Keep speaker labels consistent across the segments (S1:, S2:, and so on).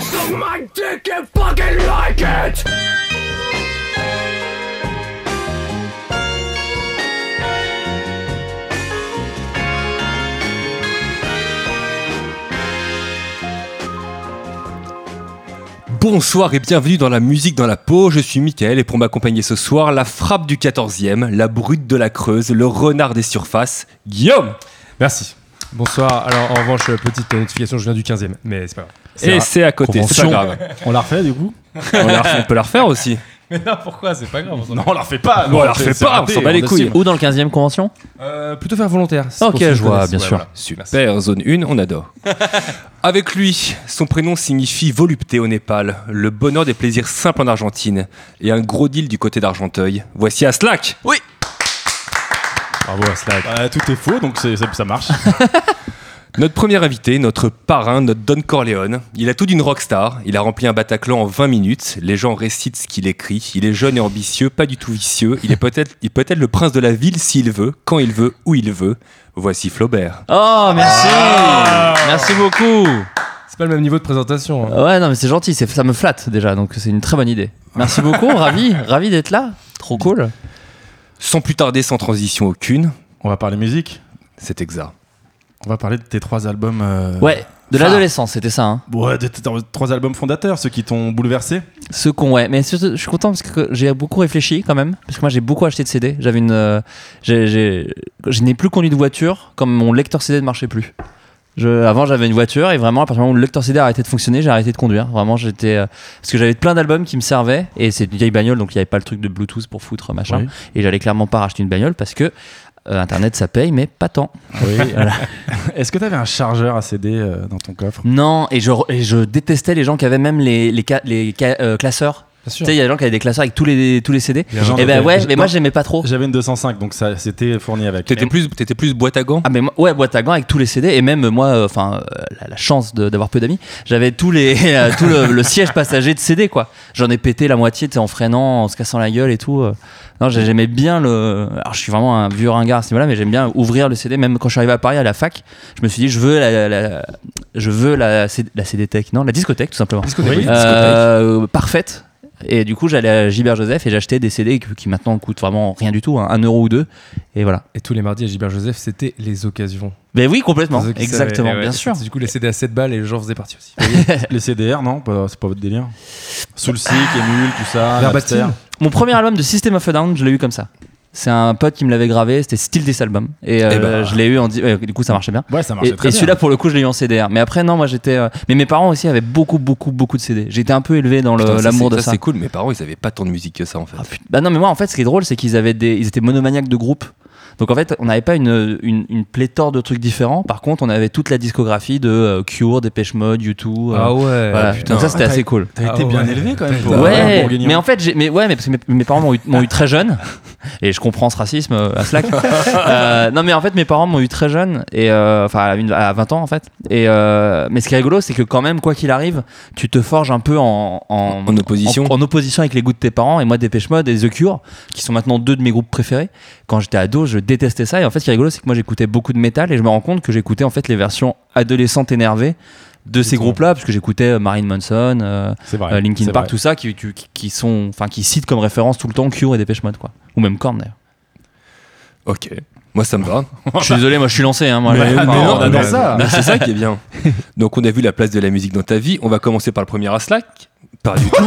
S1: Suck my dick and fucking like it!
S2: Bonsoir et bienvenue dans la musique dans la peau, je suis Mickaël et pour m'accompagner ce soir, la frappe du 14e, la brute de la Creuse, le renard des surfaces, Guillaume
S3: Merci. Bonsoir. Alors, en revanche, petite notification, je viens du 15e, mais c'est pas grave.
S2: Et c'est à côté, c'est pas
S4: Convention.
S2: grave.
S4: On la refait du coup
S2: On, la refait- on peut la refaire aussi.
S3: Mais non, pourquoi C'est pas grave.
S4: on la refait pas
S2: Bon, on la refait pas, on s'en bat les couilles.
S5: Ou dans le 15e convention
S4: Euh,
S3: plutôt faire volontaire.
S5: Ok,
S3: pour ceux qui
S5: je vois,
S3: connaissent.
S5: bien sûr.
S3: Super.
S2: Super, zone 1, on adore. Avec lui, son prénom signifie volupté au Népal, le bonheur des plaisirs simples en Argentine et un gros deal du côté d'Argenteuil. Voici Aslak
S3: Bravo à Slack.
S4: Bah, tout est faux donc c'est- ça, ça marche.
S2: Notre premier invité, notre parrain, notre Don Corleone, il a tout d'une rockstar, il a rempli un Bataclan en 20 minutes, les gens récitent ce qu'il écrit, il est jeune et ambitieux, pas du tout vicieux, il est peut-être il peut être le prince de la ville s'il veut, quand il veut, où il veut. Voici Flaubert.
S5: Oh, merci Merci beaucoup
S3: C'est pas le même niveau de présentation. hein.
S5: Ouais, non, mais c'est gentil, c'est- ça me flatte déjà, donc c'est une très bonne idée. Merci beaucoup, ravi, ravi d'être là. Trop cool.
S2: Sans plus tarder, sans transition aucune,
S4: on va parler musique.
S2: c'est exact.
S4: On va parler de tes trois albums. euh,
S5: Ouais, de
S4: Enfin.
S5: l'adolescence, c'était ça, hein.
S4: Ouais, de tes tes trois albums fondateurs, ceux qui t'ont bouleversé.
S5: Ce con, ouais. Mais surtout, je suis content parce que j'ai beaucoup réfléchi quand même. Parce que moi, j'ai beaucoup acheté de CD. J'avais une. euh, j'ai- j'ai- je n'ai plus conduit de voiture comme mon lecteur CD ne marchait plus. Je- avant, j'avais une voiture et vraiment, à partir du moment où le lecteur CD a arrêté de fonctionner, j'ai arrêté de conduire. Vraiment, j'étais. euh, parce que j'avais plein d'albums qui me servaient et c'est une vieille bagnole donc il n'y avait pas le truc de Bluetooth pour foutre machin.
S4: Oui.
S5: Et j'allais clairement pas racheter une bagnole parce que. euh, Internet ça paye, mais pas tant.
S4: Est-ce que t'avais un chargeur à CD euh, dans ton coffre
S5: Non, et je, et je détestais les gens qui avaient même les, les, ca- les ca- euh, classeurs.
S3: Bien
S5: Tu
S3: sûr.
S5: sais, il y a des gens qui avaient des classeurs avec tous les, tous les CD.
S4: Genre,
S5: Et ben
S4: euh,
S5: ouais,
S4: je-
S5: mais moi j'aimais pas trop.
S4: J'avais une 205 donc ça c'était fourni avec.
S2: T'étais plus, t'étais plus boîte à gants
S5: Ah mais moi- ouais boîte à gants avec tous les CD et même moi euh, enfin euh, la, la chance de- d'avoir peu d'amis j'avais tous les euh, tout le, le siège passager de CD quoi j'en ai pété la moitié tu sais, en freinant en se cassant la gueule et tout euh. non j'ai- j'aimais bien le alors je suis vraiment un vieux ringard à ce niveau-là mais j'aime bien ouvrir le CD même quand je suis arrivé à Paris à la fac je me suis dit je veux la, la- la- je veux la C- la CDTech non la discothèque tout simplement
S4: Oui.
S5: euh, parfaite. Et du coup, j'allais à Gilbert Joseph et j'achetais des CD qui, qui maintenant coûtent vraiment rien du tout, hein, un euro ou deux. Et voilà.
S3: Et tous les mardis à Gilbert Joseph, c'était les occasions.
S5: Mais Ben oui, complètement.
S3: Ceux qui
S5: Exactement,
S3: savaient, ouais.
S5: bien sûr. Euh,
S3: Du coup, les CD à 7 balles et les gens faisaient partie aussi.
S4: Les CDR non Bah, C'est pas votre délire. Soulseek, Emule, tout ça.
S3: Verbatim.
S4: Napster.
S5: Mon premier album de System of a Down, je l'ai eu comme ça. C'est un pote qui me l'avait gravé, c'était Still This Album. Et, euh,
S4: Eh ben.
S5: je l'ai eu en. di- ouais, du coup, ça marchait bien.
S4: Ouais, ça
S5: Et,
S4: marchait très
S5: et
S4: bien.
S5: celui-là, pour le coup, je l'ai eu en CDR. Mais après, non, moi j'étais. euh, Mais mes parents aussi avaient beaucoup, beaucoup, beaucoup de CD. J'étais un peu élevé dans le-
S2: Putain, ça,
S5: l'amour
S2: c'est-
S5: de ça.
S2: c'est cool, mes parents ils avaient pas tant de musique que ça en fait.
S5: Ah, putain. Bah non, mais moi, en fait, ce qui est drôle, c'est qu'ils avaient des, ils étaient monomaniaques de groupe. Donc en fait, on n'avait pas une, une, une pléthore de trucs différents. Par contre, on avait toute la discographie de euh, Cure, Dépêche Mode, YouTube.
S3: Ah ouais.
S5: voilà. Donc ça, c'était assez cool.
S4: T'as
S3: Ah
S4: été bien
S3: ouais.
S4: élevé quand même. Pour, euh,
S5: Ouais,
S4: pour Guignon.
S5: mais en fait, j'ai- mais ouais, mais parce que mes, mes parents m'ont eu, m'ont eu très jeune, et je comprends ce racisme euh, à Slack. Euh, non, mais en fait, mes parents m'ont eu très jeune, et euh, enfin à, une- à 20 ans en fait. Et euh, mais ce qui est rigolo, c'est que quand même, quoi qu'il arrive, tu te forges un peu en, en,
S2: En opposition.
S5: en, en opposition avec les goûts de tes parents. Et moi, Dépêche Mode et The Cure, qui sont maintenant deux de mes groupes préférés. Quand j'étais ado, je détestais ça. Et en fait, ce qui est rigolo, c'est que moi, j'écoutais beaucoup de métal, et je me rends compte que j'écoutais en fait les versions adolescentes énervées de ces
S4: Exactement.
S5: groupes-là, parce que j'écoutais euh, Marilyn Manson. euh,
S4: c'est vrai.
S5: euh, Linkin
S4: c'est
S5: Park,
S4: vrai.
S5: tout ça, qui, tu- qui- qui sont, enfin, qui citent comme référence tout le temps Cure et Dépêche Mode, quoi. Ou même Korn, d'ailleurs.
S2: Ok, moi ça me va.
S5: je suis désolé, moi, je suis lancé, hein, moi.
S4: Mais- mais
S5: Enfin,
S4: non, on
S5: euh,
S4: adore
S2: mais-
S4: ça.
S2: mais C'est ça qui est bien. Donc on a vu la place de la musique dans ta vie. On va commencer par le premier à Slack. Pas du tout.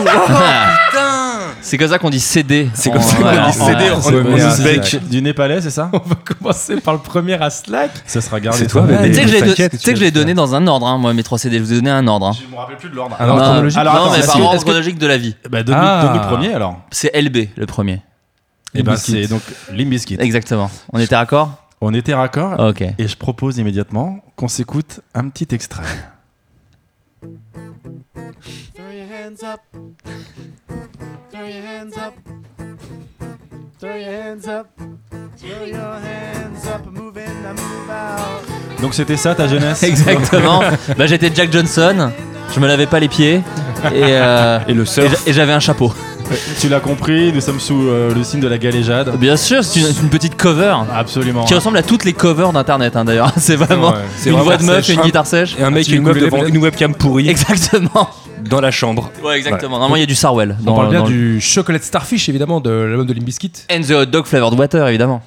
S5: C'est comme ça qu'on dit CD.
S2: C'est
S5: en-
S2: comme ça qu'on
S5: voilà,
S2: dit
S5: en-
S2: CD
S5: en-
S2: en-
S3: ouais,
S2: en
S3: mais-
S2: Uzbek.
S4: Du Népalais, c'est ça
S3: On va commencer par le premier à Slack.
S4: Ça sera gardé.
S2: C'est toi,
S4: pour-
S2: mais-
S5: Mais tu sais que je l'ai don-
S3: t'inquiète,
S5: tu
S3: tu
S5: sais que je l'ai donné dans un ordre, hein, moi, mes trois CD, je vous ai donné un ordre. hein.
S4: Je me rappelle plus de l'ordre.
S3: Alors,
S2: Ah.
S5: Non,
S3: chronologique.
S4: Alors,
S5: non,
S4: attends,
S5: mais
S4: est-ce
S5: par
S4: que-
S5: ordre
S4: est-ce que-
S5: chronologique de la vie.
S4: Bah, donne-nous
S3: Ah.
S4: donne-nous le premier alors.
S5: C'est LB, le premier.
S4: Et ben
S3: Biscuits.
S4: c'est donc Limbiskit.
S5: Exactement. On était raccord
S4: On était raccord
S5: Ok.
S4: et je propose immédiatement qu'on s'écoute un petit extrait.
S6: Throw your hands up. Throw your hands up. Throw your hands up. Throw your hands up. Move in, now move out.
S4: Donc c'était ça ta jeunesse
S5: Exactement. bah, j'étais Jack Johnson, je me lavais pas les pieds, et, euh,
S2: Et le
S5: et
S2: surf.
S5: j'a- et j'avais un chapeau.
S4: Tu l'as compris, nous sommes sous euh, le signe de la galéjade.
S5: Bien sûr, c'est une, c'est une petite cover
S4: Absolument.
S5: qui ressemble à toutes les covers d'internet hein, d'ailleurs. C'est vraiment
S3: Ouais.
S2: C'est
S5: une
S2: vraiment
S5: voix de meuf
S2: sèche.
S5: et une guitare sèche.
S2: Et un mec
S3: tu
S2: et une meuf
S3: l'oublies,
S2: devant
S3: peut-être
S2: une webcam pourrie
S5: Exactement.
S2: dans la chambre.
S5: Ouais, exactement. Normalement, il y a du Sarwell.
S3: On
S5: dans-
S3: parle bien
S5: dans le-
S3: du Chocolate Starfish, évidemment, de l'album de Limbiskit.
S5: And the hot dog flavored water, évidemment.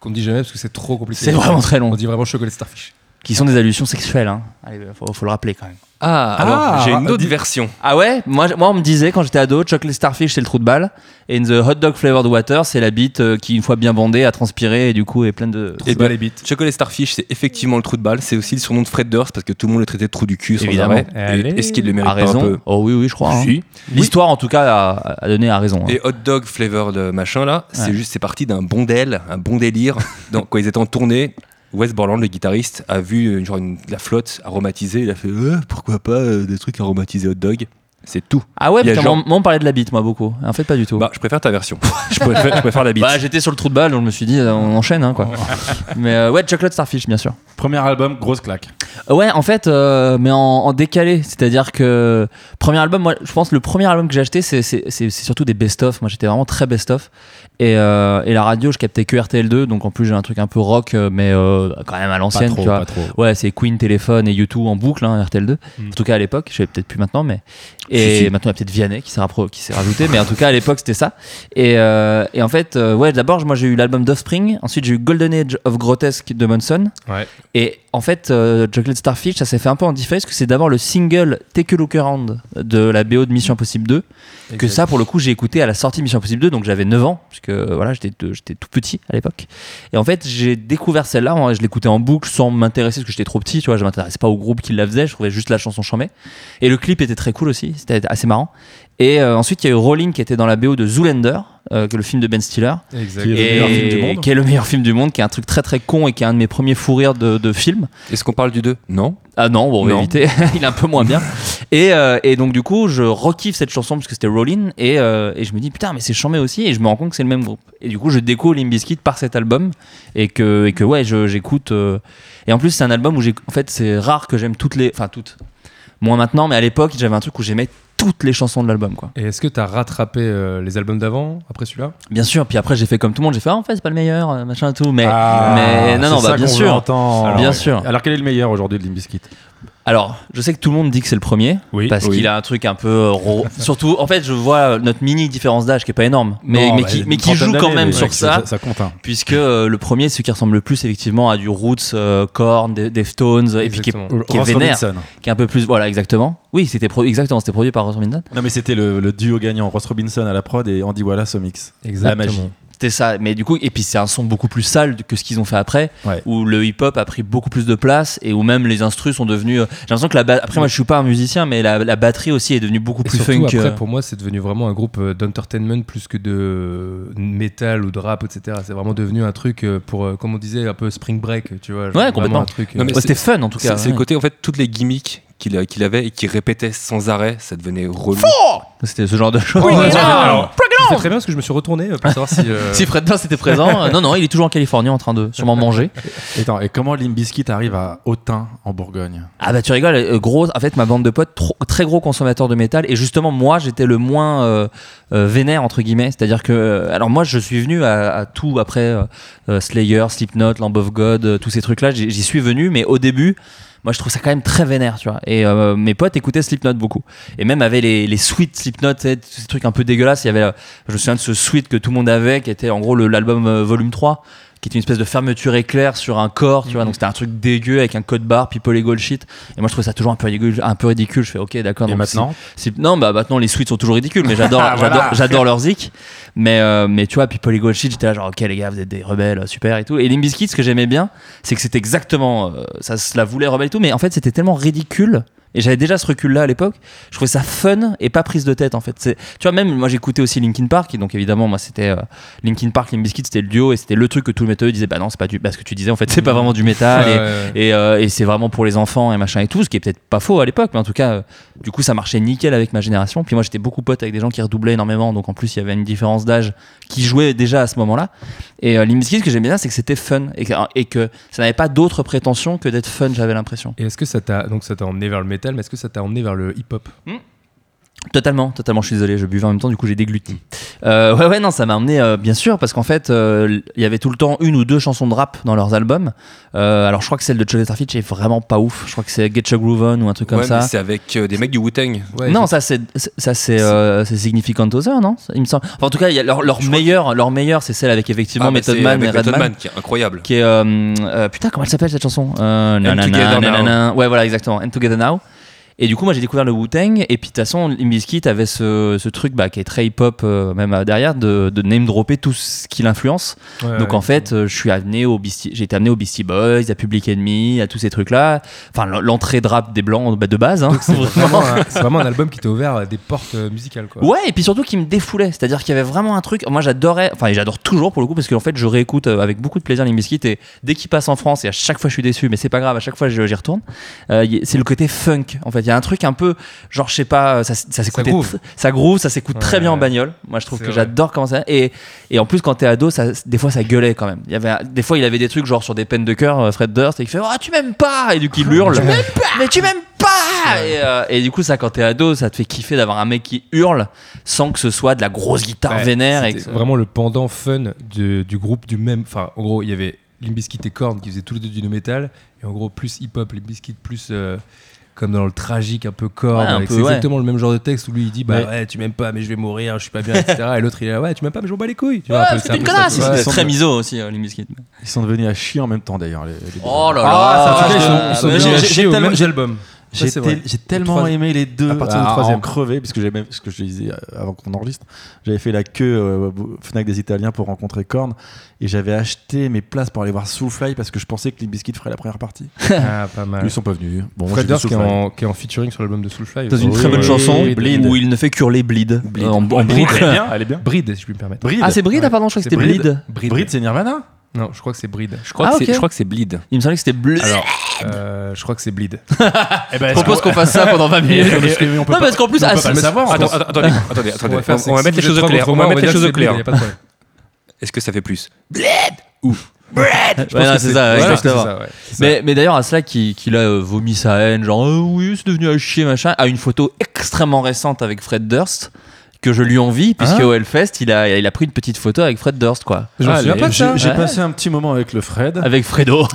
S3: Qu'on ne dit jamais parce que c'est trop compliqué.
S5: C'est vraiment très long.
S3: On dit vraiment Chocolate Starfish.
S5: Qui sont des allusions sexuelles. Hein. Allez, faut, faut le rappeler quand même.
S2: Ah, alors j'ai une
S3: ah,
S2: autre
S3: dis-
S2: version.
S5: Ah ouais moi, je- moi, on me disait quand j'étais ado, Chocolate Starfish, c'est le trou de balle. Et the hot dog flavored water, c'est la bite euh, qui, une fois bien bandée, a transpiré et du coup est pleine de.
S2: Et
S3: bien
S2: ben,
S3: les beats.
S2: Chocolat Starfish, c'est effectivement le trou de balle. C'est aussi le surnom de Fred Durst parce que tout le monde le traitait de trou du cul sans
S5: Évidemment.
S2: arrêt.
S3: Allez.
S2: Et Est-ce qu'il le mérite
S5: A
S2: pas un peu
S5: raison. Oh oui, oui, je crois. hein.
S2: Si.
S5: L'histoire, en tout cas, a, a donné à raison. hein.
S2: Et hot dog flavor de machin là, c'est
S5: Ouais.
S2: juste c'est parti d'un bon délire, un bon délire. Dans, quand ils étaient en tournée, Wes Borland, le guitariste, a vu euh, genre une- la flotte aromatisée. Il a fait Euh, pourquoi pas euh, des trucs aromatisés hot dog. C'est tout.
S5: Ah ouais,
S2: Il y a
S5: putain,
S2: genre-
S5: moi, moi, on parlait de la bite, moi, beaucoup. En fait, pas du tout.
S2: Bah, je préfère ta version. je, préfère, je préfère la bite.
S5: Bah, j'étais sur le trou de balle, donc je me suis dit, euh, on enchaîne, hein, quoi. mais euh, ouais, Chocolate Starfish, bien sûr.
S4: Premier album, grosse claque.
S5: Ouais, en fait, euh, mais en, en décalé. C'est-à-dire que premier album, moi, je pense que le premier album que j'ai acheté, c'est- c'est c'est- c'est surtout des best-of. Moi, j'étais vraiment très best-of. Et, euh, et la radio, je captais que RTL2, donc en plus, j'ai un truc un peu rock, euh, mais euh, quand même à l'ancienne, tu vois.
S4: trop.
S5: Ouais, c'est Queen, Téléphone et YouTube en boucle, hein, RTL2.
S3: Mm.
S5: En tout cas, à l'époque, je sais peut-être plus maintenant, mais. Et
S2: Si, si.
S5: maintenant, il y a peut-être Vianney qui s'est rappro- qui s'est rajouté, mais en tout cas, à l'époque, c'était ça. Et, euh, et en fait, euh, ouais, d'abord, moi, j'ai eu l'album Spring ensuite, j'ai eu Golden Age of Grotesque de Monson.
S3: Ouais.
S5: Et en fait, euh, Chocolate Starfish, ça s'est fait un peu en différé, parce que c'est d'abord le single Take a Look Around de la BO de Mission Impossible 2 que ça pour le coup j'ai écouté à la sortie de Mission Impossible 2 donc j'avais 9 ans puisque euh, voilà j'étais de- j'étais tout petit à l'époque et en fait j'ai découvert celle-là en- je l'écoutais en boucle sans m'intéresser parce que j'étais trop petit tu vois je m'intéressais pas au groupe qui la faisait je trouvais juste la chanson chambée et le clip était très cool aussi c'était assez marrant et euh, ensuite il y a eu Rolling qui était dans la BO de Zoolander euh, que le film de Ben Stiller
S3: Exact.
S4: Qui est- le
S5: et
S4: meilleur film du monde.
S5: qui est le meilleur film du monde qui est un truc très très con et qui est un de mes premiers fous rires de, de film
S2: Est-ce qu'on parle du 2 Non.
S5: ah non, bon, on va
S2: Non.
S5: éviter. Il est un peu moins bien. Et, euh, et donc, du coup, je rekiffe cette chanson parce que c'était Rollin. Et, euh, et je me dis, putain, mais c'est chambé aussi. Et je me rends compte que c'est le même groupe. Et du coup, je découvre Limbiskit par cet album. Et que, et que ouais, je- j'écoute. euh, Et en plus, c'est un album où j'ai. En fait, c'est rare que j'aime toutes les. Enfin, toutes. Moins maintenant, mais à l'époque, j'avais un truc où j'aimais toutes les chansons de l'album, quoi.
S3: Et est-ce que t'as rattrapé euh, les albums d'avant, après celui-là
S5: Bien sûr. Puis après, j'ai fait comme tout le monde. J'ai fait, ah, en fait, c'est pas le meilleur, euh, machin et tout. Mais,
S4: Ah,
S5: mais non, non,
S4: c'est
S5: bah,
S4: ça
S5: bien
S4: qu'on
S5: sûr.
S4: l'entend.
S5: Bien sûr.
S4: Alors quel est le meilleur aujourd'hui de Limbiskit
S5: Alors, je sais que tout le monde dit que c'est le premier,
S3: Oui.
S5: parce
S2: Oui.
S5: qu'il a un truc un peu euh, ro- surtout, en fait, je vois notre mini différence d'âge qui est pas énorme, mais,
S4: Non,
S5: mais,
S4: bah,
S5: qui,
S4: une
S5: mais qui joue
S4: trentaine
S5: quand
S4: d'années,
S5: même
S4: mais
S5: sur
S4: ouais,
S5: ça,
S4: Ça compte. hein.
S5: puisque euh, le premier, c'est celui qui ressemble le plus effectivement à du Roots, euh, Korn, Def- Deftones, et puis qui est,
S3: Exactement.
S5: qui est
S4: Ross
S5: vénère,
S4: Robinson.
S5: qui est un peu plus, voilà, exactement. Oui, c'était pro- exactement, c'était produit par Ross Robinson.
S4: Non mais c'était le, le duo gagnant, Ross Robinson à la prod et Andy Wallace au mix. La magie.
S5: C'était ça, mais du coup, et puis c'est un son beaucoup plus sale que ce qu'ils ont fait après,
S4: Ouais.
S5: où le hip-hop a pris beaucoup plus de place et où même les instrus sont devenus. euh, J'ai l'impression que la ba- après moi je suis pas un musicien, mais la, la batterie aussi est devenue beaucoup
S3: Et
S5: plus
S3: surtout,
S5: funk.
S3: après,
S5: euh,
S3: pour moi, c'est devenu vraiment un groupe euh, d'entertainment plus que de métal ou de rap, etc. C'est vraiment devenu un truc euh, pour, euh, comme on disait, un peu spring break, tu vois. genre
S5: Ouais,
S3: vraiment
S5: complètement.
S3: Un truc, euh.
S2: Non, mais
S5: Ouais, c'était fun en tout
S2: C'est
S5: cas.
S2: c'est le
S5: ouais.
S2: côté en fait toutes les gimmicks qu'il a- qu'il avait et qu'il répétait sans arrêt, ça devenait relou.
S5: C'était ce genre de choses.
S3: Ouais, c'est- alors, c'est très bien parce que je me suis retourné euh, pour savoir si. euh,
S5: Si Fred Durst était présent, euh, non, non, il est toujours en Californie en train de sûrement manger.
S3: Ah.
S4: Et Attends, et comment Limbiskit arrive à Autun en Bourgogne
S5: Ah bah tu rigoles, euh, gros, en fait ma bande de potes, trop- très gros consommateurs de métal, et justement moi j'étais le moins euh, euh, vénère entre guillemets, c'est-à-dire que, euh, alors moi je suis venu à, à tout après euh, euh, Slayer, Slipknot, Lamb of God, euh, tous ces trucs-là, j'y j'y suis venu, mais au début, moi je trouve ça quand même très vénère, tu vois, et euh, mes potes écoutaient Slipknot beaucoup, et même avaient les, les suites Slipknot, tu sais, tous ces trucs un peu dégueulasses, il y avait, euh, je me souviens de ce suite que tout le monde avait, qui était en gros le- l'album euh, volume 3, qui était une espèce de fermeture éclair sur un corps, tu
S4: Mm.
S5: vois. Donc c'était un truc dégueu avec un code barre, people equal shit. Et moi je trouvais ça toujours un peu ridicule. Un peu ridicule. Je fais ok, d'accord.
S4: Et
S5: Ah, donc
S4: maintenant
S5: c'est- c'est- Non, bah maintenant les suites sont toujours ridicules, mais j'adore, j'adore, j'adore leur zik. Mais, euh, mais tu vois, people equal shit, j'étais là genre ok les gars, vous êtes des rebelles, euh, super et tout. Et Limbiskit, ce que j'aimais bien, c'est que c'était exactement, euh, ça se la voulait rebelle et tout, mais en fait c'était tellement ridicule. Et j'avais déjà ce recul-là à l'époque. Je trouvais ça fun et pas prise de tête en fait. C'est- Tu vois, même moi j'écoutais aussi Linkin Park, et donc évidemment, moi c'était euh, Linkin Park, Limp Bizkit, c'était le duo et c'était le truc que tout le métal disait bah non, c'est pas du. Bah ce que tu disais en fait, c'est pas vraiment du métal et,
S3: euh,
S5: et, euh, et c'est vraiment pour les enfants et machin et tout, ce qui est peut-être pas faux à l'époque, mais en tout cas, euh, du coup, ça marchait nickel avec ma génération. Puis moi, j'étais beaucoup pote avec des gens qui redoublaient énormément, donc en plus, il y avait une différence d'âge qui jouait déjà à ce moment-là. Et euh, Limp Bizkit, ce que j'aimais bien, c'est que c'était fun et que, et que ça n'avait pas d'autre prétention que d'être fun, j'avais l'impression.
S3: Et est-ce que ça t'a donc ça t'a emmené vers le métal, mais est-ce que ça t'a emmené vers le hip-hop
S5: Totalement, totalement, je suis désolé, je buvais en même temps, du coup j'ai dégluti. Euh, ouais, ouais, non, ça m'a amené, euh, bien sûr, parce qu'en fait, euh, il y avait tout le temps une ou deux chansons de rap dans leurs albums. Euh, alors je crois que celle de Chocolate Starfish est vraiment pas ouf, je crois que c'est Get Your Groove On ou un truc comme
S2: Ouais,
S5: ça.
S2: mais C'est avec euh, des mecs du Wu-Tang.
S3: Ouais,
S5: non, ça c'est c'est- ça c'est euh, c'est Significant Other, non Il me semble. Enfin, en tout cas, il y a leur, leur meilleur, leur meilleur, c'est celle avec effectivement
S2: Ah, bah,
S5: Method
S2: c'est
S5: Man
S2: avec
S5: et
S2: Method
S5: Redman.
S2: Man, qui est incroyable.
S5: Qui est euh, euh, putain comment elle s'appelle cette chanson euh, nanana,
S2: Together Now.
S5: nanana. Ouais voilà exactement. And Together Now. Et du coup moi j'ai découvert le Wu Tang et puis de toute façon Limp Bizkit avait ce, ce truc bah, qui est très hip hop même euh, derrière de, de name dropper tout ce qui l'influence.
S3: Ouais,
S5: Donc
S3: ouais.
S5: en fait, euh, je suis amené au Beastie- j'ai été amené aux Beastie Boys, à Public Enemy, à tous ces trucs-là. Enfin, l- l'entrée de rap des blancs bah, de base, hein, vraiment.
S3: Vraiment, hein, c'est vraiment un album qui t'a ouvert des portes euh, musicales quoi.
S5: Ouais, et puis surtout qui me défoulait. C'est-à-dire qu'il y avait vraiment un truc. Moi, j'adorais, enfin, et j'adore toujours pour le coup, parce qu'en fait, je réécoute euh, avec beaucoup de plaisir les Biscuits. Et dès qu'ils passent en France, et à chaque fois, je suis déçu, mais c'est pas grave, à chaque fois, je- j'y retourne. euh, y- c'est le côté funk, en fait. Il y a un truc un peu, genre, je sais pas, euh, ça, s- ça s'écoute.
S3: groove.
S5: Ça groove, ça s'écoute très
S3: Ouais.
S5: bien en bagnole. Moi, je trouve
S3: C'est
S5: que
S3: vrai.
S5: j'adore comment ça. Et, et en plus, quand t'es ado, ça, des fois, ça gueulait quand même. Il y avait, des fois, il avait des trucs, genre, sur des peines de cœur, euh, Fred Durst, et il fait, oh, tu m'aimes pas! Et du coup, il hurle. Mais tu m'aimes pas et, euh, et du coup, ça, quand t'es ado, ça te fait kiffer d'avoir un mec qui hurle sans que ce soit de la grosse guitare
S3: Ouais,
S5: vénère. Et
S3: C'était
S5: que-
S3: vraiment le pendant fun de- du groupe du même. Enfin, en gros, il y avait Limbiskit et Korn qui faisaient tous les deux du no metal. Et en gros, plus hip-hop, Limbiskit, plus. euh, comme dans le tragique, un peu corps,
S5: Ouais, un peu,
S3: c'est
S5: ouais.
S3: exactement le même genre de texte où lui il dit bah
S4: Ouais.
S3: ouais, tu m'aimes pas mais je vais mourir, je suis pas bien, etc. et l'autre il est là ouais tu m'aimes pas mais je m'en bats les couilles. Tu
S5: Ouais,
S3: vois, un peu,
S5: c'est
S3: un
S5: une
S3: peu ça,
S5: connasse.
S3: tu vois.
S5: C'est
S4: semble-
S5: très miso aussi, euh, Limp Bizkit.
S4: Ils sont devenus à chier en même temps d'ailleurs. les- les deux.
S5: Oh là là.
S4: Ah,
S3: Ils sont-
S5: Ah,
S3: ils sont
S5: mais
S3: devenus
S5: j'ai-
S3: à
S5: j'ai-
S3: chier au
S4: tellement-
S3: même album. Ça,
S4: J'ai
S3: c'est
S4: tel-
S3: vrai.
S4: j'ai tellement
S3: troisième-
S4: aimé les deux
S3: à partir du
S4: Euh, à- à
S3: troisième.
S4: en crever, puisque j'ai même ce que je disais euh, avant qu'on enregistre. J'avais fait la queue euh, au Fnac des Italiens pour rencontrer Korn et j'avais acheté mes places pour aller voir Soulfly parce que je pensais que Limp Bizkit ferait la première partie.
S3: Ah, pas mal.
S4: Ils sont pas venus. Bon,
S3: Fred
S4: j'ai vu
S3: Durst qui est,
S4: Soulfly.
S3: en, qui est en featuring sur l'album de Soulfly.
S5: Dans une
S3: Oui,
S5: très bonne
S3: oui,
S5: chanson
S3: oui, Bleed.
S5: où il ne fait qu'hurler bleed, euh, en, en boucle.
S4: Elle est bien, elle est bien.
S3: Bride, si je puis me permettre.
S4: Bride.
S5: Ah, c'est Bride, ah, pardon, je crois que c'était
S3: Bride.
S5: Bleed.
S3: Bride.
S4: Bride, c'est Nirvana
S3: Non, je crois que c'est Bride.
S2: Je crois,
S5: Ah,
S2: que c'est-
S5: ok.
S2: je crois que c'est Bleed.
S5: Il me semblait que c'était Bleed.
S3: Alors, euh, je crois que c'est Bleed.
S4: Eh
S3: bah,
S4: ben,
S5: je propose qu'on fasse ça pendant 20 minutes.
S4: on peut
S5: Non, parce qu'en plus,
S4: on peut
S5: ah,
S4: pas le
S5: c'est-
S4: savoir.
S2: Attends, attends, attendez, attendez,
S3: Ce qu'on
S2: attendez.
S3: faire,
S2: On-
S3: c'est
S2: on va
S3: que
S2: mettre
S3: si
S2: les
S3: vous
S2: choses
S3: êtes
S2: au clair.
S3: trois
S2: On va
S3: contre
S2: mettre les
S3: moi,
S2: choses au
S3: dire que c'est
S2: clair.
S3: Bleed, y a pas de problème.
S2: Est-ce que ça fait plus
S5: Ouais, non, c'est ça, ouais,
S3: Voilà,
S5: exactement.
S3: c'est ça, ouais, c'est ça.
S5: Mais, mais d'ailleurs, Asla qui, qui là euh, vomit sa haine, genre Euh, oui, c'est devenu à chier, machin, a une photo extrêmement récente avec Fred Durst que je lui envie, puisque au Hellfest, il a, il a pris une petite photo avec Fred Durst, quoi.
S3: Je me
S4: Ah,
S3: souviens
S4: les-
S3: pas de
S4: j'ai-
S3: ça. Ah.
S4: J'ai
S5: Ouais.
S4: passé un petit moment avec le Fred.
S5: Avec Fredo.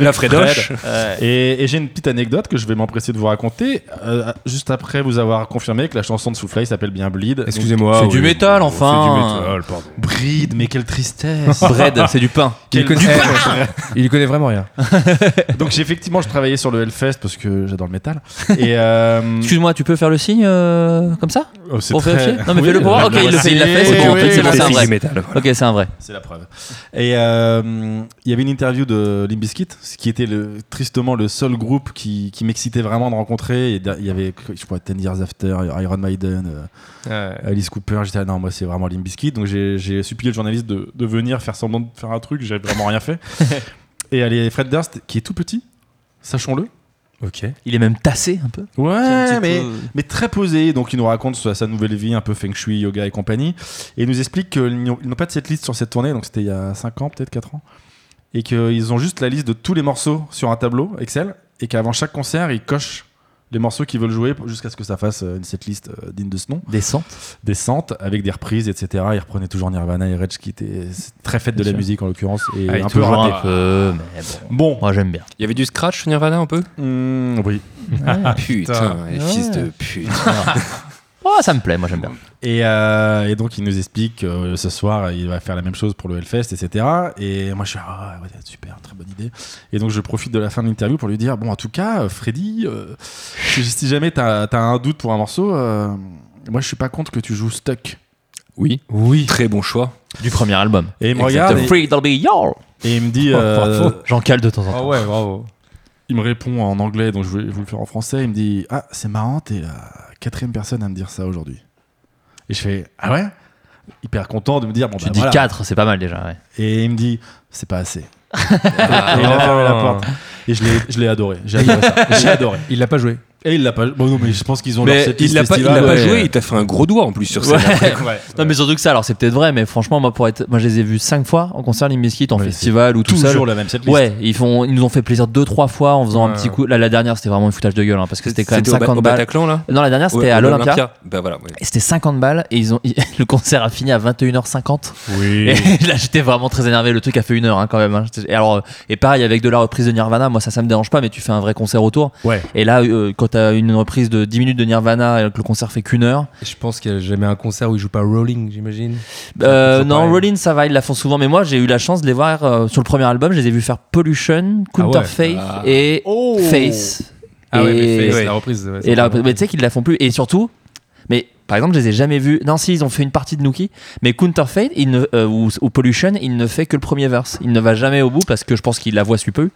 S2: La Fredoche.
S5: Ouais.
S4: Et, et j'ai une petite anecdote que je vais m'empresser de vous raconter euh, juste après vous avoir confirmé que la chanson de Soulfly s'appelle bien Bleed.
S3: Excusez-moi.
S5: C'est du
S3: oui.
S5: métal,
S3: C'est du
S5: enfin.
S3: métal, pardon.
S4: Donc, Bleed, mais quelle tristesse.
S5: Bread, c'est du pain.
S4: Quel-
S3: Il connaît, il connaît vraiment rien.
S4: Donc j'ai- effectivement, je travaillais sur le Hellfest parce que j'adore le métal. Et euh,
S5: Excuse-moi, tu peux faire le signe euh, comme ça
S4: oh, c'est
S5: Pour
S4: très-
S5: vérifier Non, mais
S4: Oui,
S5: fais-le pour voir. Ok,
S4: je
S5: il le fait, il l'a
S4: sais,
S5: fait. C'est bon,
S4: oui,
S5: ok, c'est
S4: oui,
S5: bon,
S4: oui,
S5: c'est un
S4: oui.
S5: vrai.
S2: du métal.
S5: Ok, c'est un vrai.
S4: C'est la preuve. Et euh, il y avait une interview de Limbiskit, ce qui était le, tristement le seul groupe qui, qui m'excitait vraiment de rencontrer. Et de- Il y avait, je crois, Ten Years After, Iron Maiden, euh, Alice Cooper, j'étais là, non, moi c'est vraiment Limbiskit. Donc j'ai j'ai supplié le journaliste de, de venir faire semblant de faire un truc, j'avais vraiment rien fait. Et allez, Fred Durst, qui est tout petit, sachons-le.
S3: Ok.
S5: Il est même tassé un peu.
S4: Ouais, mais, mais très posé. Donc il nous raconte sa, sa nouvelle vie, un peu feng shui, yoga et compagnie. Et il nous explique qu'ils n'ont ils n'ont pas de cette liste sur cette tournée, donc c'était il y a 5 ans, peut-être 4 ans. Et qu'ils ont juste la liste de tous les morceaux sur un tableau Excel. Et qu'avant chaque concert, ils cochent les morceaux qu'ils veulent jouer pour- jusqu'à ce que ça fasse euh, une setlist euh, digne de ce nom
S5: Descente.
S4: descente avec des reprises, etc. Il reprenait toujours Nirvana et Rage qui était très fête de la
S5: Bien sûr.
S4: musique en l'occurrence et
S3: Ah, il
S4: un peu
S3: est
S5: Toujours
S4: raté.
S5: un peu, mais bon.
S4: Bon,
S5: Moi, j'aime bien.
S2: Il y avait du scratch sur Nirvana un peu
S4: Mmh, oui.
S2: Putain, les fils de pute.
S5: Oh, ça me plaît, moi, j'aime bien.
S4: Et, euh, et donc il nous explique que ce soir il va faire la même chose pour le Hellfest, etc. Et moi je suis ah ouais, super, très bonne idée. Et donc je profite de la fin de l'interview pour lui dire bon en tout cas euh, Freddy, euh, si si jamais t'as as un doute pour un morceau, euh, moi je suis pas contre que tu joues Stuck.
S2: Oui. Oui. Très bon choix.
S5: Du premier album.
S4: Et il me regarde et,
S5: Free Dolby Y'all.
S4: et il me
S5: Oh,
S4: dit euh,
S3: bravo.
S5: J'en cale de temps en temps.
S3: Ah ouais, bravo.
S4: Il me répond en anglais, donc je vais vous le faire en français. Il me dit Ah, c'est marrant, t'es la quatrième personne à me dire ça aujourd'hui. Et je fais Ah ouais Hyper content de me dire Bon,
S5: Tu
S4: bah,
S5: dis
S4: voilà.
S5: 4, c'est pas mal déjà. Ouais.
S4: Et il me dit C'est pas assez.
S2: Ah,
S4: Et il a fermé la porte. Et je l'ai- je l'ai adoré. J'ai adoré ça. J'ai adoré.
S3: Il l'a pas joué.
S4: Et il l'a pas. Bon, non, mais je pense qu'ils ont leur
S2: Mais il
S4: setlist
S2: l'a pas, il l'a
S4: festival, euh,
S2: pas
S4: ouais.
S2: joué, il t'a fait un gros doigt en plus sur
S5: Ouais.
S2: scène. après.
S5: Non, mais surtout que ça, alors c'est peut-être vrai, mais franchement, moi, pour être, moi, je les ai vus cinq fois en concert Limp Bizkit, en
S4: Ouais,
S5: festival ou tout seul.
S4: Toujours la même setlist.
S5: Ouais, ils, font, ils nous ont fait plaisir deux trois fois en faisant un
S3: Ouais.
S5: petit coup. Là, la dernière, c'était vraiment une foutage de gueule hein, parce que c'était quand même
S2: au Ba-
S5: 50
S2: au
S5: balles.
S2: Bataclan là
S5: Non, la dernière, c'était
S2: Ouais,
S5: à
S2: au
S5: l'Olympia.
S2: Bah voilà, ouais.
S5: Et C'était 50 balles et ils ont le concert a fini à 21h50.
S3: Oui.
S5: Et là, j'étais vraiment très énervé. Le truc a fait une heure hein, quand même. hein. J'étais- Et alors, euh, et pareil avec de la reprise de Nirvana. Moi, ça, ça me dérange pas, mais tu fais un vrai concert autour.
S3: Ouais.
S5: Et là, euh, quand t'as une reprise de 10 minutes de Nirvana et que le concert fait qu'une heure,
S3: Je pense qu'il n'y a jamais un concert où il joue pas Rolling, j'imagine.
S5: Euh,
S3: Toujours
S5: non,
S3: pareil.
S5: Rollins, ça va, ils la font souvent. Mais moi, j'ai eu la chance de les voir euh, sur le premier album. Je les ai vus faire Pollution, Counterfeit
S2: Ah.
S5: et
S6: Oh.
S5: Face.
S3: Ah ouais,
S5: Et-
S3: mais Face,
S2: ouais.
S3: la reprise. ouais,
S5: Et là,
S3: c'est
S5: mais tu sais qu'ils la font plus. Et surtout, mais par exemple, je les ai jamais vus. Non, si, ils ont fait une partie de Nookie, mais Counterfeit il ne, euh, ou, ou Pollution, il ne fait que le premier verse. Il ne va jamais au bout parce que je pense qu'il la voit si peu.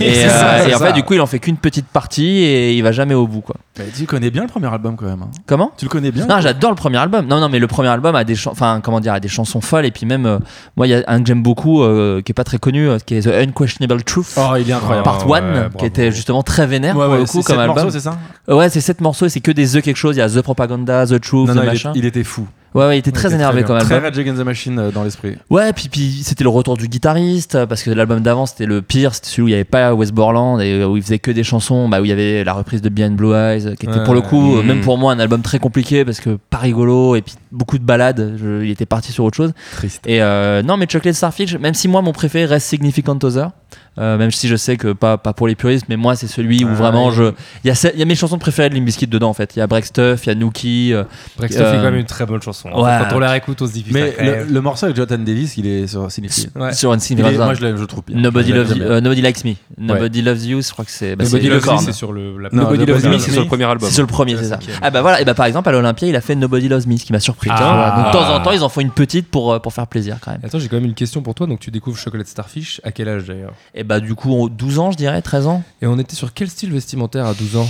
S5: et
S4: c'est
S5: euh,
S4: ça,
S5: et
S4: c'est
S5: en
S4: ça.
S5: fait, du coup, il en fait qu'une petite partie et il va jamais au bout. Quoi.
S4: Mais tu connais bien le premier album quand même. hein.
S5: Comment
S4: Tu le connais bien
S5: non, j'adore le premier album. Non, non, mais le premier album a des, chan- enfin, comment dire, a des chansons folles. Et puis même, euh, moi, il y a un que j'aime beaucoup, euh, qui est pas très connu, euh, qui est The Unquestionable Truth.
S4: Oh, il est incroyable.
S5: Part 1
S3: ouais, bravo.
S5: qui était justement très vénère pour le
S4: c'est
S5: coup comme
S4: sept
S5: album.
S4: morceaux, c'est ça
S5: Euh, ouais, c'est sept morceaux et c'est que des The quelque chose. Il y a The Propaganda, The Truth, The
S4: il, est-
S5: Machin.
S4: il était fou.
S5: Ouais, ouais, il était très
S3: était
S5: énervé
S3: très
S5: quand même.
S4: Très Rage Against the Machine euh, dans l'esprit.
S5: Ouais, puis, puis c'était le retour du guitariste, euh, parce que l'album d'avant c'était le pire, c'était celui où il n'y avait pas West Borland et euh, où il faisait que des chansons, bah, où il y avait la reprise de Behind Blue Eyes, euh, qui était
S3: Ouais.
S5: pour le coup, euh,
S4: Mm.
S2: Mhm.
S5: même pour moi, un album très compliqué parce que pas rigolo et puis beaucoup de balades, je- il était parti sur autre chose.
S4: Triste.
S5: Et euh, non, mais Chocolate Starfish, même si moi mon préféré reste Significant Other, euh, même si je sais que pas, pas pour les puristes, mais moi c'est celui où
S3: Ah,
S5: vraiment
S3: ouais.
S5: je. Il y, a, ce- il y a mes chansons préférées de Limp Bizkit dedans en fait, il y a Break Stuff, il y a Nookie. euh,
S3: Breakstuff
S5: Euh,
S3: est quand même une très bonne chanson. hein.
S5: ouais.
S3: Quand on la réécoute, on se dit.
S4: Mais
S3: putain,
S4: le,
S3: crève.
S4: le morceau avec Jonathan Davis, il est sur Signifiant.
S3: Ouais.
S5: sur
S4: Il
S5: un
S4: est-
S5: Significant Other.
S4: Moi, je l'aime, je le trouve bien.
S5: Nobody,
S4: Je l'aime
S5: loves
S4: bien.
S5: you- euh, Nobody Likes Me. Nobody Loves You, je crois que c'est bah,
S3: Nobody
S5: c'est
S3: Loves
S5: Corn.
S3: Me, c'est sur le. la-
S4: Non,
S2: Nobody Loves
S4: Nobody
S2: Me,
S4: Loves
S2: c'est
S4: Me.
S2: sur le premier album.
S5: C'est sur le premier, c'est ça.
S3: cinquième.
S5: Ah bah voilà, et bah par exemple à l'Olympia, il a fait Nobody Loves Me, ce qui m'a surpris.
S3: Ah.
S5: Voilà. Donc de temps en temps, ils en font une petite pour, euh, pour faire plaisir quand même.
S3: Attends, j'ai quand même une question pour toi. Donc, tu découvres Chocolate Starfish à quel âge d'ailleurs
S5: Et bah du coup, on- 12 ans, je dirais, 13 ans.
S3: Et on était sur quel style vestimentaire à 12 ans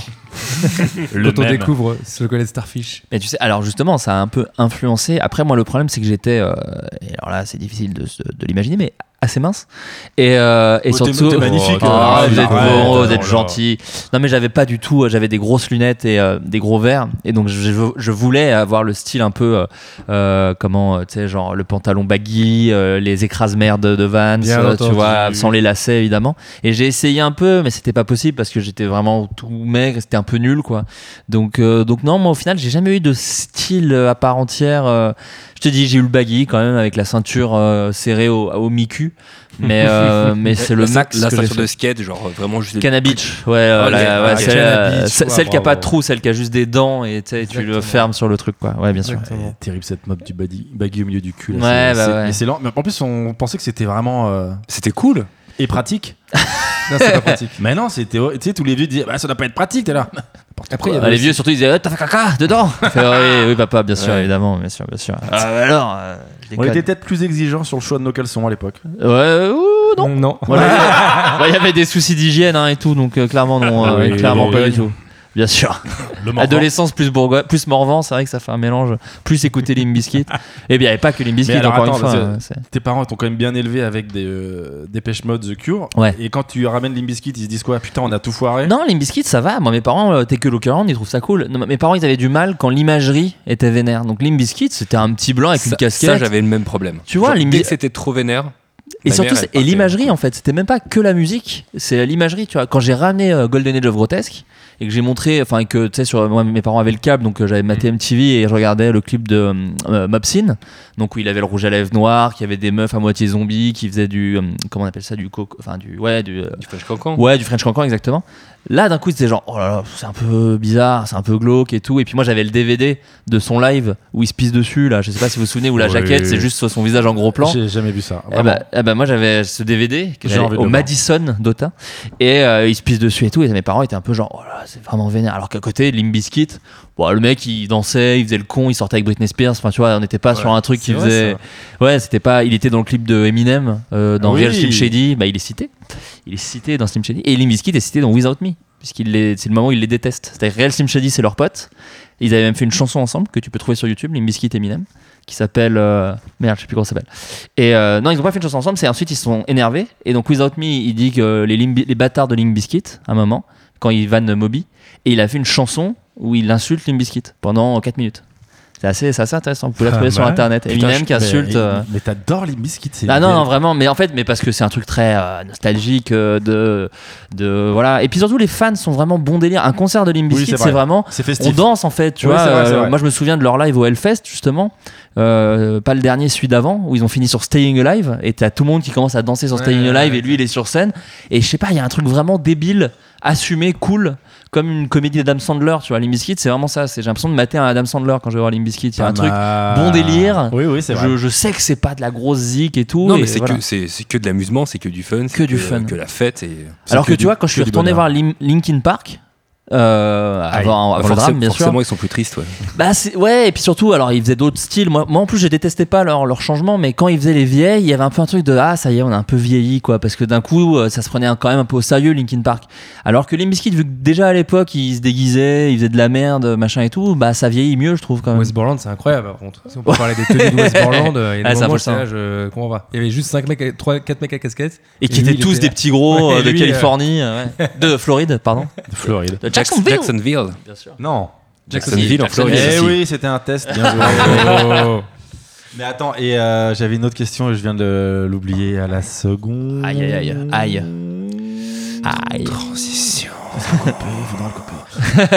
S2: Le
S3: Quand on
S2: même.
S3: découvre Chocolate Starfish
S5: Mais tu sais, alors justement, ça a un peu influencé. Après, moi, le problème, c'est que j'étais. euh, et alors là, c'est difficile de, se- de l'imaginer, mais assez mince. Et, euh, et
S4: Oh, t'es-
S5: surtout.
S4: t'es magnifique,
S5: Oh,
S4: euh,
S5: vous êtes
S4: arrête,
S5: beau, vous
S3: alors
S5: êtes
S3: là.
S5: gentil. Non, mais j'avais pas du tout. euh, J'avais des grosses lunettes et euh, des gros verres. Et donc, je, je voulais avoir le style un peu. euh, euh, comment, euh, tu sais, genre le pantalon baggy, euh, les écrases-merdes de Vans,
S3: Bien
S5: euh, tu
S3: entendu.
S5: vois, sans les lacets, évidemment. Et j'ai essayé un peu, mais c'était pas possible parce que j'étais vraiment tout maigre. C'était un peu nul, quoi. Donc, euh, donc non, moi au final, j'ai jamais eu de style euh, à part entière. euh, je te dis, j'ai eu le baggy quand même avec la ceinture euh, serrée au, au mi-cul, mais, euh, mais c'est le
S2: La-
S5: max.
S2: La
S5: que j'ai
S2: ceinture de
S5: fait.
S2: skate, genre euh, vraiment juste.
S5: Cana Beach, ouais, euh,
S2: Oh,
S5: la-
S2: les-
S5: ouais,
S2: ah,
S5: celle,
S3: Cana
S5: euh,
S3: Beach,
S5: ce-
S3: ouais,
S5: celle qui a pas de
S3: bravo.
S5: trou, celle qui a juste des dents et tu sais, tu le
S3: Exactement.
S5: fermes sur le truc, quoi. Ouais, bien sûr.
S4: Ouais, Ah, Terrible cette mop du baggy, baggy au milieu du cul. là,
S5: Ouais,
S4: c'est-
S5: bah
S4: c'est-
S5: ouais.
S4: Mais c'est lent. Mais en plus, on pensait que c'était vraiment. euh,
S2: C'était cool.
S4: Et pratique.
S3: Non, c'est pas pratique.
S4: Mais non, c'était. Tu sais, tous les vieux disaient bah, ça doit pas être pratique, t'es là.
S3: Après, il y
S5: Ah,
S3: avait
S5: les
S3: aussi-
S5: vieux surtout ils disaient Eh, t'as fait caca dedans Je fais, oui, oui papa bien sûr évidemment bien sûr bien sûr Ah, bah alors euh, je
S4: On
S5: déconne.
S4: était peut-être plus exigeants sur le choix de nos caleçons à l'époque.
S5: ouais ouh, non
S3: Non, non.
S5: Voilà. Ouais, Il y avait des soucis d'hygiène hein, et tout, donc euh, clairement, non, euh,
S4: Ah Oui,
S5: clairement
S4: oui,
S5: pas
S4: oui.
S5: du tout. Bien sûr.
S4: Le
S5: Adolescence plus Bourgogne, plus Morvan, c'est vrai que ça fait un mélange. Plus écouter Limp Bizkit. Et bien, il n'y avait pas que Limp Bizkit,
S4: Mais alors,
S5: encore
S4: attends,
S5: une fois.
S4: parce que-
S5: euh, c'est-
S4: Tes parents t'ont quand même bien élevé avec des euh, Dépêche Mode The Cure.
S5: Ouais.
S4: Et quand tu ramènes Limbiskit, ils se disent quoi Putain, on a tout foiré.
S5: Non, Limp Bizkit, ça va. Moi, mes parents, euh, t'es que Lookaround, ils trouvent ça cool. Non, mes parents, ils avaient du mal quand l'imagerie était vénère. Donc, Limp Bizkit, c'était un petit blanc avec une
S2: Ça-
S5: casquette.
S2: Ça, j'avais le même problème.
S5: Tu vois,
S2: Genre,
S5: Limbi-
S2: dès que c'était trop vénère.
S5: Et
S2: Ma
S5: surtout,
S2: mère,
S5: c'est-
S2: elle
S5: et
S2: partait.
S5: l'imagerie en fait, c'était même pas que la musique, c'est l'imagerie, tu vois. Quand j'ai ramené euh, Golden Age of Grotesque et que j'ai montré, enfin, et que tu sais, sur moi, mes parents avaient le câble, donc euh, j'avais maté
S2: Mm.
S5: MTV et je regardais le clip de euh, Mopsin, donc où il avait le rouge à lèvres noir, qui avait des meufs à moitié zombies, qui faisaient du, euh, comment on appelle ça, du coco, enfin, du, ouais, du, euh,
S2: Du Flash Cancan.
S5: Ouais, du French Cancan, exactement. Là, d'un coup, c'était genre, oh là là, c'est un peu bizarre, c'est un peu glauque et tout. Et puis moi, j'avais le DVD de son live où il se pisse dessus, là. Je sais pas si vous vous souvenez, où la
S4: Oui.
S5: jaquette, c'est juste son visage en gros plan.
S4: J'ai jamais vu ça.
S5: Eh
S4: Vraiment.
S5: bah, eh bah, moi j'avais ce DVD que
S4: J'ai
S5: j'avais
S4: envie de
S5: au
S4: le voir.
S5: Madison d'Autun et euh, il se pisse dessus et tout et mes parents étaient un peu genre oh là c'est vraiment vénère alors qu'à côté Limbiskit bon, le mec il dansait il faisait le con il sortait avec Britney Spears enfin tu vois on n'était pas sur un truc qui
S4: c'est vrai,
S5: faisait ouais c'était pas il était dans le clip de Eminem euh, dans
S4: Ah Oui.
S5: Real Slim Shady bah il est cité il est cité dans Slim Shady et Limbiskit est cité dans Without Me puisqu'il les- c'est le moment où il les déteste c'est-à-dire Real Slim Shady c'est leur pote ils avaient même fait une chanson ensemble que tu peux trouver sur YouTube Limbiskit et Eminem qui s'appelle. euh, merde, je sais plus comment ça s'appelle. Et euh, non, ils ont pas fait une chanson ensemble, c'est ensuite ils se sont énervés. Et donc, Without Me, il dit que les, Limp- les bâtards de Limp Bizkit, à un moment, quand il vanne Moby, et il a fait une chanson où il insulte Limp Bizkit pendant 4 minutes. C'est assez, c'est assez intéressant, vous pouvez la
S3: Ah,
S5: trouver sur
S3: ouais.
S5: internet.
S4: bah Putain,
S5: Eminem
S4: je-
S5: qui insulte.
S4: Mais,
S5: euh,
S4: mais t'adores les biscuits, c'est.
S5: ah non, non, vraiment, mais en fait, mais parce que c'est un truc très euh, nostalgique euh, de, de. Voilà. Et puis surtout, les fans sont vraiment bon délire. Un concert de Limp
S4: Oui,
S5: Bizkit,
S4: c'est vrai.
S5: c'est vraiment.
S4: C'est
S5: On
S4: festif.
S5: danse en fait, tu
S4: Oui,
S5: vois.
S4: c'est vrai, c'est
S5: euh,
S4: vrai.
S5: moi, je me souviens de leur live au Hellfest, justement. Euh, pas le dernier, celui d'avant, où ils ont fini sur Staying Alive. Et t'as tout le monde qui commence à danser sur Staying Alive et lui, il est sur scène. Et je sais pas, il y a un truc vraiment débile, assumé, cool. Comme une comédie d'Adam Sandler, tu vois. Limp Bizkit, c'est vraiment ça. c'est- J'ai l'impression de mater un Adam Sandler quand je vais voir Limp Bizkit. Il y a un truc. bon délire.
S4: Oui, oui, c'est vrai.
S5: Je, je sais que c'est pas de la grosse zik et tout.
S2: Non,
S5: et
S2: mais c'est
S5: voilà.
S2: que, c'est- c'est que de l'amusement, c'est que du fun, c'est
S5: du fun.
S2: que la fête. Et...
S5: Alors que,
S4: que
S5: tu
S4: du-
S5: vois, quand je suis
S4: que du
S5: retourné
S4: bonheur.
S5: voir Lim- Linkin Park, euh, avant, avant le
S2: Forcément-
S5: drame, bien sûr.
S2: Bah, forcément, ils sont plus tristes. Ouais.
S5: Bah, c'est- ouais, et puis surtout, alors ils faisaient d'autres styles. Moi, moi, en plus, je détestais pas leur, leur changement, mais quand ils faisaient les vieilles, il y avait un peu un truc de ah, ça y est, on a un peu vieilli, quoi, parce que d'un coup, euh, ça se prenait un- quand même un peu au sérieux, Linkin Park. Alors que les Bizkit, vu que déjà à l'époque, ils se déguisaient, ils faisaient de la merde, machin et tout, bah, ça vieillit mieux, je trouve, quand même.
S3: Westmoreland, c'est incroyable par contre. Si on peut parler des tenues de Westmoreland, euh, il y a
S5: Ah,
S3: des
S5: c'est
S3: moments,
S5: impressionnant.
S3: j'étais là, je- comment on va Il y avait juste 5 mecs, à- trois- quatre mecs à casquette.
S5: et qui
S3: lui,
S5: étaient
S3: il
S5: tous
S3: était
S5: des
S3: là.
S5: petits gros
S3: Ouais,
S5: euh, de
S3: lui, euh,
S5: Californie, euh, ouais. de Floride, pardon.
S4: De Floride.
S5: De Jacksonville.
S2: Jacksonville.
S5: Bien sûr.
S4: Non.
S2: Jacksonville, en Floride.
S4: Eh
S2: aussi.
S4: oui, c'était un test. Bien joué.
S5: Oh.
S4: Mais attends, et euh, j'avais une autre question et je viens de le- l'oublier à la seconde.
S5: Aïe, aïe, aïe, aïe. Aïe.
S2: Transition.
S4: Merde, putain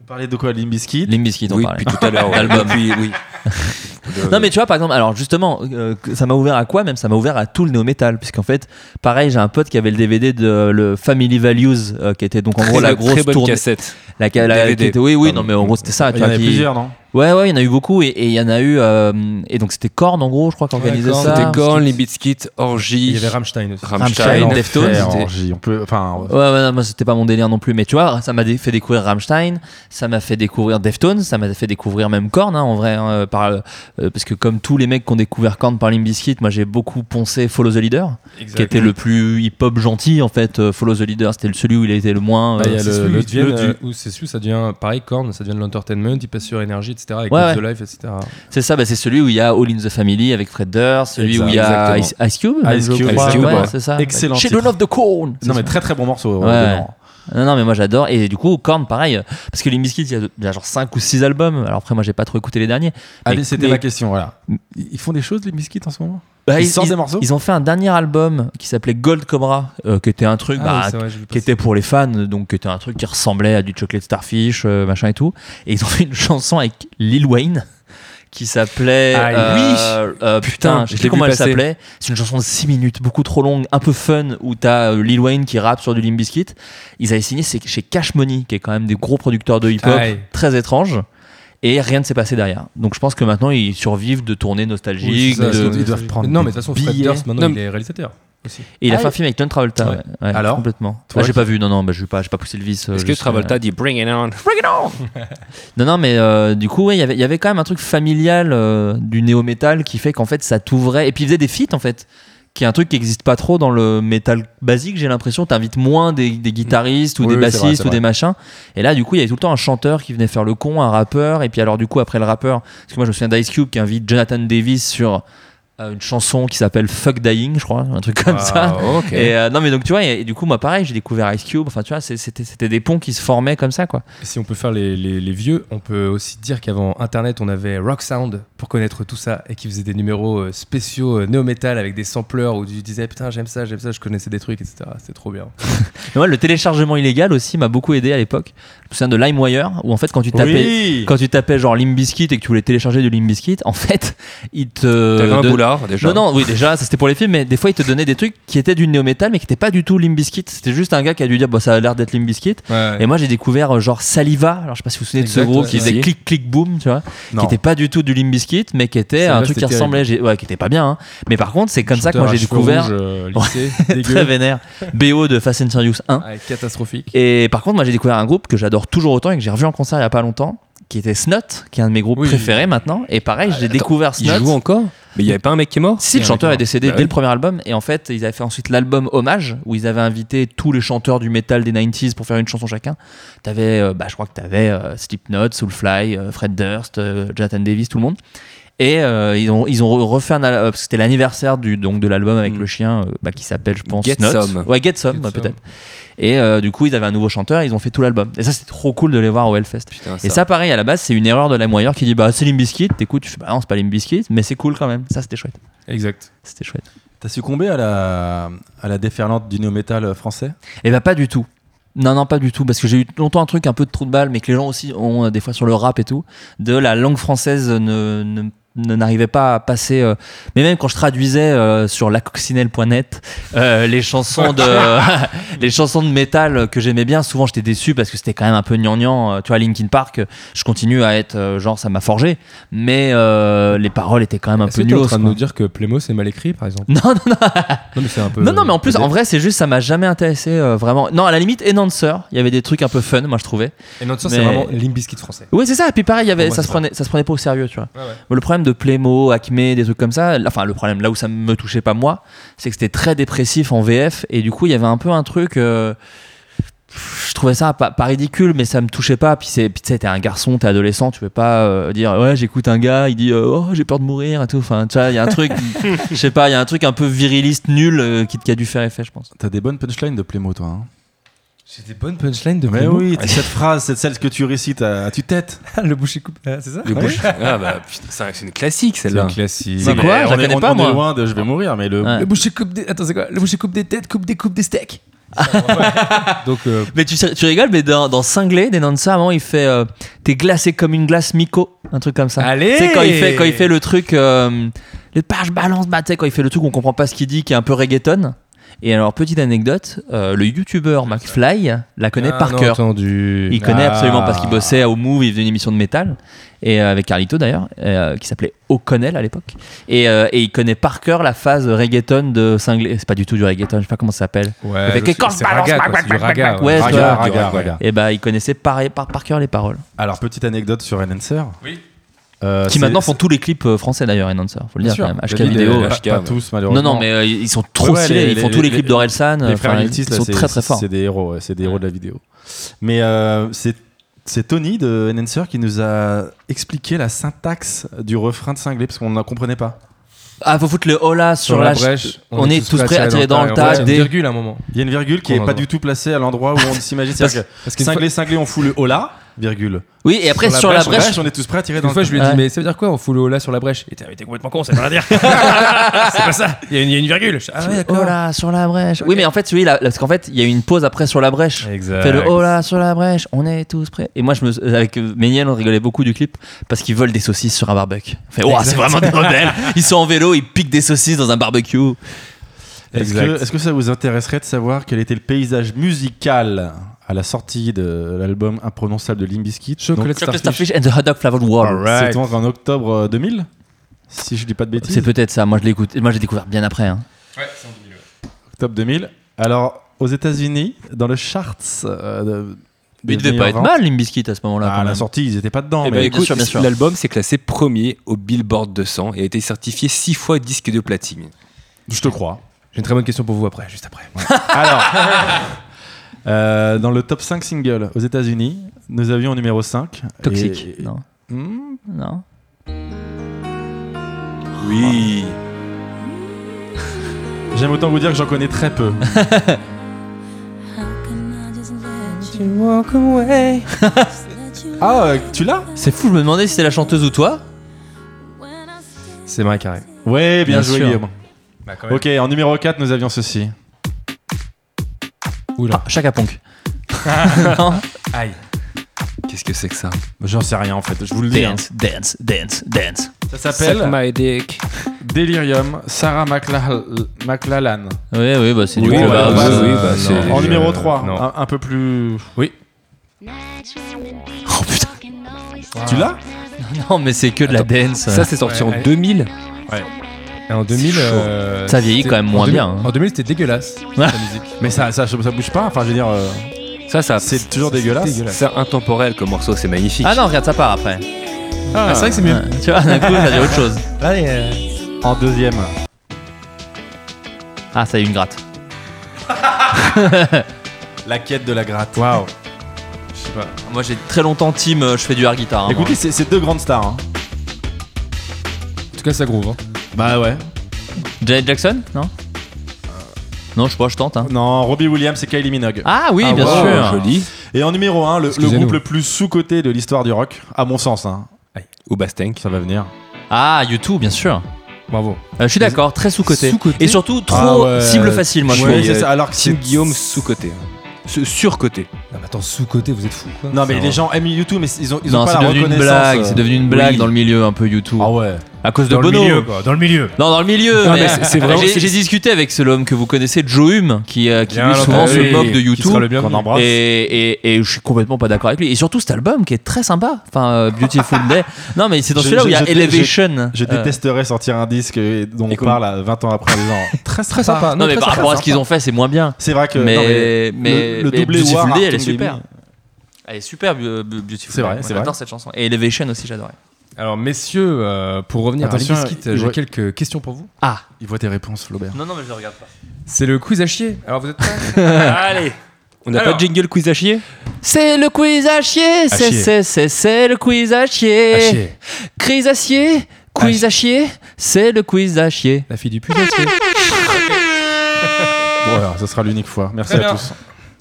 S4: On parlait de quoi Limbiskit
S5: Limp Bizkit, on
S2: Oui,
S5: parlait.
S2: depuis tout à l'heure. ouais.
S5: L'album.
S2: Depuis, oui. De-
S5: Non mais tu vois par exemple alors justement euh, que- ça m'a ouvert à quoi même ça m'a ouvert à tout le néo métal puisqu'en fait pareil j'ai un pote qui avait le DVD de euh, le Family Values euh, qui était donc en
S2: Très
S5: gros la
S2: bonne-
S5: grosse
S2: très bonne
S5: tournée
S2: cassette.
S5: la, ca- la-
S2: DVD.
S5: qui était- oui oui non
S2: Pardon.
S5: mais en gros c'était ça tu
S4: Il y en
S5: vois,
S4: avait
S5: qui-
S4: plusieurs, non
S5: ouais ouais il y en a eu beaucoup et et il y en a eu euh, et donc c'était Korn en gros je crois qu'organisait
S3: Korn,
S5: ça
S2: C'était Korn, les Biscuits,
S3: Il y
S2: Orgy,
S3: avait Rammstein aussi.
S2: Rammstein,
S5: Rammstein, Deftones, Oh,
S2: Enfer,
S4: Fer,
S2: Orgy.
S4: orgie, on peut. Enfin.
S5: Ouais, ouais, non, moi c'était pas mon délire non plus, mais tu vois, ça m'a dé- fait découvrir Rammstein, ça m'a fait découvrir Deftones, ça m'a fait découvrir même Korn, hein, en vrai, hein, par, euh, parce que comme tous les mecs qui ont découvert Korn par Limp Bizkit, moi j'ai beaucoup poncé Follow the Leader, qui était le plus hip-hop gentil en fait. euh, Follow the Leader, c'était le- celui où il était le moins. euh,
S4: Bah, il y a
S3: C'est
S4: le-
S3: celui où
S4: le-
S3: ils deviennent,
S4: le-
S3: euh, où c'est celui où ça devient pareil Korn, ça devient de l'entertainment, il passe sur énergie, etc. Avec
S5: Ouais,
S3: Live the Life, etc.
S5: C'est ça, bah, c'est celui où il y a All in the Family avec Fred Durst, celui où il y a Ice,
S4: Exactement.
S5: Ice Cube,
S4: Ice
S5: je
S4: Cube,
S5: crois,
S4: Ice Cube,
S5: ouais,
S4: ouais.
S5: c'est ça.
S4: Excellent
S5: Children
S4: titre.
S5: of the Corn.
S4: Non, mais très très bon morceau.
S5: Ouais.
S4: vraiment.
S5: Non, non, mais moi j'adore. Et du coup, Korn, pareil, euh, parce que les Bizkit, il y a- il y a genre 5 ou 6 albums. Alors après, moi j'ai pas trop écouté les derniers.
S4: Allez,
S5: Mais-
S4: Ah, c'était
S5: mais-
S4: ma question, voilà. Ils font des choses, les biscuits, en ce moment
S5: Bah,
S4: Ils sortent des morceaux
S5: Ils ont fait un dernier album qui s'appelait Gold Cobra, euh, qui était un truc bah,
S3: Ah oui, c'est vrai, j'ai vu
S5: qui
S3: passer.
S5: était pour les fans, donc qui était un truc qui ressemblait à du Chocolate Starfish, euh, machin et tout. Et ils ont fait une chanson avec Lil Wayne qui s'appelait.
S2: Ah,
S5: euh, euh, putain,
S2: Putain,
S5: je
S2: je
S5: sais
S2: l'ai
S5: plus comment
S2: vu
S5: elle
S2: passer.
S5: s'appelait. C'est une chanson de 6 minutes, beaucoup trop longue, un peu fun, où t'as euh, Lil Wayne qui rappe sur du Limp Bizkit. Ils avaient signé c'est- chez Cash Money, qui est quand même des gros producteurs de hip-hop
S3: Aïe.
S5: très étranges. Et rien ne s'est passé derrière. Donc je pense que maintenant ils survivent de tournées
S3: Oui,
S5: nostalgiques.
S3: c'est ça,
S5: de-
S3: c'est-
S4: ils doivent prendre
S3: Non,
S4: des
S3: mais de toute façon, Fred
S4: billets.
S3: Durst, maintenant,
S2: Non,
S3: il est réalisateur. aussi.
S5: Et il a
S4: Ah,
S5: fait un film avec John Travolta.
S3: Ouais.
S5: ouais. Ouais,
S4: Alors
S5: Complètement.
S4: Toi,
S5: Ah, j'ai
S4: tu-
S5: pas vu, non, non, bah, je vais pas, j'ai pas poussé le vice. euh,
S2: Est-ce que
S5: jusque-
S2: Travolta dit Bring it on
S5: Non, non, mais euh, du coup, ouais, il y avait- il y avait quand même un truc familial euh, du néo-métal qui fait qu'en fait, ça t'ouvrait. Et puis, il faisait des feats, en fait, qui est un truc qui n'existe pas trop dans le métal basique, j'ai l'impression. T'invites moins des, des guitaristes ou
S4: Oui,
S5: des
S4: oui, c'est vrai,
S5: bassistes
S4: c'est
S5: ou
S4: vrai.
S5: des machins. Et là, du coup, il y avait tout le temps un chanteur qui venait faire le con, un rappeur. Et puis, alors, du coup, après le rappeur, parce que moi, je me souviens d'Ice Cube qui invite Jonathan Davis sur euh, une chanson qui s'appelle Fuck Dying, je crois, un truc comme
S4: Ah,
S5: ça.
S2: Ah, ok.
S5: Et euh, non, mais donc tu vois, et, et du coup, moi pareil, j'ai découvert Ice Cube. Enfin, tu vois, c'est- c'était c'était des ponts qui se formaient comme ça, quoi.
S3: Si on peut faire les, les- les vieux, on peut aussi dire qu'avant Internet, on avait Rock Sound pour connaître tout ça et qui faisait des numéros euh, spéciaux euh, néo-metal avec des sampleurs où tu disais putain, j'aime ça, j'aime ça, je connaissais des trucs, etc. C'était trop bien.
S5: Mais moi, le téléchargement illégal aussi m'a beaucoup aidé à l'époque. Je me souviens de LimeWire, où en fait, quand tu tapais.
S4: Oui
S5: Quand tu tapais genre Limbiskit et que tu voulais télécharger du Limbiskit, en fait, il te.
S2: T'avais un
S5: don-
S2: boulard déjà.
S5: euh, Non, non, oui, déjà, ça c'était pour les films, mais des fois, il te donnait des trucs qui étaient du néo-métal, mais qui n'étaient pas du tout Limbiskit. C'était juste un gars qui a dû dire, bah, ça a l'air d'être Limbiskit. Et moi, j'ai découvert euh, genre Saliva, alors je sais pas si vous vous souvenez de ce
S3: Exact,
S5: groupe
S3: ouais,
S5: qui
S3: ouais.
S5: faisait
S2: Si.
S5: clic, clic, boom, tu vois.
S4: Non.
S5: qui était pas du tout du Limp Bizkit mais qui était un
S3: Celle-là,
S5: truc qui
S3: c'était terrible.
S5: ressemblait j'ai- ouais qui était pas bien hein. mais par contre c'est comme ça que moi j'ai découvert
S3: euh, lycée,
S5: très vénère BO de Fast and Furious 1
S3: Ouais, catastrophique.
S5: et par contre moi j'ai découvert un groupe que j'adore toujours autant et que j'ai revu en concert il y a pas longtemps qui était Snot qui est un de mes groupes
S3: Oui.
S5: préférés maintenant et pareil j'ai découvert
S2: Ah, Il joue
S5: Snot
S2: encore Mais il n'y avait pas un mec qui est mort
S5: Si, le chanteur est décédé
S2: Bah
S5: dès
S2: oui.
S5: le premier album, et en fait, ils avaient fait ensuite l'album Hommage, où ils avaient invité tous les chanteurs du métal des 90s pour faire une chanson chacun. T'avais, euh, bah, je crois que t'avais euh, Slipknot, Soulfly, euh, Fred Durst, euh, Jonathan Davis, tout le monde. Et euh, ils ont, ils ont re- refait un al- euh, parce que c'était l'anniversaire du donc de l'album avec
S2: Mm.
S5: le chien euh, bah, qui s'appelle je pense
S2: Get
S5: Snot.
S2: Some.
S5: Ouais, Get Some,
S3: Get
S5: bah,
S3: Some.
S5: peut-être. Et euh, du coup, ils avaient un nouveau chanteur, ils ont fait tout l'album. Et ça, c'est trop cool de les voir au Hellfest.
S2: Putain,
S5: Et ça, pareil, à la base, c'est une erreur de la moyeur qui dit bah c'est Limbiskit, t'écoutes, tu fais bah non, c'est pas Limbiskit, mais c'est cool quand même. Ça, c'était chouette.
S3: Exact.
S5: C'était chouette.
S4: T'as succombé à la, à la déferlante du néo-metal français
S5: Et bah, pas du tout. Non, non, pas du tout, parce que j'ai eu longtemps un truc un peu de trou de balle, mais que les gens aussi ont euh, des fois sur le rap et tout, de la langue française ne. ne- ne- n'arrivait pas à passer euh, mais même quand je traduisais euh, sur lacoccinelle.net euh, les chansons de les chansons de métal que j'aimais bien souvent j'étais déçu parce que c'était quand même un peu gnangnan Euh, tu vois Linkin Park je continue à être euh, genre ça m'a forgé mais euh, les paroles étaient quand même un
S3: Est-ce
S5: peu
S3: que t'es
S5: nulles
S3: en train de nous dire que Plémo c'est mal écrit par exemple
S5: non non
S3: Non mais c'est un peu.
S5: Non, non, mais en plus, en
S3: Peut-être.
S5: vrai, c'est juste, ça m'a jamais intéressé euh, vraiment. Non, à la limite, Enhancer, il y avait des trucs un peu fun, moi je trouvais.
S3: Et notre sœur,
S5: mais-
S3: c'est vraiment Limbiskit français.
S5: Oui, c'est ça, et puis pareil, il y avait,
S3: Pour moi,
S5: ça,
S3: c'est
S5: se prenait, ça se prenait pas au sérieux, tu vois.
S3: Ouais, ouais.
S5: Le problème de Plémo, Acme, des trucs comme ça, là, enfin, le problème là où ça me touchait pas moi, c'est que c'était très dépressif en VF, et du coup, il y avait un peu un truc. euh, je trouvais ça pas, pas ridicule, mais ça me touchait pas. Puis c'est- puis tu sais, t'es un garçon, t'es adolescent, tu peux pas euh, dire ouais, j'écoute un gars, il dit euh, oh, j'ai peur de mourir et tout. Enfin, tu vois, il y a un truc, je sais pas, il y a un truc un peu viriliste nul euh, qui, qui a dû faire effet, je pense.
S4: T'as des bonnes punchlines de Plémo, toi. hein.
S3: J'ai des bonnes punchlines de
S4: Mais
S3: Plémo.
S4: oui, t'as cette phrase, c'est celle que tu récites à, à tue-tête.
S3: Ah, le boucher coupe. Ah, c'est ça
S2: Le
S3: Ouais.
S2: bouche- Ah bah, putain, c'est un- c'est une classique
S3: C'est un
S2: celle-là.
S3: classique.
S5: C'est
S4: Non,
S5: quoi
S4: mais
S5: Je
S4: on
S5: la
S4: est-
S5: connais
S4: on-
S5: pas,
S4: on
S5: moi.
S4: est loin de je vais mourir, mais le.
S5: Ouais.
S3: Le boucher coupe des. Attends, c'est quoi Le boucher coupe des têtes, coupe des coupes des steaks. Donc euh,
S5: Mais tu, sais- tu rigoles, mais dans, dans Cinglé, des Nansa, avant, il fait euh, T'es glacé comme une glace Miko, un truc comme ça.
S2: Allez
S5: Tu sais, quand il fait, quand il fait le truc. euh, les pages balance, bah, tu sais, quand il fait le truc, on comprend pas ce qu'il dit, qui est un peu reggaeton. Et alors, petite anecdote, euh, le youtubeur McFly la connaît
S3: ah,
S5: par
S3: non,
S5: cœur.
S3: Entendu.
S5: Il connaît
S4: Ah.
S5: absolument parce qu'il bossait au Move, il faisait une émission de métal, et euh, avec Carlito d'ailleurs, euh, qui s'appelait O'Connell à l'époque. Et, euh, et il connaît par cœur la phase reggaeton de Cinglé. C'est pas du tout du reggaeton, je sais pas comment ça s'appelle.
S3: Ouais.
S5: Avec
S3: je
S5: les
S3: sais,
S5: cordes
S3: c'est raga, quoi, c'est du raga.
S5: Ouais,
S4: Raga,
S5: tu vois.
S4: raga,
S2: Ouais.
S4: raga.
S5: Et bah, il connaissait par, par, par cœur les paroles.
S4: Alors, petite anecdote sur Enhancer. Oui. Euh,
S5: Qui maintenant font tous les clips euh, français d'ailleurs, Enhancer, faut le dire quand même. HK
S2: David
S5: vidéo.
S2: et-
S5: euh,
S4: Pas,
S2: HK,
S4: pas
S2: ouais.
S4: tous, malheureusement.
S5: Non, non, mais euh, ils sont trop
S4: Ouais, ouais,
S5: stylés,
S4: les-
S5: ils font
S4: les-
S5: tous les,
S4: les-
S5: clips d'Orelsan, euh,
S4: Les frères
S5: enfin,
S4: Iltis,
S5: ils
S4: là,
S5: sont
S4: c'est-
S5: très très forts.
S4: C'est des héros, ouais, c'est des héros de la vidéo. Mais euh, c'est c'est Tony de Enhancer qui nous a expliqué la syntaxe du refrain de Cinglé parce qu'on ne comprenait pas.
S5: Ah, faut foutre le hola sur,
S3: Sur la
S5: la
S3: brèche.
S5: on est tous prêts à tirer dans le tas,
S3: Il y a une
S5: des-
S3: virgule à un moment.
S4: Il y a une virgule qui
S3: Qu'on
S4: n'est
S3: a
S4: pas
S3: droit.
S4: du tout placée à l'endroit où on s'imagine. C'est-à-dire que
S3: Parce qu'une fois-
S4: Cinglé, Cinglé, on fout le hola, virgule.
S5: Oui, et après sur, la brèche,
S4: on est tous prêts à tirer dans
S3: Une
S4: le
S3: fois, je lui ai dit,
S5: Ouais.
S3: mais ça veut dire quoi On fout le là sur la brèche Il était, mais t'es complètement con, ça veut rien dire. c'est pas ça. Il y, a une- il y a une virgule. Je- Ah ouais, d'accord.
S5: hola oh sur la brèche. Oui, mais en fait, celui-là, parce qu'en fait, il y a eu une pause après sur la brèche.
S3: Exact.
S5: Fait le hola sur la brèche, on est tous prêts. Et moi, je me, avec euh, Méniel, on rigolait beaucoup du clip parce qu'ils volent des saucisses sur un barbecue. On fait, Ouah, c'est vraiment des rebelles. Ils sont en vélo, ils piquent des saucisses dans un barbecue.
S4: Est-ce
S3: Exact.
S4: que, est-ce que ça vous intéresserait de savoir quel était le paysage musical à la sortie de l'album imprononçable de Limbiskit
S3: Chocolate
S5: Chocolate
S3: Starfish.
S5: Starfish and the hot dog flavored water.
S4: C'est donc en octobre euh, 2000 Si je dis pas de bêtises.
S5: C'est peut-être ça. Moi, je l'écoute. Moi, j'ai découvert bien après. hein.
S4: Octobre 2000. Alors, aux États-Unis, dans le charts. euh, de-
S5: Mais il
S4: des
S5: devait pas
S4: meilleures
S5: être
S4: ventes-
S5: mal, Limbiskit, à ce moment-là.
S4: Ah,
S5: quand
S4: à la
S5: même.
S4: sortie, ils étaient pas dedans.
S2: Eh ben,
S4: mais
S5: bien
S2: écoute,
S5: sûr, bien sûr.
S2: l'album s'est classé premier au Billboard 200 et a été certifié 6 fois disque de platine.
S4: je te crois.
S3: J'ai une très bonne question pour vous après, juste après.
S4: Alors, euh, dans le top 5 singles aux États-Unis, nous avions au numéro 5.
S5: Toxique.
S4: et-
S5: Non.
S4: Hmm,
S5: Non.
S2: Oui.
S4: J'aime autant vous dire que j'en connais très peu. Ah, euh, tu l'as
S5: C'est fou. Je me demandais si c'était la chanteuse ou toi.
S3: C'est Marie Carré.
S4: Ouais, bien,
S5: Bien
S4: joué,
S5: sûr.
S4: Guillaume. Ok, en numéro 4, nous avions ceci.
S3: Oula.
S5: Ah, Chaka Ponk.
S3: Aïe.
S2: Qu'est-ce que c'est que ça
S4: J'en sais rien en fait, je vous le dis. hein.
S5: Dance, dance, dance, dance.
S4: Ça s'appelle Delirium Sarah McLal- McLallan.
S5: Oui, oui, bah c'est du
S2: Oui,
S5: coup,
S2: bah, bah,
S5: bah, bah,
S2: oui,
S5: euh,
S2: bah, c'est-
S3: non.
S4: En
S2: Euh,
S4: numéro 3,
S3: non.
S4: un, un peu plus.
S5: Oh putain.
S4: Tu l'as
S5: Non, mais c'est que de la dance.
S2: Ça, c'est sorti
S3: Ouais.
S2: en 2000.
S3: Et en 2000.
S2: chaud.
S3: euh,
S5: Ça vieillit
S3: c'était-
S5: quand même moins
S3: en 2000
S5: bien, hein.
S3: En 2000, c'était dégueulasse. la musique.
S4: Mais ça, ça, ça bouge pas, enfin je veux dire, euh,
S5: hein.
S2: Ça, ça
S4: c'est toujours dégueulasse.
S2: C'est intemporel comme morceau, c'est magnifique.
S5: ah non, regarde, ça part après.
S3: Ah, c'est vrai que c'est mieux.
S5: Tu vois, d'un coup, ça dit autre chose.
S3: Allez.
S4: En deuxième.
S5: Ah, ça y est, une gratte.
S4: La quête de la gratte.
S3: Waouh. Je sais pas.
S5: Moi, j'ai très longtemps team, euh, je fais du air guitar. hein,
S4: Écoutez, c'est c'est deux grandes stars. hein.
S3: En tout cas, ça groove. hein.
S4: Bah ouais.
S5: moi. Janet Jackson Non Euh. Non, je sais pas, je tente. hein.
S4: Non, Robbie Williams et Kylie Minogue.
S5: Ah oui,
S4: Ah,
S5: bien
S4: wow,
S5: sûr.
S2: Joli.
S4: Et en numéro 1, le, le
S3: Excusez-nous.
S4: groupe le plus sous-coté de l'histoire du rock, à mon sens. hein.
S2: Ou Bastank.
S4: Ça va venir.
S5: Ah, YouTube, bien sûr.
S3: Bravo.
S5: Euh, je suis d'accord, très sous-côté.
S3: Sous-coté
S5: Et surtout, trop
S4: Ah ouais.
S5: cible facile, moi, je
S4: Ouais,
S5: trouve.
S4: c'est ça, alors que
S2: Team
S4: c'est-
S2: Guillaume sous-côté. S- Sur-côté.
S3: Non, mais attends, sous-côté, vous êtes fous quoi.
S4: Non, mais
S3: Ça
S4: les
S3: va.
S4: gens aiment YouTube, mais ils ont, ils ont
S5: non,
S4: pas
S5: c'est
S4: la
S5: devenu une
S4: reconnaissance.
S5: blague,
S4: euh,
S5: c'est devenu une blague
S4: oui.
S5: dans le milieu, un peu YouTube.
S4: Ah ouais.
S5: À cause de
S3: Dans le
S5: Bono.
S3: milieu, quoi. Dans le milieu.
S5: Non, dans le milieu.
S2: Non,
S5: mais
S2: mais c'est- c'est vraiment-
S5: J'ai
S2: c'est-
S5: j'ai discuté avec ce l'homme que vous connaissez, Joe Hume, qui, euh, qui
S3: Bien Ah
S5: lui, souvent
S2: entendu.
S5: se moque de
S3: Qui
S5: YouTube.
S3: sera le bienvenu.
S4: Qu'on embrasse.
S5: Et, et- et je suis complètement pas d'accord avec lui. Et surtout cet album qui est très sympa. Enfin, euh, Beautiful Day. Non, mais c'est dans
S4: Je-
S5: celui-là où
S4: je-
S5: il y a
S4: je- je-
S5: Elevation.
S4: Je
S5: Euh,
S4: détesterais sortir un disque euh, dont
S2: Et
S4: on
S2: comme-
S4: parle à 20 ans après en disant.
S3: Très, très sympa.
S5: Non, mais
S3: très
S5: par
S3: sympa.
S5: rapport à ce qu'ils ont fait, c'est moins bien.
S4: C'est vrai que. non,
S5: Mais, mais,
S4: le- le
S5: mais
S4: doublé
S5: Beautiful
S4: War,
S5: Day, elle est
S4: Artung
S5: super.
S4: Gaming.
S5: Elle est super, Be- Be- Beautiful
S4: C'est
S5: Day.
S4: vrai,
S5: Moi,
S4: c'est vrai.
S5: J'adore cette chanson. Et Elevation aussi, j'adorais.
S3: Alors, messieurs, euh, pour revenir
S4: Attention,
S3: à Limp Bizkit,
S4: il-
S3: j'ai
S4: ouais.
S3: quelques questions pour vous.
S5: Ah,
S4: Il voit tes réponses, Flaubert.
S5: non, non, mais je le regarde pas.
S3: C'est le quiz à chier. Alors, vous êtes prêts
S5: Allez
S2: On n'a pas
S3: Alors.
S2: de jingle quiz à chier
S5: C'est le quiz à chier, c'est,
S3: chier.
S5: c'est, c'est, c'est le quiz à chier.
S3: À chier.
S5: Quiz à chier, quiz à chier, c'est le quiz à chier.
S3: La fille du pull à chier.
S4: Bon, alors, ça sera l'unique fois. Merci
S3: Très
S4: à
S3: bien.
S4: tous.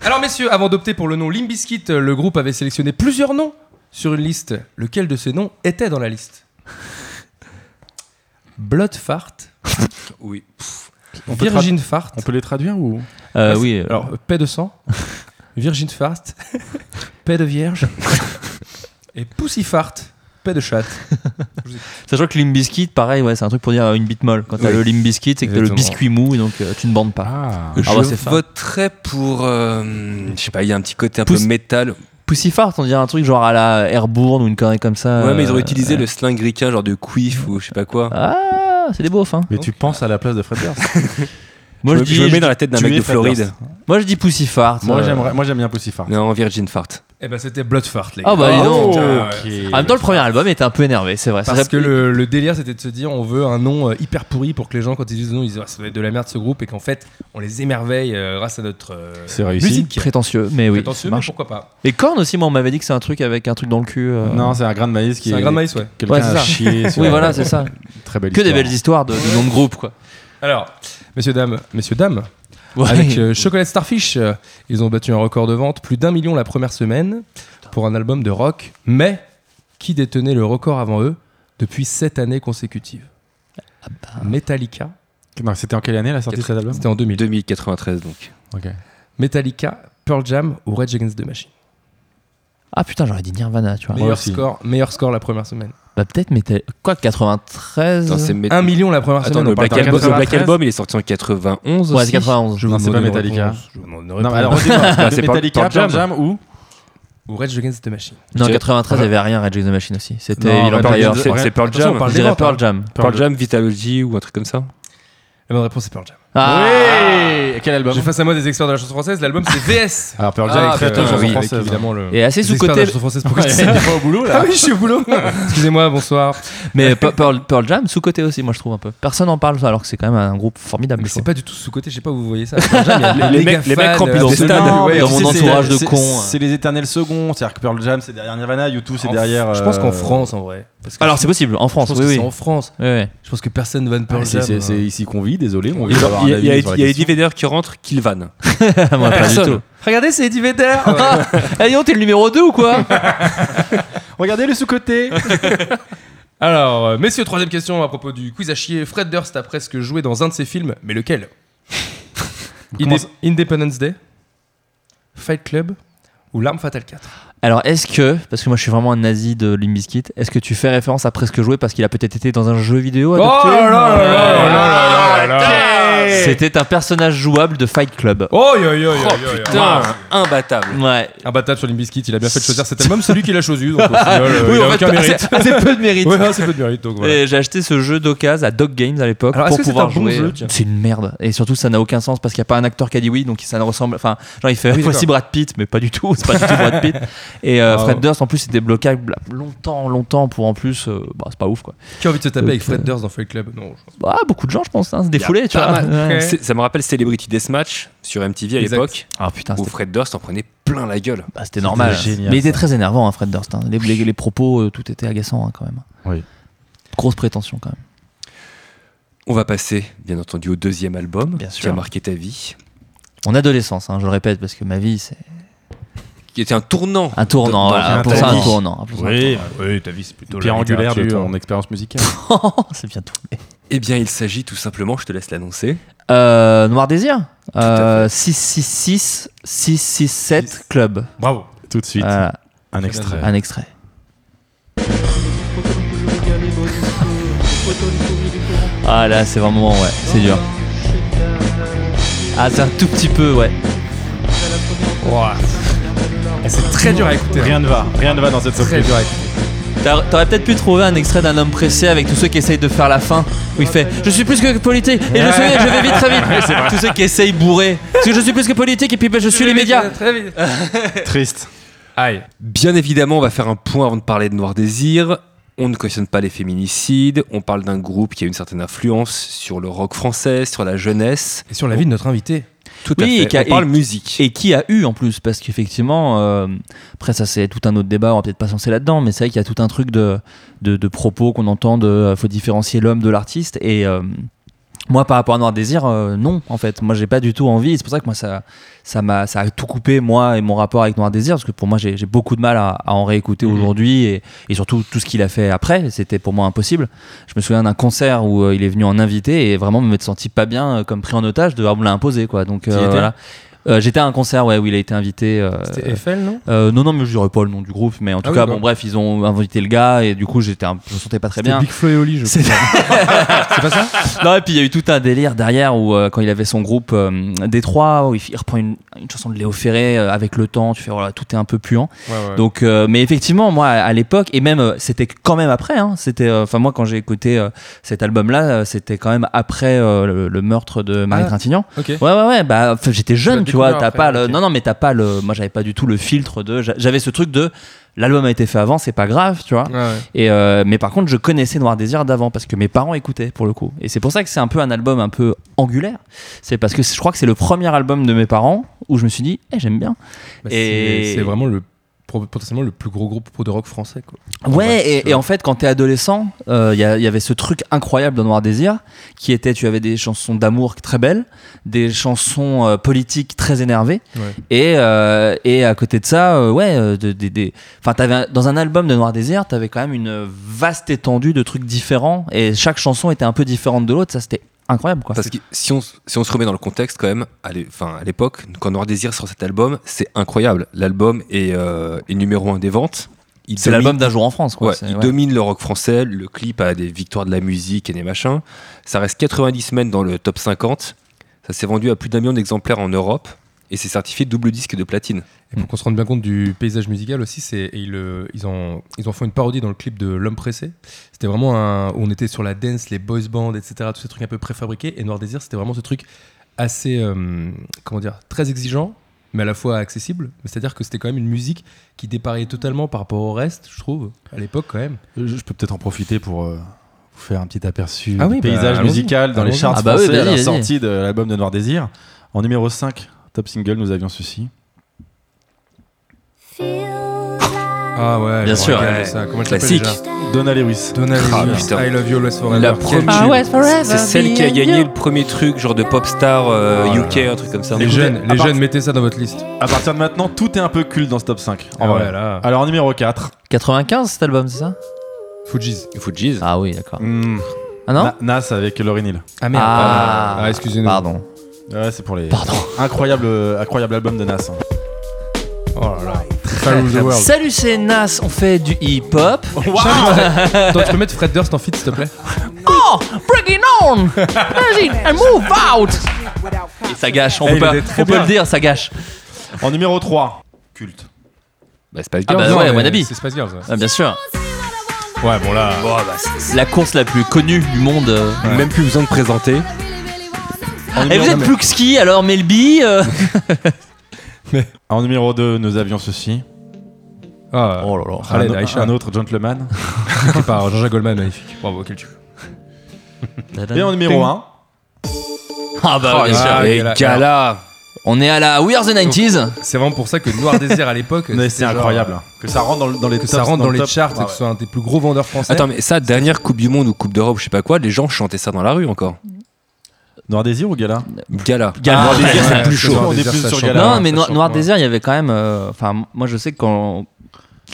S3: Alors messieurs, avant d'opter pour le nom Limbiskit, le groupe avait sélectionné plusieurs noms sur une liste. Lequel de ces noms était dans la liste Bloodfart,
S2: Oui.
S4: On peut,
S3: Virgin Fart,
S4: tra- on peut les traduire ou
S5: Euh, oui, euh,
S3: alors paix de sang, Virgin Fart, paix de vierge et Pussy Fart, paix de chatte.
S5: sachant que Limbiskit, pareil, ouais, c'est un truc pour dire euh, une bite molle. Quand t'as
S3: Oui.
S5: le Limbiskit, c'est que t'as le
S3: Exactement.
S5: biscuit mou et donc euh, tu ne bandes pas.
S4: Ah.
S5: Ah
S2: je
S5: bah, c'est fin.
S2: voterais pour. euh, je sais pas, il y a un petit côté un
S5: Pousse-
S2: peu métal.
S5: Pussy Fart, on dirait un truc genre à la Airbourne ou une connerie comme ça.
S2: Ouais, mais ils
S5: euh,
S2: auraient utilisé le slang ricain, genre de quiff ou je sais pas quoi.
S5: Ah, c'est des beaufs, hein.
S4: Mais tu penses à la place de Fred Durst.
S5: Moi
S2: je,
S5: je,
S2: me-
S5: dis,
S2: je me
S5: je-
S2: mets dans la tête d'un
S4: tu
S2: mec
S4: es
S2: de
S4: Fred
S2: Floride.
S4: Durst.
S5: moi je dis Pussy Fart.
S4: Moi
S5: euh,
S4: j'aimerais, moi j'aime bien Pussy Fart.
S2: Non, Virgin Fart.
S3: Eh ben c'était Bloodfart les gars.
S5: Ah bah dis donc.
S3: putain, ouais.
S5: En même temps, le premier album était un peu énervé, c'est vrai. Ça
S3: Parce
S5: serait-
S3: que le, le délire c'était de se dire on veut un nom euh, hyper pourri pour que les gens quand ils disent le nom ils disent Ah, ça doit être de la merde ce groupe et qu'en fait on les émerveille euh, grâce à notre euh,
S4: C'est réussi.
S3: musique.
S5: prétentieux, mais Eh oui,
S3: Prétentieux,
S5: ça
S3: mais
S5: marche.
S3: pourquoi pas
S5: Et Korn aussi, moi on m'avait dit que c'est un truc avec un truc dans le cul. euh,
S4: Non, c'est un grain de maïs qui
S3: C'est un
S4: est-
S3: grain de maïs, ouais.
S4: Quelqu'un
S5: Ouais, c'est
S4: a
S5: ça.
S4: chié sur-
S5: Oui, voilà, c'est ça.
S4: Très belle
S5: Que des
S4: histoire.
S5: belles histoires de, de noms de groupe, quoi.
S3: Alors, messieurs, dames, messieurs, dames,
S5: Ouais.
S3: avec euh, Chocolate Starfish, euh, ils ont battu un record de vente, plus d'un million la première semaine, pour un album de rock. Mais qui détenait le record avant eux depuis sept années consécutives Metallica,
S4: Non, c'était en quelle année la sortie de cet album
S3: c'était en 2000.
S2: 2093 donc.
S4: Ok.
S3: Metallica, Pearl Jam ou Rage Against the Machine.
S5: Ah putain, j'aurais dit Nirvana, tu vois.
S3: Meilleur
S4: aussi.
S3: score, meilleur score la première semaine.
S5: Bah peut-être, mais t'es- quoi, 93
S2: Attends, c'est mét-
S3: Un million la première
S2: Attends,
S3: semaine.
S2: le
S3: on parle
S2: Black,
S3: d'un
S2: Album, le Black
S4: 93.
S2: Album, il est sorti en 91
S5: Ouais,
S2: aussi.
S5: c'est 91.
S4: Non, c'est pas
S3: demande une
S4: Metallica.
S3: réponse, je vous demande une
S4: Non, mais
S3: réponse.
S4: alors redis-moi.
S2: C'est pas-
S4: Metallica,
S2: pas
S4: Pearl
S2: Jam.
S4: Jam ou
S3: Ou Rage Against the Machine.
S5: Non,
S2: Je-
S5: 93, il n'y avait rien, Red Jack the Machine aussi. C'était
S4: Non,
S5: il en
S4: Red
S2: Pearl
S4: Jack
S2: Jam,
S5: d'ailleurs.
S4: the-
S5: Je
S2: c'est-
S4: Ouais.
S2: c'est Pearl
S3: Attention, on
S2: Jam.
S3: parle des
S5: dirais
S3: ventes, hein.
S5: Pearl Jam.
S2: Pearl Jam, Vitalogy ou un truc comme ça.
S3: La bonne réponse c'est Pearl Jam.
S5: Ah.
S4: Oui Quel album
S3: J'ai face à moi des experts de la chanson française, l'album c'est VS.
S4: Alors Pearl
S5: Ah,
S4: Jam est très
S5: putain,
S4: très
S5: oui,
S4: chanson
S2: avec
S4: française.
S3: évidemment le.
S5: Et assez
S3: les experts de
S5: sous-côté.
S3: la chanson française pourquoi tu
S4: Ouais,
S3: sais
S4: t'es pas au boulot là
S3: Ah oui, je suis au boulot. Excusez-moi, Ah, bonsoir.
S5: Mais Pe- Pearl, Pearl Jam, sous-côté aussi, moi je trouve un peu. Personne n'en parle, alors que c'est quand même un groupe formidable.
S3: Mais
S5: je
S3: c'est
S5: trouve.
S3: pas du tout sous-côté, je sais pas où vous voyez ça. Pearl Jam, il y a
S2: Les-
S3: un
S2: les
S3: méga
S2: mecs- les mecs
S3: fan,
S2: remplissent
S3: euh,
S2: des stades.
S3: absolument.
S5: Ouais,
S3: Mais
S5: dans
S3: tu
S5: mon
S3: sais,
S4: c'est-
S5: entourage de
S4: c'est-
S5: cons,
S4: c'est-
S5: hein.
S4: C'est les éternels seconds. C'est-à-dire que Pearl Jam, c'est derrière Nirvana, U2, c'est
S3: en-
S4: derrière.
S3: Je pense
S4: euh,
S3: qu'en France en vrai. Parce
S5: Ah,
S3: que
S5: Alors
S3: je
S5: c'est possible, en France,
S3: pense
S5: oui,
S3: que
S5: oui.
S3: c'est en France.
S5: Ouais, ouais.
S3: Je pense que personne ne va ne Pearl
S4: Ah, c'est-
S3: Jam.
S4: C'est c'est ici qu'on vit, désolé. on
S2: Il
S4: veut
S2: y
S4: avoir
S2: a-
S4: un
S2: il y a- il y a
S4: avis sur la
S2: il y a Eddie
S4: question.
S2: Vedder qui rentre, qui le vanne.
S3: Ah,
S5: Moi, pas du tout.
S3: Regardez, c'est Eddie Vedder.
S5: Eh, dis donc, t'es le numéro 2 ou quoi
S4: Regardez le sous-côté
S3: Alors, euh, messieurs, troisième question à propos du quiz à chier. Fred Durst a presque joué dans un de ses films, mais lequel Indé-
S4: commencez-
S3: Independence Day, Fight Club ou L'Arme Fatale 4
S5: Alors, est-ce que, parce que moi je suis vraiment un nazi de Limbiskit, est-ce que tu fais référence à Presque Joué parce qu'il a peut-être été dans un jeu vidéo
S3: Oh
S5: adopté Oh C'était un personnage jouable de Fight Club.
S3: Oh yo yo yo
S2: Oh
S3: yo, yo.
S2: putain, imbattable.
S5: Ouais.
S3: Imbattable sur Limbiskit, il a bien fait de choisir cet album, celui qui l'a choisi, donc au final, euh, il a aucun mérite.
S5: assez, assez bah, peu de mérite.
S3: Ouais, c'est peu de mérite, donc voilà.
S5: Et j'ai acheté ce jeu d'occasion à Dog Games à l'époque
S3: Alors, est-ce
S5: pour
S3: que c'est
S5: pouvoir
S3: un bon
S5: jouer.
S3: jeu, tiens
S5: c'est une merde. Et surtout, ça n'a aucun sens parce qu'il n'y a pas un acteur qui a dit oui, donc ça ne ressemble. Enfin, genre, il fait
S3: Ah Oui,
S5: voici
S3: d'accord.
S5: Brad Pitt, mais pas du tout. C'est pas du tout Brad Pitt. Et euh,
S3: Ah ouais.
S5: Fred Durst, en plus, c'était bloquable longtemps, longtemps pour en plus. euh, bah, c'est pas ouf, quoi.
S3: Qui a envie de se taper avec
S5: Euh,
S3: Fred Durst dans Fight Club Non, je-
S5: Bah, beaucoup de gens, je pense, hein, se défouler, tu
S3: pas
S5: vois.
S3: mal.
S5: Ouais.
S2: C'est- Ça me rappelle Celebrity Deathmatch sur MTV à
S3: Exact.
S2: l'époque,
S5: Ah putain,
S2: où
S5: c'était
S2: Fred Durst en prenait plein la gueule.
S5: bah, c'était normal.
S4: génial,
S5: Mais il était très énervant, hein, Fred Durst. hein. Les, les- les propos, euh, tout était agaçant, hein, quand même.
S4: Oui.
S5: Grosse prétention, quand même.
S2: On va passer, bien entendu, au deuxième album
S5: Bien
S2: qui
S5: sûr.
S2: a marqué ta vie,
S5: En adolescence, hein, je le répète, parce que ma vie, c'est
S2: qui était un tournant.
S5: un
S2: Dans-
S5: tournant. voilà,
S2: dans-
S5: pour
S2: dans
S5: ça,
S2: ta
S5: un
S2: vie.
S5: tournant. un peu ça, un
S4: Oui,
S3: Oui, ta vie, c'est plutôt
S4: pierre
S3: la
S4: angulaire de
S3: littérature.
S4: ton expérience musicale.
S5: tournant. c'est bien tourné.
S2: Eh bien, il s'agit tout simplement, je te laisse l'annoncer,
S5: Euh, Noir Désir
S2: à
S5: euh, 666 667 Club.
S3: Bravo.
S4: Tout de suite,
S5: Voilà,
S4: un extrait.
S5: un extrait. Ah là, c'est vraiment ouais, c'est dur. Ah, c'est un tout petit peu, ouais.
S3: Ouah. Et C'est très dur à écouter. hein.
S4: Rien ne va, rien ne va dans cette
S3: Très
S4: surprise.
S3: dur à écouter.
S5: T'aurais t'aurais peut-être pu trouver un extrait d'un homme pressé avec tous ceux qui essayent de faire la fin où il fait Je suis plus que politique et je, suis, je vais vite très vite. tous ceux qui essayent bourrés. Parce que je suis plus que politique et puis ben, je suis les médias.
S4: Triste.
S3: Aïe.
S2: Bien évidemment, on va faire un point avant de parler de Noir Désir. On ne cautionne pas les féminicides. On parle d'un groupe qui a une certaine influence sur le rock français, sur la jeunesse.
S3: Et sur la vie de notre invité.
S2: Tout
S5: Oui, et
S2: à
S5: qui a-
S2: fait. On parle
S5: et-
S2: musique.
S5: Et qui a eu en plus, parce qu'effectivement, euh, après ça c'est tout un autre débat, on va peut-être pas se lancer là-dedans, mais c'est vrai qu'il y a tout un truc de, de, de propos qu'on entend de euh, faut différencier l'homme de l'artiste. Et euh, moi par rapport à Noir Désir, euh, non en fait, moi j'ai pas du tout envie, c'est pour ça que moi ça, ça, m'a, ça a tout coupé moi et mon rapport avec Noir Désir, parce que pour moi j'ai, j'ai beaucoup de mal à, à en réécouter aujourd'hui et, et surtout tout ce qu'il a fait après, c'était pour moi impossible. Je me souviens d'un concert où euh, il est venu en invité et vraiment je me sentis pas bien euh, comme pris en otage de ah, on me l'a imposé quoi. Donc euh,
S4: étais
S5: voilà. Euh, J'étais à un concert ouais, où il a été invité. euh,
S3: C'était Eiffel, non
S5: euh, non, non, mais je dirais pas le nom du groupe, mais en tout
S3: Ah oui,
S5: cas,
S3: bah.
S5: bon, bref, ils ont invité le gars et du coup, j'étais, un- je me sentais pas très bien.
S4: Big Flo et Oli, je
S5: C'est non, et puis il y a eu tout un délire derrière où, euh, quand il avait son groupe euh, Détroit, où il, il reprend une, une chanson de Léo Ferré euh, avec le temps, tu fais, voilà, tout est un peu puant. Donc, euh, mais effectivement, moi, à l'époque, et même, euh, c'était quand même après, hein, c'était, euh, enfin, moi, quand j'ai écouté euh, cet album-là, euh, c'était quand même après euh, le, le meurtre de Marie
S3: Ah.
S5: Trintignant.
S3: Ok.
S5: Ouais, ouais, ouais, bah, enfin, j'étais jeune,
S3: l'as
S5: tu vois,
S3: découvert
S5: t'as
S3: après,
S5: pas le,
S3: ok.
S5: non, non, mais t'as pas le, moi, j'avais pas du tout le filtre de, j'a- j'avais ce truc de, l'album a été fait avant, c'est pas grave, tu vois.
S3: Ouais, ouais.
S5: Et euh, mais par contre, je connaissais Noir Désir d'avant parce que mes parents écoutaient pour le coup. Et c'est pour ça que c'est un peu un album un peu angulaire. C'est parce que c'est- je crois que c'est le premier album de mes parents où je me suis dit, eh, j'aime bien.
S3: Bah,
S5: Et-
S3: C'est c'est vraiment le pro- potentiellement le plus gros groupe de rock français. Quoi.
S5: Ouais,
S3: Ouais,
S5: et,
S3: tu
S5: et
S3: vois.
S5: en fait, quand t'es adolescent, euh, il y, a- il y avait ce truc incroyable dans Noir Désir, qui était, tu avais des chansons d'amour très belles, des chansons euh, politiques très énervées,
S3: Ouais.
S5: et, euh, et à côté de ça, euh, ouais, euh, de- des- des- enfin, t'avais un- dans un album de Noir Désir, t'avais quand même une vaste étendue de trucs différents, et chaque chanson était un peu différente de l'autre, ça c'était incroyable, quoi.
S2: Parce que si on, s- si on se remet dans le contexte quand même, à l'é- enfin, à l'époque, quand Noir Désir sort cet album, c'est incroyable. L'album est, euh, est numéro un des ventes. Il
S5: C'est
S2: domine-
S5: l'album d'un jour en France, quoi.
S2: Ouais,
S5: C'est-
S2: il
S5: ouais.
S2: domine le rock français, le clip a des victoires de la musique et des machins. Ça reste 90 semaines dans le top 50. Ça s'est vendu à plus d'un million d'exemplaires en Europe et c'est certifié double disque de platine.
S3: Et pour qu'on se rende bien compte du paysage musical aussi, c'est et ils, euh, ils, en, ils en font une parodie dans le clip de L'homme pressé. C'était vraiment un, où on était sur la dance, les boys bands, etc. Tous ces trucs un peu préfabriqués. Et Noir Désir, c'était vraiment ce truc assez, euh, comment dire, très exigeant, mais à la fois accessible. C'est-à-dire que c'était quand même une musique qui dépareillait totalement par rapport au reste, je trouve, à l'époque quand même.
S4: Je, je peux peut-être en profiter pour euh, vous faire un petit aperçu
S3: Ah oui,
S4: du
S3: bah,
S4: paysage
S3: allons-y.
S4: musical dans les
S3: Allons-y.
S4: charts
S5: Ah bah oui,
S4: français à
S5: vas-y,
S4: la
S5: vas-y.
S4: sortie de l'album de Noir Désir. En numéro 5, top single, nous avions ceci.
S3: Ah ouais,
S5: Bien
S3: je me
S5: sûr,
S3: rappelle de
S2: ouais.
S3: ça. Comment elle s'appelle
S2: Classique.
S3: déjà
S4: Donna Lewis.
S3: Donna
S2: Ah,
S3: Lewis,
S2: putain.
S3: I Love You Always Forever.
S2: La
S3: Quel
S2: première-
S3: tube.
S2: C'est celle qui a gagné le premier truc, genre de pop star euh, UK, un truc comme ça.
S3: Les
S4: Écoutez,
S3: jeunes,
S4: à
S3: les
S4: part- Ah
S3: jeunes, mettez ça dans votre liste.
S4: À partir de maintenant, tout est un peu culte dans ce top 5. En
S3: Ah
S4: vrai.
S3: ouais, là.
S4: Alors en numéro 4,
S5: 95 cet album, c'est ça
S3: Fujis.
S2: Fujis.
S5: Ah oui, d'accord.
S4: hmm,
S5: Ah non
S4: Na- Nas avec Lauryn Hill.
S3: Ah merde.
S5: Ah,
S3: Ah, excusez-nous.
S5: Pardon.
S4: Ouais, c'est pour les
S5: Pardon.
S4: incroyables, euh, incroyables albums de Nas. hein.
S3: Oh là là. Travel the world.
S5: Salut, c'est Nas, on fait du hip-hop.
S3: Attends, tu peux mettre Fred Durst en feat, s'il te plaît
S5: Oh, breaking on! Imagine, and move out! Et ça gâche, on,
S3: Eh,
S5: peut,
S3: il
S5: pas-
S3: était très
S5: on peut
S3: bien.
S5: le dire, ça gâche.
S4: En numéro 3, culte.
S2: Bah, c'est pas le
S5: Ah bah
S3: Non,
S5: ouais,
S3: mais
S5: Wannabe.
S3: C'est Spice Girls. ouais.
S5: Ah, bien sûr.
S3: Ouais, bon là.
S5: La course la plus connue du monde. euh.
S3: bah,
S2: Même plus besoin de présenter.
S4: En
S5: Et
S4: numéro,
S5: vous êtes plus que ski, alors Melby. euh,
S4: en numéro 2, nous avions ceci.
S3: Ah,
S5: Oh là là.
S3: Khaled
S4: un,
S3: Aisha.
S4: un autre gentleman.
S3: écrit par Jean-Jacques Goldman, magnifique. Bravo, quel tube.
S4: Et en numéro 1,
S5: Ah bah, bien
S3: Ah,
S5: sûr.
S3: il y a la- Ah.
S2: Et Gala
S5: On est à la We Are the 90s.
S3: C'est vraiment pour ça que Noir Désir à l'époque,
S4: Mais
S3: c'était
S4: c'est
S3: genre-
S4: incroyable. hein. Que ça rentre dans, le- dans les
S3: que ça
S4: tops,
S3: rentre dans,
S4: le
S3: les
S4: top. Ah
S3: charts et que ce soit un des plus gros vendeurs français.
S2: Attends, mais ça, dernière Coupe du Monde ou Coupe d'Europe, je sais pas quoi, les gens chantaient ça dans la rue encore.
S4: Noir Désir ou Gala
S2: Gala.
S4: Ah,
S5: Gala.
S2: Noir Désir,
S5: Ouais,
S2: c'est
S3: ouais,
S2: plus
S3: c'est
S2: chaud.
S3: Noir
S4: On est
S3: Désir,
S4: plus
S3: ça
S4: sur
S3: chante.
S4: Gala.
S5: Non,
S3: ouais,
S5: mais
S3: ça
S5: Noir,
S3: change,
S5: Noir
S3: ouais.
S5: Désir, il y avait quand même. euh, Enfin, moi, je sais que quand.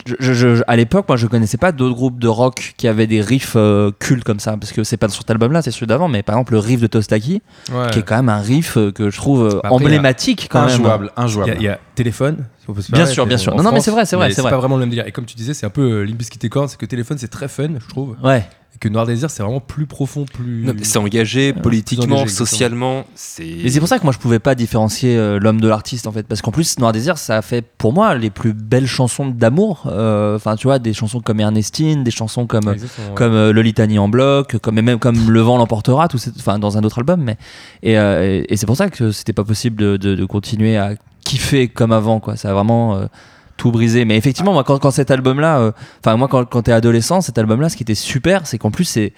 S5: je- je- je- à l'époque, moi, je connaissais pas d'autres groupes de rock qui avaient des riffs euh, cultes comme ça. Parce que c'est pas sur cet album-là, c'est celui d'avant. Mais par exemple, le riff de Tostaki,
S3: Ouais.
S5: qui est quand même un riff euh, que je trouve euh,
S3: Après,
S5: emblématique quand même. hein.
S4: Injouable,
S3: Il y a- il
S4: injouable.
S3: y, a téléphone. on peut se
S5: Bien
S3: parler,
S5: sûr, bien
S3: en
S5: sûr. Non, non, mais
S3: France,
S5: c'est vrai, c'est vrai, c'est
S3: C'est
S5: vrai.
S3: pas vraiment le même délire. Et comme tu disais, c'est un peu euh, Limp Bizkit et Korn, c'est que téléphone, c'est très fun, je trouve.
S5: Ouais.
S3: Et que Noir Désir, c'est vraiment plus profond, plus.
S2: Non, mais C'est engagé
S3: plus
S2: politiquement,
S3: engagé, exactement.
S2: socialement. C'est.
S5: Et c'est pour ça que moi, je pouvais pas différencier euh, l'homme de l'artiste en fait. Parce qu'en plus, Noir Désir, ça a fait pour moi les plus belles chansons d'amour. Euh, Enfin, tu vois, des chansons comme Ernestine, des chansons comme.
S3: Exactement, ouais.
S5: comme euh, le Litanie en bloc, comme et même comme Le vent l'emportera, tout c'est- enfin dans un autre album, mais et, euh, et- et c'est pour ça que c'était pas possible de, de- de continuer à kiffer comme avant quoi. Ça a vraiment euh, tout brisé. Mais effectivement, moi quand, quand cet album-là, euh, enfin moi quand, quand t'es adolescent, cet album-là, ce qui était super, c'est qu'en plus c'est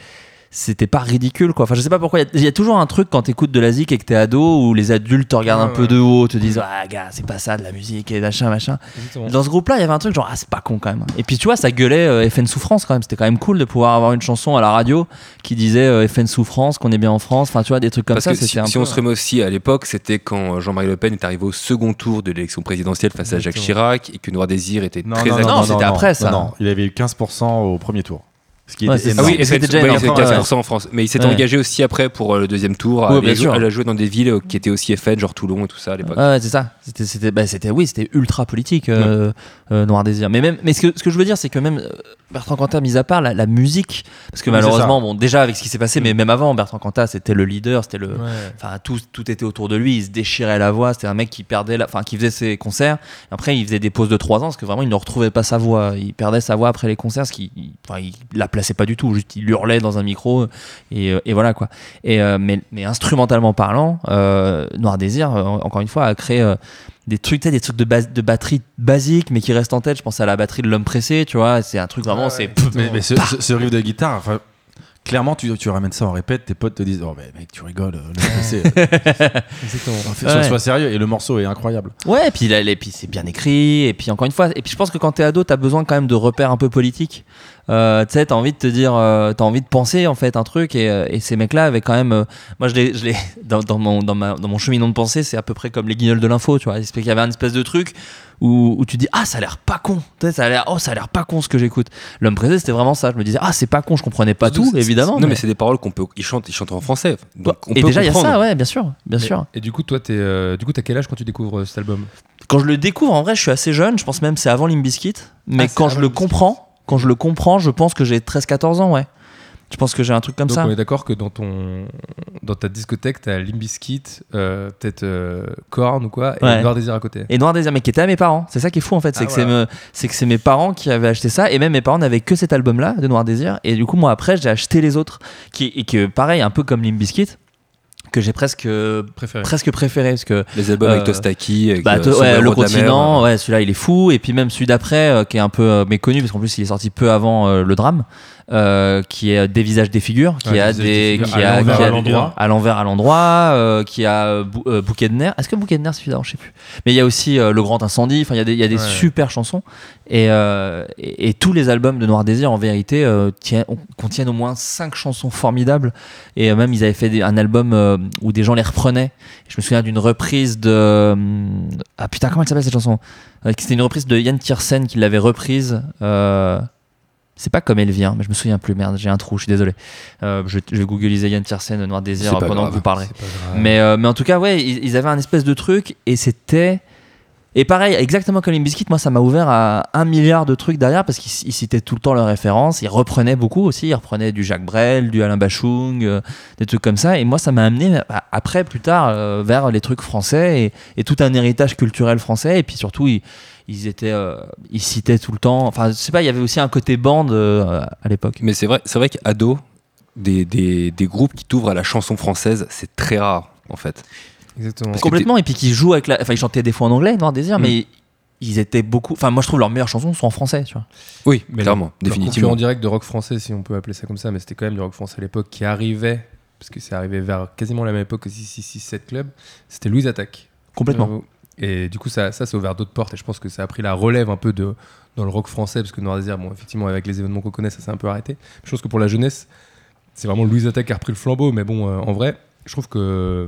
S5: c'était pas ridicule quoi. Enfin, je sais pas pourquoi. Il y a- il y, a toujours un truc quand t'écoutes de la zik et que t'es ado où les adultes te regardent un
S3: Ouais,
S5: peu
S3: ouais.
S5: de haut, te disent Ah, gars, c'est pas ça de la musique et machin, machin.
S3: Exactement.
S5: Dans ce groupe-là, il y avait un truc genre, ah, c'est pas con quand même. Et puis tu vois, ça gueulait euh, FN Souffrance quand même. C'était quand même cool de pouvoir avoir une chanson à la radio qui disait euh, FN Souffrance, qu'on est bien en France. Enfin, tu vois, des trucs comme
S2: Parce
S5: ça.
S2: que si,
S5: c'était un
S2: si
S5: peu- euh,
S2: on se remet aussi à l'époque, c'était quand euh, Jean-Marie Le Pen est arrivé au second tour de l'élection présidentielle face à Jacques
S3: Exactement.
S2: Chirac et que Noir Désir était
S4: Non,
S2: très
S4: non,
S2: actif.
S5: non, c'était après, ça.
S4: Non, non, il avait eu 15% au premier tour. Ce qui
S5: Ouais,
S4: était
S5: c'est
S2: Ah
S5: Non,
S4: énorme.
S2: oui, et
S5: c'était
S2: c'était
S5: déjà
S2: ouais,
S5: énorme.
S2: c'était
S5: Ouais,
S2: 15% en France. Mais il s'est
S5: Ouais.
S2: engagé aussi après pour euh, le deuxième tour à,
S5: Ouais,
S2: aller
S5: bien
S2: jou-
S5: sûr.
S2: à la jouer dans des villes euh, qui étaient aussi FN, genre Toulon et tout ça à l'époque.
S5: Ouais, c'est ça. C'était, c'était, bah, c'était, oui, c'était ultra politique, euh, euh, Noir Désir. Mais même, mais ce que, ce que je veux dire, c'est que même euh, Bertrand Cantat, mis à part la, la musique, parce que
S4: Oui, c'est
S5: malheureusement, bon, déjà avec ce qui s'est passé, mais même avant, Bertrand Cantat, c'était le leader, c'était le,
S3: Ouais.
S5: Enfin, tout, tout était autour de lui. Il se déchirait la voix. C'était un mec qui perdait, la, enfin, qui faisait ses concerts. Après, il faisait des pauses de 3 ans parce que vraiment, il ne retrouvait pas sa voix. Il perdait sa voix après les concerts, ce qui, il- enfin, il la plaçait pas du tout. Juste, il hurlait dans un micro et, euh, et voilà quoi. Et euh, mais, mais instrumentalement parlant, euh, Noir Désir, euh, encore une fois, a créé. euh, des trucs, tu sais, des trucs de, base- de batterie basique, mais qui restent en tête. Je pense à la batterie de l'homme pressé, tu vois. C'est un truc vraiment,
S2: Ah
S3: Ouais,
S5: c'est
S4: Mais, mais ce, ce- ce riff de guitare, enfin, clairement, tu, tu ramènes ça en répète, tes potes te disent Oh, mais mec, tu rigoles, euh, le PC, euh,
S3: Exactement.
S4: fais-
S5: Ouais.
S4: sois, sois sérieux. Et le morceau est incroyable.
S5: Ouais, et puis, là, et puis c'est bien écrit, et puis encore une fois, et puis je pense que quand t'es ado, t'as besoin quand même de repères un peu politiques. Euh, tu sais, t'as envie de te dire, euh, t'as envie de penser en fait un truc, et, euh, et ces mecs-là avaient quand même. euh, moi, je l'ai, je l'ai dans, dans mon, dans, ma- dans mon cheminon de pensée, c'est à peu près comme les guignols de l'info, tu vois. Il y avait un espèce de truc où, où tu dis, ah, ça a l'air pas con, tu sais, ça a l'air, oh, ça a l'air pas con ce que j'écoute. L'homme présé, c'était vraiment ça. Je me disais, ah, c'est pas con, je comprenais pas tout,
S2: C'est- c'est-
S5: évidemment. Bah,
S2: Non, mais, c'est des paroles qu'on peut. Ils chantent, ils chantent en français. Donc on
S5: et
S2: peut
S5: déjà, il y a
S2: comprendre.
S5: ça, ouais, bien sûr, bien sûr.
S3: Et du coup, toi, t'es, euh, du coup, t'as quel âge quand tu découvres euh, cet album
S5: quand je le découvre en vrai je suis assez jeune je pense même c'est avant Limbiskit mais
S3: Ah, c'est
S5: quand
S3: avant
S5: je le
S3: Limp Bizkit.
S5: comprends quand je le comprends je pense que j'ai 13-14 ans ouais je pense que j'ai un truc comme
S3: Donc,
S5: ça
S3: on est d'accord que dans, ton, dans ta discothèque, t'as Limbiskit, euh, peut-être euh, Korn ou quoi, et
S5: Ouais.
S3: Noir Désir à côté.
S5: et Noir Désir mais qui était à mes parents c'est ça qui est fou en fait c'est
S3: Ah,
S5: que
S3: voilà.
S5: c'est me- c'est que c'est mes parents qui avaient acheté ça et même mes parents n'avaient que cet album là de Noir Désir et du coup moi après j'ai acheté les autres qui et que pareil un peu comme Limbiskit que j'ai presque euh,
S3: Préféré.
S5: presque préféré parce que
S2: Les albums avec
S5: Euh,
S2: Tostaki, avec
S5: Bah,
S2: euh,
S5: to-
S2: Sombre
S5: ouais, le
S2: Héros de la Mer,
S5: continent,
S2: euh,
S5: ouais, celui-là il est fou, et puis même celui d'après euh, qui est un peu euh, méconnu parce qu'en plus il est sorti peu avant euh, le drame, euh, qui est euh, des visages des figures, qui
S3: Ouais,
S5: a
S3: Des Visages des
S5: des,
S3: Figures,
S5: qui
S3: à
S4: Ah,
S5: a,
S3: l'envers,
S5: qui a-
S3: à l'endroit.
S5: à l'envers, à l'endroit, euh, qui a euh, Bou- euh, Bouquet de nerfs. Est-ce que Bouquet de nerfs c'est celui d'avant, je sais plus. Mais il y a aussi euh, Le Grand Incendie. Enfin, il y a des, il y a des
S3: Ouais.
S5: super chansons et, euh, et, et tous les albums de Noir Désir en vérité euh, tient- on- contiennent au moins cinq chansons formidables et euh, même ils avaient fait des- un album euh, où des gens les reprenaient. Je me souviens d'une reprise de. Ah putain, comment elle s'appelle cette chanson Euh, C'était une reprise de Yann Tiersen qui l'avait reprise. euh, C'est pas comme elle vient, mais je me souviens plus. Merde, j'ai un trou, je suis désolé. Euh, je, je vais googliser Yann Tiersen, Noir Désir,
S2: C'est pas
S5: pendant
S2: grave,
S5: que vous parlerez.
S3: C'est pas grave.
S5: Mais, euh, mais en tout cas, ouais, ils, ils avaient un espèce de truc et c'était. Et pareil, exactement comme Limp Bizkit, moi ça m'a ouvert à un milliard de trucs derrière parce qu'ils ils citaient tout le temps leurs références, ils reprenaient beaucoup aussi, ils reprenaient du Jacques Brel, du Alain Bachung, euh, des trucs comme ça. Et moi ça m'a amené à- après, plus tard, euh, vers les trucs français et, et tout un héritage culturel français. Et puis surtout, ils, ils étaient, euh, ils citaient tout le temps. Enfin, je sais pas, il y avait aussi un côté bande euh, à l'époque.
S2: Mais c'est vrai, c'est vrai qu'ado, des, des, des groupes qui t'ouvrent à la chanson française, c'est très rare en fait.
S3: Exactement.
S2: Parce que
S5: Complètement. Et puis qui jouent avec la. Enfin, ils chantaient des fois en anglais, Noir Désir,
S2: Mm.
S5: mais ils étaient beaucoup. Enfin, moi, je trouve leurs meilleures chansons sont en français, tu vois.
S2: Oui,
S3: Mais
S2: clairement,
S3: Leur
S2: définitivement.
S3: concurrent direct de rock français, si on peut appeler ça comme ça, mais c'était quand même du rock français à l'époque qui arrivait, parce que c'est arrivé vers quasiment la même époque que 6667 Club, c'était Louise Attaque.
S5: Complètement.
S2: Euh,
S3: Bravo. Et du coup, ça, ça c'est ouvert d'autres portes. Et je pense que ça a pris la relève un peu de, dans le rock français, parce que Noir Désir, bon, effectivement, avec les événements qu'on connaît, ça s'est un peu arrêté. Je pense que pour la jeunesse, c'est vraiment Louise Attaque qui a repris le flambeau. Mais bon, euh, en vrai, je trouve que.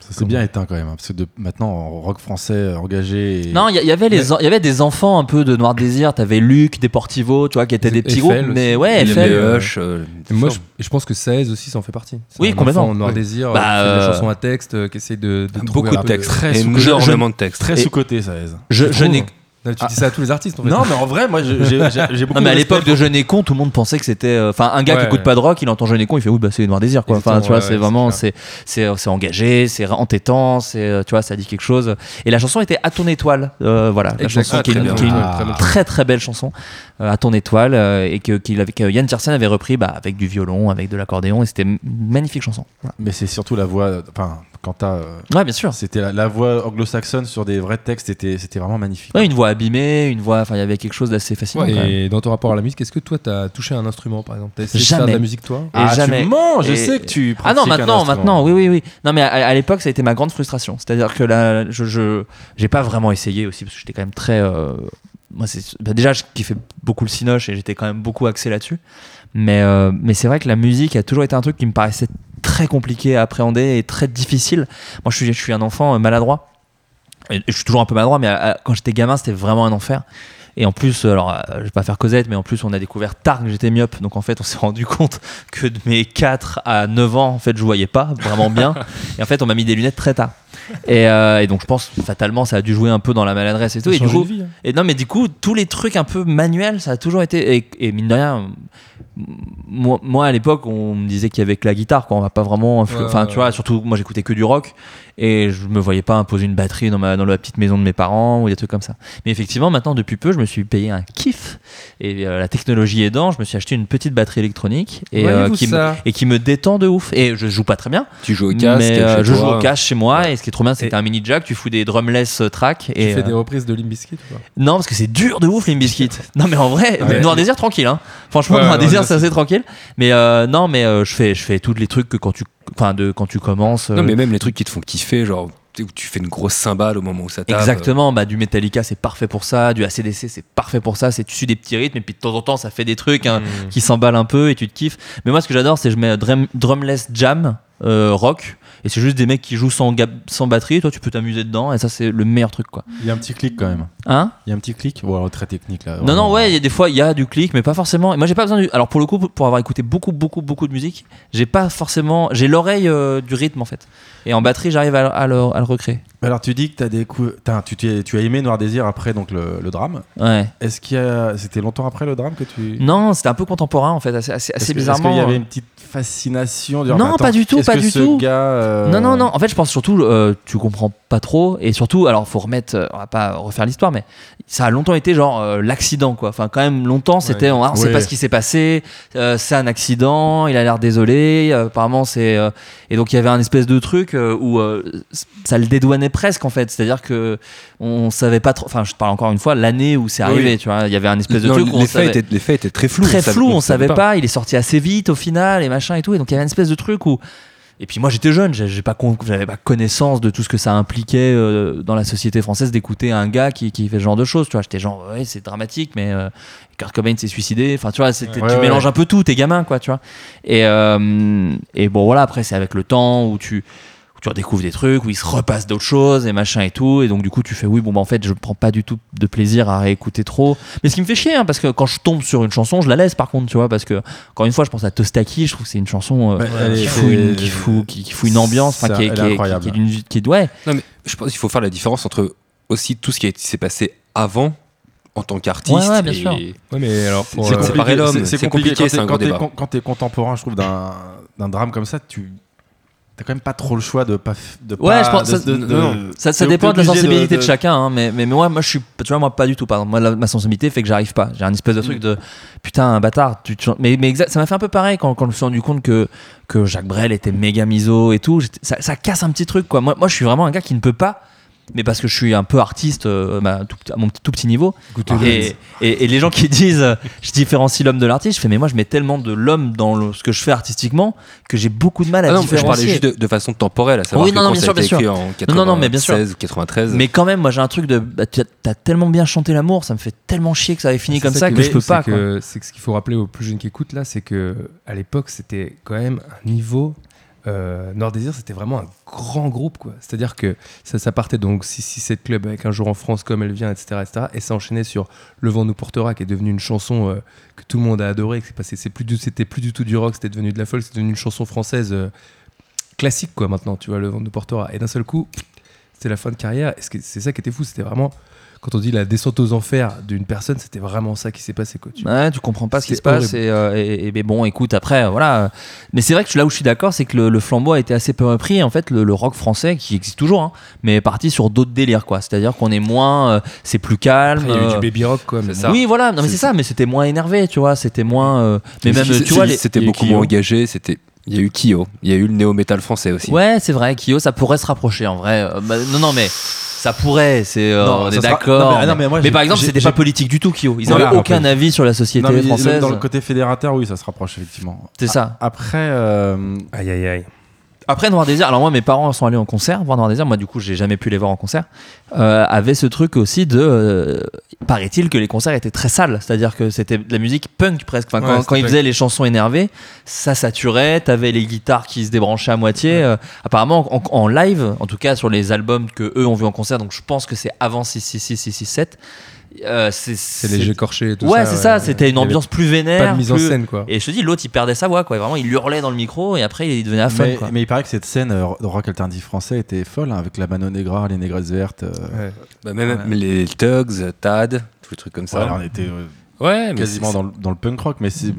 S4: Ça c'est bien éteint quand même, hein, parce que de- maintenant, en rock français euh, engagé. et-
S5: Non, il y, y avait les, en- il y avait des enfants un peu de Noir Désir. T'avais Luc, Deportivo, tu vois, qui étaient des petits
S3: Eiffel
S5: groupes.
S3: aussi.
S5: Mais
S2: Il
S5: ouais,
S2: y a
S5: Eiffel.
S2: les
S5: euh,
S2: Hush, euh,
S3: Et moi, je, et je pense que 16 aussi, ça en fait partie. C'est
S5: Oui,
S3: un
S5: complètement.
S3: enfant en Noir
S5: Oui.
S3: Désir, euh,
S5: Bah,
S3: qui fait des
S5: euh,
S3: chansons à texte, euh, qui essaye de, de trouver
S2: beaucoup
S3: un
S2: de
S3: peu
S2: textes,
S5: Très
S2: et
S5: sous-
S2: énormément de textes.
S4: Très
S5: Et-
S4: sous-côté, ça aise.
S5: je, je
S3: trouve.
S5: n'ai-
S2: hein.
S3: Non, tu dis ça à tous les artistes, en fait.
S4: Non, mais en vrai, moi, je- j'ai j'ai- j'ai beaucoup.
S5: Non, mais à
S4: de
S5: l'époque
S4: respect
S5: de Jeune et Con, tout le monde pensait que c'était. euh, Enfin, un gars qui
S3: Ouais.
S5: écoute pas de rock, il entend Jeune et Con, il fait oui, bah c'est Noir Désir quoi. Enfin, tu
S3: Exactement,
S5: vois,
S3: ouais,
S5: c'est
S3: ouais,
S5: vraiment,
S3: c'est
S5: c'est c'est c'est engagé, c'est entêtant, c'est euh, tu vois, ça dit quelque chose. Et la chanson était À ton étoile, euh, voilà, la
S3: Exactement.
S5: chanson
S2: Ah,
S5: qui est,
S2: très
S5: une,
S2: bien.
S5: qui est une
S4: Ah.
S3: Très bien.
S5: très très belle chanson euh, À ton étoile euh, et que, qu'il avait- que Yann Tiersen avait repris bah, avec du violon, avec de l'accordéon et c'était une magnifique chanson. Voilà.
S4: Mais c'est surtout la voix. Enfin, quand t'as. euh,
S5: Ouais, bien sûr.
S4: C'était la, la voix anglo-saxonne sur des vrais textes, c'était c'était vraiment magnifique.
S5: Ouais, une voix abîmée, une voix. Enfin, il y avait quelque chose d'assez fascinant. quand même.
S3: Et dans ton rapport à la musique, est-ce que toi, t'as touché un instrument, par exemple T'as essayé de faire
S5: Jamais.
S3: de la musique, toi
S5: Et jamais.
S4: tu mens, je
S5: Et-
S4: sais que tu.
S5: Ah non,
S4: pratiques un
S5: maintenant,
S4: instrument.
S5: maintenant, oui, oui, oui. Non, mais à, à l'époque, ça a été ma grande frustration. C'est-à-dire que là, je, je, j'ai pas vraiment essayé aussi parce que j'étais quand même très. euh, moi, c'est bah, déjà, je kiffais beaucoup le cinoche et j'étais quand même beaucoup axé là-dessus. Mais, euh, mais c'est vrai que la musique a toujours été un truc qui me paraissait très compliqué à appréhender et très difficile. Moi, je suis, je suis un enfant euh, maladroit. Et je suis toujours un peu maladroit, mais à- à- quand j'étais gamin, c'était vraiment un enfer. Et en plus, euh, alors, euh, je vais pas faire Cosette, mais en plus, on a découvert tard que j'étais myope. Donc, en fait, on s'est rendu compte que de mes 4 à 9 ans, en fait, je voyais pas vraiment bien. Et en fait, on m'a mis des lunettes très tard. Et, euh, et donc, je pense, fatalement, ça a dû jouer un peu dans la maladresse et tout. Et du coup,
S3: hein.
S5: et non, mais du coup, tous les trucs un peu manuels, ça a toujours été. Et, et mine de rien, m- moi, moi, à l'époque, on me disait qu'il y avait que la guitare, quoi. On va pas vraiment. influ-
S3: Ouais,
S5: Enfin,
S3: ouais,
S5: tu
S3: ouais.
S5: vois, surtout, moi, j'écoutais que du rock. Et je me voyais pas imposer une batterie dans, ma, dans la petite maison de mes parents ou des trucs comme ça. Mais effectivement, maintenant, depuis peu, je me suis payé un kiff. Et euh, la technologie aidant, je me suis acheté une petite batterie électronique. Et, euh,
S3: Voyez-vous
S5: qui me,
S3: ça
S5: et qui me détend de ouf. Et je joue pas très bien
S2: Tu hein. joues au casque.
S5: mais
S2: chez
S5: euh, je joue
S2: toi.
S5: au cash chez moi et ce qui est trop bien c'est que
S3: Et-
S5: t'as un mini jack tu fous des drumless euh, tracks
S3: Tu
S5: et
S3: fais
S5: euh,
S3: des reprises de Limbiskit ou pas
S5: non parce que c'est dur de ouf Limbiskit non mais en vrai
S3: Ah Ouais.
S5: Noir Désir tranquille hein. franchement
S3: Ouais,
S5: Noir
S3: ouais,
S5: Désir
S3: ouais,
S5: c'est assez tranquille mais euh, non mais euh, je fais je fais tous les trucs que quand tu enfin de quand tu commences euh,
S2: Non, mais même les trucs qui te font kiffer, genre tu- où tu fais une grosse cymbale au moment où ça tape.
S5: Exactement, bah, du Metallica c'est parfait pour ça, du ACDC c'est parfait pour ça, c'est tu suis des petits rythmes et puis de temps en temps ça fait des trucs hein,
S4: Hmm.
S5: qui s'emballent un peu et tu te kiffes. Mais moi ce que j'adore c'est je mets drum- drumless jam euh, rock et c'est juste des mecs qui jouent sans, gab- sans batterie, toi tu peux t'amuser dedans et ça c'est le meilleur truc quoi.
S4: Il y a un petit clic quand même.
S5: Hein
S4: Il y a un petit clic. Ou alors très technique là.
S5: Non, non,
S4: vraiment.
S5: ouais, il y a des fois, il y a du clic, mais pas forcément. Et moi, j'ai pas besoin du. Alors, pour le coup, pour avoir écouté beaucoup, beaucoup, beaucoup de musique, j'ai pas forcément. J'ai l'oreille euh, du rythme, en fait. Et en batterie, j'arrive à, à le, à le recréer.
S4: Alors tu dis que t'as des coups. t'as- Tu, t'es- tu as aimé Noir Désir après donc le, le drame.
S5: Ouais.
S4: Est-ce qu'il y a. C'était longtemps après le drame que tu.
S5: Non, c'était un peu contemporain, en fait, assez, assez,
S4: Est-ce
S5: assez
S4: que-
S5: Mm. bizarrement.
S4: Est-ce qu'il y avait
S5: euh,
S4: une petite fascination du
S5: Non,
S4: genre, mais attends,
S5: pas du tout,
S4: est-ce
S5: pas
S4: que
S5: du
S4: ce
S5: tout.
S4: Gars, euh,
S5: Non, non, non. En fait, je pense surtout, euh, tu comprends pas trop. Et surtout, alors, faut remettre, euh, on va pas refaire l'histoire, mais ça a longtemps été genre euh, l'accident, quoi. Enfin, quand même, longtemps, c'était, on- ah, on sait
S4: Ouais.
S5: pas ce qui s'est passé, euh, c'est un accident, il a l'air désolé, euh, apparemment, c'est. euh, Et donc, il y avait un espèce de truc euh, où euh, ça le dédouanait presque, en fait. C'est-à-dire que on savait pas trop. Enfin, je te parle encore une fois, l'année où c'est
S2: Oui.
S5: arrivé, tu vois. Il y avait un espèce de
S2: Non,
S5: truc où on
S2: les, faits
S5: savait
S2: étaient, les faits étaient très flous.
S5: très
S2: on savait-
S5: flou, on,
S2: on
S5: savait pas. Il est sorti assez vite au final et machin et tout. Et donc il y avait une espèce de truc où. Et puis moi j'étais jeune, j'ai- j'ai pas con- j'avais pas connaissance de tout ce que ça impliquait euh, dans la société française d'écouter un gars qui, qui fait ce genre de choses. Tu vois, j'étais genre ouais c'est dramatique, mais euh, Kurt Cobain s'est suicidé. Enfin tu vois, c'était-
S4: Ouais,
S5: tu
S4: ouais,
S5: mélanges un peu tout, t'es gamin quoi, tu vois. Et, euh, et bon voilà après c'est avec le temps où tu où tu redécouvres des trucs, où il se repasse d'autres choses et machin et tout, et donc du coup tu fais oui bon bah en fait je prends pas du tout de plaisir à réécouter trop, mais ce qui me fait chier hein, parce que quand je tombe sur une chanson je la laisse par contre tu vois parce que encore une fois je pense à Tostaki, je trouve que c'est une chanson euh,
S4: Ouais, elle
S5: qui
S4: est-
S5: fout une
S4: c'est-
S5: qui fout qui, qui fout une ambiance, enfin
S4: Ça,
S5: qui est
S4: elle est
S5: qui est- qui est-
S4: incroyable.
S5: qui est d'une qui est ouais
S2: Non, mais je pense qu'il faut faire la différence entre aussi tout ce qui a- qui s'est passé avant en tant qu'artiste.
S5: Ouais, ouais, bien
S2: et-
S5: sûr.
S3: Ouais, mais alors pour.
S2: C'est
S3: euh,
S2: compliqué. séparer l'homme, c'est compliqué,
S4: quand
S2: c'est
S4: t'es-
S2: un
S4: quand
S2: gros
S4: t'es
S2: débat.
S4: con- Quand t'es contemporain, je trouve, d'un d'un drame comme ça, tu t'as quand même pas trop le choix de pas. f- de
S5: Ouais,
S4: pas-
S5: je pense-
S4: de-
S5: ça-
S4: de-
S2: non,
S4: de-
S2: non.
S5: Ça, ça
S4: T'es
S5: dépend de la
S4: obligé de-
S5: sensibilité de,
S4: de-
S5: chacun, hein, mais, mais, mais moi, moi, je suis, tu vois, moi, pas du tout, pardon. Moi, la- ma sensibilité fait que j'arrive pas. J'ai un espèce de truc de putain, un bâtard. Tu, tu- mais mais exact- ça m'a fait un peu pareil quand, quand je me suis rendu compte que, que Jacques Brel était méga miso et tout. J'étais- Ça, ça casse un petit truc, quoi. Moi, moi, je suis vraiment un gars qui ne peut pas mais parce que je suis un peu artiste euh, bah, tout- à mon petit- tout petit niveau.
S3: Goûter
S5: Et, et- et les gens qui disent euh, je différencie l'homme de l'artiste, je fais mais moi je mets tellement de l'homme dans le- ce que je fais artistiquement que j'ai beaucoup de mal à
S2: Ah non, mais je parlais
S5: différencier.
S2: juste de, de façon temporelle, à savoir
S5: Oui,
S2: que
S5: non, non,
S2: quand
S5: bien
S2: ça
S5: sûr,
S2: a été
S5: bien sûr.
S2: écrit en
S5: Non, non, non, mais bien sûr.
S2: 96 ou 93. euh,
S5: Mais quand même, moi j'ai un truc de bah, tu as- t'as tellement bien chanté l'amour, ça me fait tellement chier que ça avait fini comme ça que, je peux pas.
S3: Ah, C'est
S5: quoi.
S3: que, c'est que ce qu'il faut rappeler aux plus jeunes qui écoutent là, c'est que à l'époque, c'était quand même un niveau. euh, Nord Désir, c'était vraiment un grand groupe, quoi. C'est-à-dire que ça, ça partait donc 6-7 clubs avec Un jour en France, Comme elle vient, etc. etc. et ça enchaînait sur Le vent nous portera, qui est devenu une chanson euh, que tout le monde a adorée, que c'est passé. C'est plus du, c'était plus du tout du rock, c'était devenu de la folk, c'était devenu une chanson française euh, classique, quoi, maintenant, tu vois, Le vent nous portera. Et d'un seul coup, c'était la fin de carrière. Et ce qui- c'est ça qui était fou, c'était vraiment quand on dit la descente aux enfers d'une personne, c'était vraiment ça qui s'est passé. Quoi, tu vois.
S5: Ouais, tu comprends pas ce qui
S3: C'est
S5: se passe. Et, euh, et- et- mais bon, écoute, après, euh, voilà. Mais c'est vrai que là où je suis d'accord, c'est que le, le flambeau a été assez peu repris. En fait, le, le rock français, qui existe toujours, hein, mais est parti sur d'autres délires, quoi. C'est-à-dire qu'on est moins. euh, c'est plus calme.
S3: Après, il y a eu
S5: euh,
S3: du baby rock, quoi. mais
S2: c'est
S3: bon.
S2: ça.
S5: Oui, voilà, non, mais
S2: C'est-
S5: c'est ça, mais c'était moins énervé, tu vois. C'était moins. euh, Mais même,
S2: C'est-
S5: tu vois, les-
S2: c'était
S4: les
S2: beaucoup
S4: Kyo.
S2: moins engagé. C'était, il y a eu Kyo, il y a eu le néo-metal français aussi.
S5: Ouais, c'est vrai, Kyo, ça pourrait se rapprocher en vrai. Euh, bah, non, non, mais ça pourrait, c'est, euh,
S4: Non,
S5: on
S4: ça
S5: est
S4: sera-
S5: d'accord.
S4: non, mais- non, mais moi, j'ai-
S5: par exemple,
S4: j'ai-
S5: c'était
S4: j'ai-
S5: pas politique du tout, Kyo. Ils
S4: Voilà,
S5: n'avaient aucun avis sur la société
S4: Non, mais
S5: française.
S4: Dans le côté fédérateur, oui, ça se rapproche effectivement.
S5: C'est ça.
S4: Après, euh,
S3: Aïe, aïe, aïe.
S5: Après Noir Désir, alors moi mes parents sont allés en concert voir Noir Désir, moi du coup j'ai jamais pu les voir en concert, euh, avait ce truc aussi de... euh, Paraît-il que les concerts étaient très sales, c'est-à-dire que c'était de la musique punk presque, enfin,
S3: Ouais,
S5: quand,
S3: c'était
S5: quand ils
S3: punk.
S5: faisaient les chansons énervées, ça saturait, t'avais les guitares qui se débranchaient à moitié, euh, apparemment en, en live, en tout cas sur les albums que eux ont vu en concert, donc je pense que c'est avant 66667, euh, c'est...
S3: C'est les écorchés et tout
S5: Ouais,
S3: ça.
S5: c'est ça, c'était une
S3: Il y avait
S5: ambiance plus vénère.
S3: Pas de mise en
S5: plus-
S3: scène, quoi.
S5: Et je te dis, l'autre il perdait sa voix, quoi. Vraiment, il hurlait dans le micro et après il devenait affamé.
S4: mais, mais il paraît que cette scène euh, ro- rock alternatif français était folle hein, avec la Mano Negra, les Négresses Vertes. euh,
S3: Ouais.
S2: Bah, même même les Tugs, Tad, tous les trucs comme
S4: voilà,
S2: ça.
S4: on était euh,
S2: Ouais, mais
S4: quasiment
S2: c'est-
S4: dans le, dans le punk rock, mais c'est-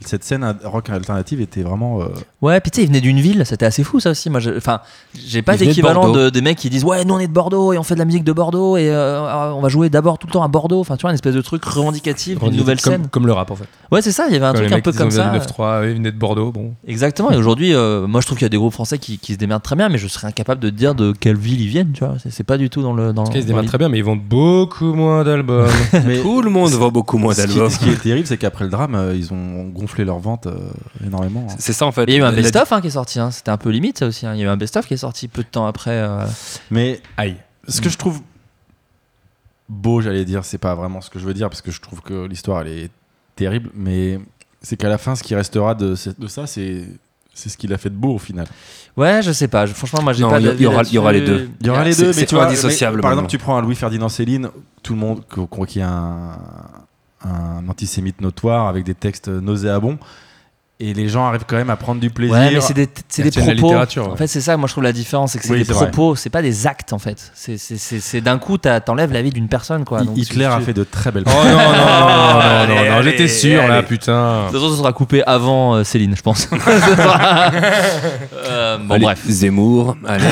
S4: cette scène euh, rock alternative était vraiment. euh,
S5: Ouais, puis tu sais, ils venaient d'une ville, c'était assez fou ça aussi. Moi, je- enfin, j'ai pas
S2: Ils venaient de
S5: d'équivalent
S2: Bordeaux.
S5: de, des mecs qui disent ouais, nous on est de Bordeaux et on fait de la musique de Bordeaux et euh, on va jouer d'abord tout le temps à Bordeaux. Enfin, tu vois, une espèce de truc revendicatif, une nouvelle
S3: comme,
S5: scène.
S3: Comme le rap, en fait.
S5: Ouais, c'est ça. Il y avait un
S3: Quand les
S5: truc un
S3: mecs,
S5: peu
S3: ils
S5: comme
S3: ont
S5: ça.
S3: 9-3, ouais, ah ils venaient de Bordeaux, bon.
S5: Exactement. Et aujourd'hui, euh, moi, je trouve qu'il y a des groupes français qui, qui se démerdent très bien, mais je serais incapable de dire de quelle ville ils viennent. Tu vois, c'est c'est pas du tout dans le. Dans,
S3: En tout cas, ils se
S5: dans
S3: démarrent très bien, mais ils vendent beaucoup moins d'albums.
S4: mais-
S2: Tout le monde vend beaucoup moins
S4: ce, qui,
S2: d'albums.
S4: ce qui est terrible, c'est qu'après le drame, euh, ils ont gonflé leurs ventes euh, énormément. hein.
S2: C'est ça en fait.
S5: Il y a eu un
S2: La-
S5: best-of hein, qui est sorti, hein. c'était un peu limite ça aussi. hein. Il y a eu un best-of qui est sorti peu de temps après. euh,
S4: Mais
S3: Aïe.
S4: ce que je trouve beau, j'allais dire, c'est pas vraiment ce que je veux dire parce que je trouve que l'histoire elle est terrible, mais c'est qu'à la fin, ce qui restera de, cette- de ça, c'est c'est ce qu'il a fait de beau au final.
S5: Ouais, je sais pas. Je- Franchement, moi, j'ai
S2: Non,
S5: pas
S2: il y-
S5: d'avis
S2: il y aura- il y aura les
S5: là-dessus.
S2: deux.
S4: Il y aura les
S5: Ah,
S2: C'est-
S4: deux,
S2: c'est
S4: mais tu vois,
S2: indissociable,
S4: mais par
S2: maintenant.
S4: exemple, tu prends un Louis Ferdinand Céline, tout le monde co- co- qui est un, un antisémite notoire avec des textes nauséabonds, et les gens arrivent quand même à prendre du plaisir.
S5: Ouais, mais c'est des, c'est des
S3: C'est de la
S5: propos.
S3: littérature, ouais.
S5: En fait, c'est ça, moi je trouve la différence, c'est que c'est
S4: Oui,
S5: des
S4: c'est vrai.
S5: propos, c'est pas des actes en fait. C'est- c'est- C'est c'est d'un coup, t'as- t'enlèves la vie d'une personne quoi.
S4: Hi-
S5: Donc,
S4: Hitler
S5: si
S4: a
S5: tu-
S4: fait de très belles.
S3: Oh non, non, non, non, non,
S2: Allez,
S3: non, non,
S2: allez,
S3: j'étais sûr, là,
S2: allez.
S3: putain.
S5: De toute façon, ça sera coupé avant euh, Céline, je pense. Euh, bon,
S2: Allez,
S5: bref.
S2: Zemmour, allez.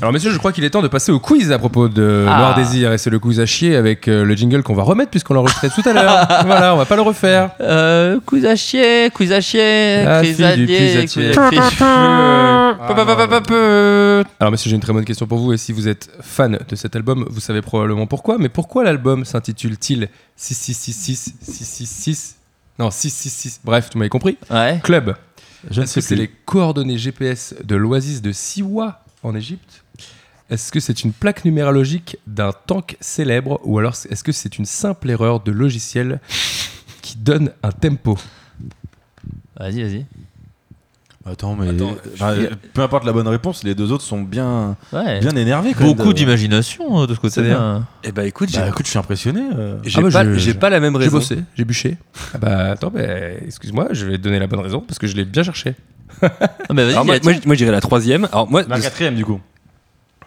S3: Alors messieurs, je crois qu'il est temps de passer au quiz à propos de
S5: Ah.
S3: Noir Désir et c'est le quiz à chier avec euh, le jingle qu'on va remettre puisqu'on l'a enregistré tout à l'heure. voilà, on va pas le refaire.
S5: Euh, quiz à chier, quiz à chier,
S3: La
S5: quiz
S3: fille
S5: à
S3: du
S5: chier,
S3: quiz à
S5: quiz
S3: chier.
S5: à chier.
S3: Alors messieurs, j'ai une très bonne question pour vous et si vous êtes fan de cet album, vous savez probablement pourquoi, mais pourquoi l'album s'intitule-t-il 6666 666 Non, 666. Bref, tu m'avez compris.
S5: Ouais.
S3: Club.
S4: Je ne
S3: Est-ce que
S4: sais
S3: c'est
S4: plus.
S3: les coordonnées GPS de l'oasis de Siwa en Égypte Est-ce que c'est une plaque numérologique d'un tank célèbre Ou alors est-ce que c'est une simple erreur de logiciel qui donne un tempo
S5: Vas-y, vas-y.
S4: Attends, mais
S3: Attends,
S4: Bah,
S5: je-
S4: euh, peu importe la bonne réponse, les deux autres sont bien,
S5: Ouais.
S4: bien énervés. quand
S5: Beaucoup
S4: même.
S5: d'imagination euh, de ce
S4: C'est-à-dire
S5: côté-là.
S2: Eh ben écoute, j'ai
S4: Bah, écoute, je suis impressionné. euh.
S2: j'ai
S3: Ah bah,
S2: pas,
S3: je-
S2: j'ai pas la même
S3: J'ai
S2: raison.
S3: bossé, j'ai bûché. Ah bah attends, bah, excuse-moi, je vais te donner la bonne raison parce que je l'ai bien cherché.
S5: Ah, mais
S2: Alors
S5: vas-y,
S2: moi,
S5: Gaëtan.
S2: moi, je- moi, je dirais la troisième. Alors moi,
S4: La
S2: de-
S4: quatrième, du coup.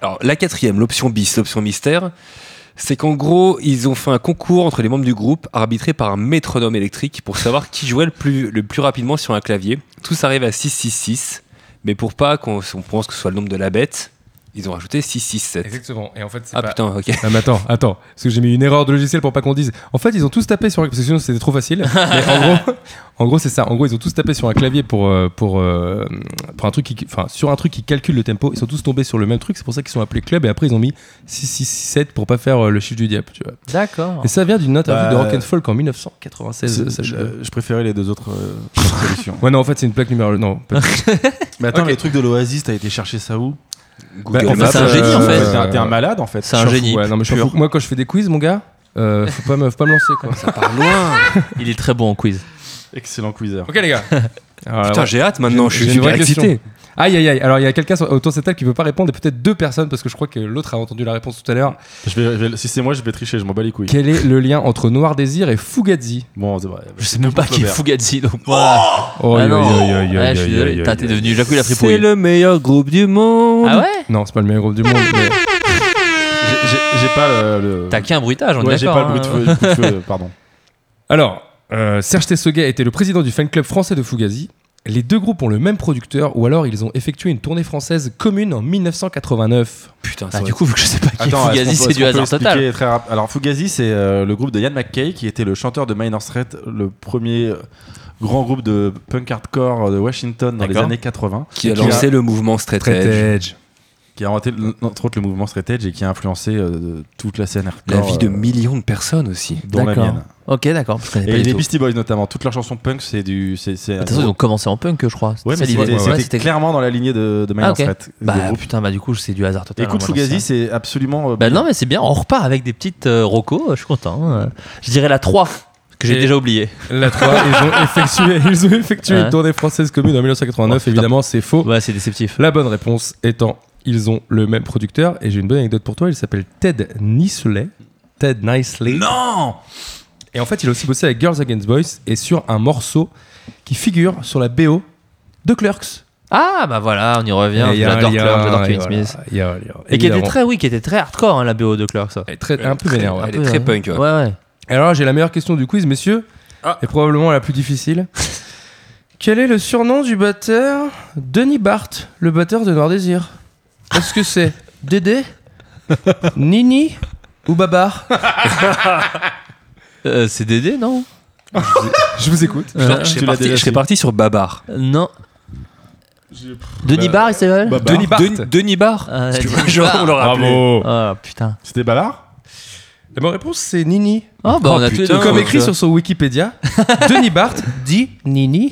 S2: alors, la quatrième, l'option bis, l'option mystère, c'est qu'en gros ils ont fait un concours entre les membres du groupe arbitré par un métronome électrique pour savoir qui jouait le plus, le plus rapidement sur un clavier. Tous arrivent à 666, mais pour pas qu'on on pense que ce soit le nombre de la bête, Ils ont rajouté 667.
S3: Exactement. Et en fait, c'est
S2: Ah
S3: pas-
S2: putain, ok.
S3: Ah, mais attends, attends, parce que j'ai mis une erreur de logiciel pour pas qu'on dise. En fait, ils ont tous tapé sur. Parce que sinon, c'était trop facile. Mais en gros, en gros c'est ça. En gros, ils ont tous tapé sur un clavier pour, euh, pour, euh, pour un truc qui, enfin, sur un truc qui calcule le tempo. Ils sont tous tombés sur le même truc. C'est pour ça qu'ils sont appelés club. Et après, ils ont mis 6667 pour pas faire euh, le chiffre du diable. Tu vois.
S5: D'accord.
S3: Et ça vient d'une interview
S4: Bah,
S3: de Rock and Folk en 1996.
S4: C'est-
S3: ça, je-
S4: je, je préférais les deux autres euh, solutions.
S3: Ouais, non, en fait, c'est une plaque numéro. Non,
S5: Bah,
S3: pas-
S4: Mais attends,
S3: Ok.
S4: le truc de l'Oasis, t'as été chercher ça où
S2: Google
S3: Bah, en
S2: Maps.
S5: fait, c'est un génie, en fait.
S4: T'es un, t'es un malade en fait.
S5: C'est un
S3: je suis
S5: génie.
S3: fou, ouais, non, mais je suis
S5: pur.
S3: fou. Moi, quand je fais des quiz, mon gars, euh, faut, pas me, faut pas me lancer. Quoi.
S5: Il est très bon en quiz.
S4: Excellent quizzer.
S3: ok, les gars. Alors,
S2: Putain,
S3: ouais.
S2: j'ai hâte maintenant, Ah je
S3: J'ai
S2: suis
S3: une
S2: super
S3: vraie question.
S2: excité.
S3: Aïe aïe aïe, alors il y a quelqu'un sur- autour de cette table qui peut pas répondre et peut-être deux personnes parce que je crois que l'autre a entendu la réponse tout à l'heure.
S4: Je vais- je vais- si c'est moi, je vais tricher, je m'en bats les couilles.
S3: Quel est le lien entre Noir Désir et Fugazi
S4: Bon, c'est vrai.
S5: Je sais même pas qui est
S4: Flaubert.
S5: Fugazi, donc voilà.
S3: Oh
S5: Ah
S3: aïe,
S5: non.
S3: aïe, aïe, aïe,
S5: Ouais, je suis
S3: aïe,
S5: désolé.
S3: aïe, aïe,
S5: Putain, t'es
S3: aïe.
S5: devenu Jacques la
S2: C'est
S5: fripouille.
S2: le meilleur groupe du monde.
S5: Ah ouais
S3: Non, c'est pas le meilleur groupe du monde. mais-
S4: J'ai- J'ai j'ai pas le. le-
S5: T'as qu'un bruitage, on est
S4: Ouais, j'ai
S5: d'accord,
S4: pas le bruit de
S5: hein.
S4: feu- coup de feu, pardon.
S3: Alors, euh, Serge Tessoguet était le président du fan club français de Fugazi. Les deux groupes ont le même producteur ou alors ils ont effectué une tournée française commune en 1989.
S2: Putain,
S5: Bah,
S2: ça
S5: du coup, vu que je sais pas qui
S4: Attends,
S5: est
S4: est-ce
S5: Fugazi,
S4: qu'on peut-
S5: c'est
S4: est-ce
S5: du
S4: qu'on peut
S5: hasard total.
S4: expliquer très rap- Alors, Fugazi, c'est euh, le groupe de Yann McKay, qui était le chanteur de Minor Threat, le premier euh, grand groupe de punk hardcore de Washington dans les
S3: D'accord.
S4: années 80,
S2: qui a lancé le mouvement Straight Edge.
S3: Edge.
S4: qui a inventé le- entre autres le mouvement Straight Edge et qui a influencé euh, toute la scène hardcore.
S2: La vie de
S4: euh,
S2: millions de personnes aussi.
S4: dont la
S5: D'accord.
S4: mienne.
S5: Ok, d'accord. je connais pas
S4: Et
S5: du
S4: les
S5: tout.
S4: Beastie Boys notamment, toutes leurs chansons punk, c'est du. c'est- c'est-
S5: De toute façon, ils ont commencé en punk, je crois. C'était
S4: Ouais,
S5: ça
S4: mais
S5: l'idée.
S4: c'était
S5: Ouais,
S4: c'était
S5: c'était-
S4: clairement dans la lignée de, de Minor
S5: Ah, ok.
S4: Threat, le
S5: Bah
S4: groupe.
S5: putain, bah du coup, c'est du hasard total.
S4: Écoute,
S5: hein, moi, j'en sais rien.
S4: Fugazi, c'est absolument. euh,
S5: Bah non, mais c'est bien, on repart avec des petites euh, rocos, euh, je suis content. hein. Je dirais la 3, que j'ai
S3: Et-
S5: déjà oublié.
S3: La 3, ils ont effectué, ils ont effectué
S5: Ouais.
S3: une tournée française commune en 1989.
S5: Oh, putain.
S3: Évidemment, c'est faux.
S5: Ouais, c'est déceptif.
S3: La bonne réponse étant, ils ont le même producteur. Et j'ai une bonne anecdote pour toi. Il s'appelle Ted Nisley. Ted Nisley.
S4: Non
S3: Et en fait, il a aussi bossé avec Girls Against Boys et sur un morceau qui figure sur la BO de Clerks.
S5: Ah bah voilà, on y revient.
S3: Et il y a un
S5: J'adore
S3: lien,
S5: Clark, j'adore
S3: et
S5: Kevin
S3: voilà,
S5: Smith.
S3: il y a un lien.
S5: Et qui était
S3: Évidemment.
S5: très, oui, qui était très hardcore, hein, la BO de Clark, ça.
S3: Elle est très- un peu vénère. ouais.
S2: Elle est très punk, ouais.
S5: Ouais, ouais.
S3: Et Alors, j'ai la meilleure question du quiz, messieurs, et probablement la plus difficile. Quel est le surnom du batteur Denis Barthes, le batteur de Noir Désir Est-ce que c'est Dédé, Nini ou Babar
S5: Euh, c'est Dédé, non
S3: Je vous écoute.
S5: Euh,
S2: Je serais
S4: Tu l'as
S2: parti,
S4: déjà
S2: je serais
S4: fait.
S2: parti sur Babar.
S5: Non. Denis
S4: bah-
S5: Barr, il s'appelle
S4: Babar.
S3: Denis Barthes.
S2: Denis- Denis Barr.
S5: Ah,
S2: Parce que
S5: Denis
S2: genre,
S5: Barr.
S2: on l'aura appelé.
S5: Ah putain.
S4: C'était Ballard
S3: La bonne réponse, c'est Nini.
S5: Ah bah
S2: Oh,
S5: on a tous les
S2: putain.
S5: deux.
S3: Comme
S5: Ouais.
S3: écrit sur son Wikipédia, Denis Barthes dit Nini.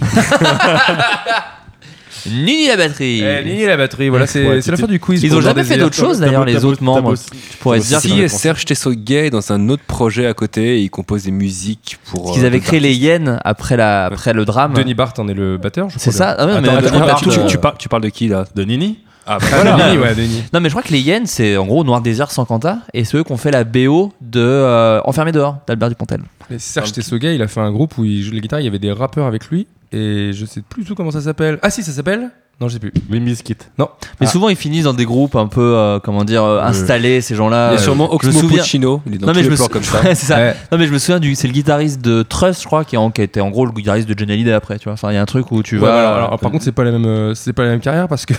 S5: Nini la batterie.
S3: Eh, Nini la batterie, voilà, c'est
S4: Ouais,
S3: c'est la fin du quiz.
S5: Ils
S3: pour
S5: ont
S3: Noir
S5: jamais fait
S3: Désir.
S5: d'autres choses d'ailleurs, les autres membres.
S4: Tu
S5: pourrais se dire
S2: Si Serge Tessoguet est dans un autre projet à côté et il compose des musiques pour.
S5: Parce qu'ils
S2: euh,
S5: avaient
S2: d'autres
S5: créé les Yens après, la, après le drame.
S3: Denis Barthes en est le batteur, je crois.
S5: C'est ça Ah ouais,
S4: Attends,
S5: mais
S4: attends,
S5: Denis
S4: attends,
S5: Barr,
S2: artistes.
S5: tu-
S2: tu, tu par- tu parles de qui là
S4: De Nini
S2: Ah,
S3: Ah,
S5: Voilà.
S3: Nini, ouais, Nini.
S5: Non, mais je crois que les Yens, c'est en gros Noir Désert sans Quentin, et c'est eux qui ont fait la BO de euh, Enfermé dehors d'Albert Dupontel.
S3: Mais Serge Tessoguet, il a fait un groupe où il joue de la guitare, il y avait des rappeurs avec lui, et je sais plus du tout comment ça s'appelle. Ah si, ça s'appelle Non, je sais plus.
S4: Limbiskit.
S5: Mais
S3: Ah.
S5: souvent, ils finissent dans des groupes un peu, euh, comment dire, euh, installés, ces gens-là.
S2: Il y a
S5: Euh,
S2: sûrement
S5: je me
S2: Oxmo
S5: souviens-
S2: Puccino. Il est dans
S5: non
S2: tous
S5: mais, je
S2: les
S5: me
S2: plans
S5: sou-
S2: comme ça.
S5: Ouais, c'est ça.
S3: Ouais.
S5: non mais je me souviens du c'est le guitariste de Trust je crois qui, est en, qui était en gros le guitariste de Johnny Hallyday après tu vois enfin il y a un truc où tu
S3: Ouais,
S5: vas
S3: alors, alors, par contre, c'est pas la même, euh, c'est pas la même carrière parce que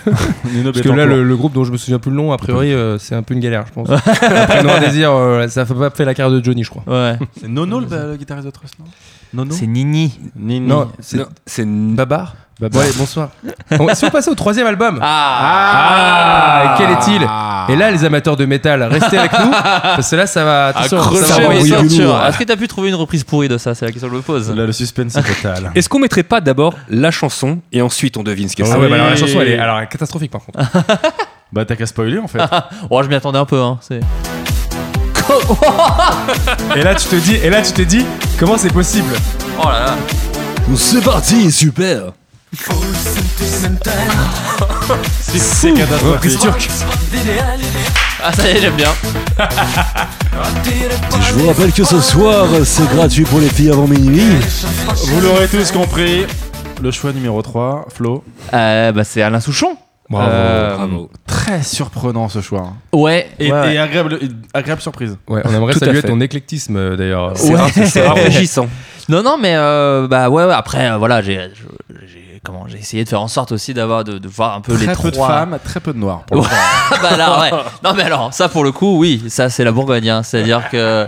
S4: Nino
S3: parce que là, le, le groupe dont je me souviens plus le nom, a priori, euh, c'est un peu une galère, je pense. Après Noir Désir, euh, ça a pas fait la carrière de Johnny, je crois.
S5: ouais
S4: C'est Nono le, le guitariste de Trust, non Nono
S5: c'est Nini
S4: Nini.
S3: Non, c'est
S2: Non, C'est une-
S3: Babar. Ouais, bonsoir. On- si on passait au troisième album.
S5: ah,
S3: Ah, quel est-il Et là, les amateurs de métal, restez avec nous parce que là, ça va. attention,
S5: Ah,
S3: ça va
S5: Accrochez
S3: envoyer
S5: vos
S3: du lourd.
S5: ceintures. Est-ce que t'as pu trouver une reprise pourrie de ça C'est la question que je me pose.
S4: Là, le suspense est total.
S2: Est-ce qu'on mettrait pas d'abord la chanson et ensuite on devine ce que
S3: Ah
S2: c'est
S3: ouais, bah alors la chanson elle est alors, catastrophique par contre.
S4: bah, t'as qu'à spoiler en fait.
S5: Oh, je m'y attendais un peu. Hein. C'est...
S3: Et là tu te dis, et là tu t'es dit, comment c'est possible
S5: Oh là là.
S2: C'est parti, super
S4: c'est catastrophique.
S5: Ah, ça y est, j'aime bien.
S7: Je vous rappelle que ce soir, c'est gratuit pour les filles avant minuit.
S4: Vous l'aurez tous compris. Le choix numéro 3, Flo.
S5: Euh, bah, c'est Alain Souchon.
S3: Bravo,
S5: Euh,
S2: Bravo.
S4: Très surprenant ce choix. hein.
S5: Ouais.
S4: Et,
S5: ouais,
S4: et
S5: ouais.
S4: agréable, agréable surprise.
S3: Ouais, on aimerait
S2: Tout à
S3: saluer
S2: fait.
S3: ton éclectisme euh, d'ailleurs.
S2: C'est
S5: Ouais.
S2: raf- c'est rafraîchissant.
S5: Non, non, mais euh, bah ouais, ouais, après, euh, voilà, j'ai je- j'ai- comment j'ai essayé de faire en sorte aussi d'avoir de, de voir un peu Euh, les
S4: Très peu
S5: trois.
S4: de femmes, très peu de noirs. pour le
S5: Ouais, bah là, ouais. Non, mais alors, ça pour le coup, oui, ça c'est la Bourgogne, hein. c'est-à-dire que.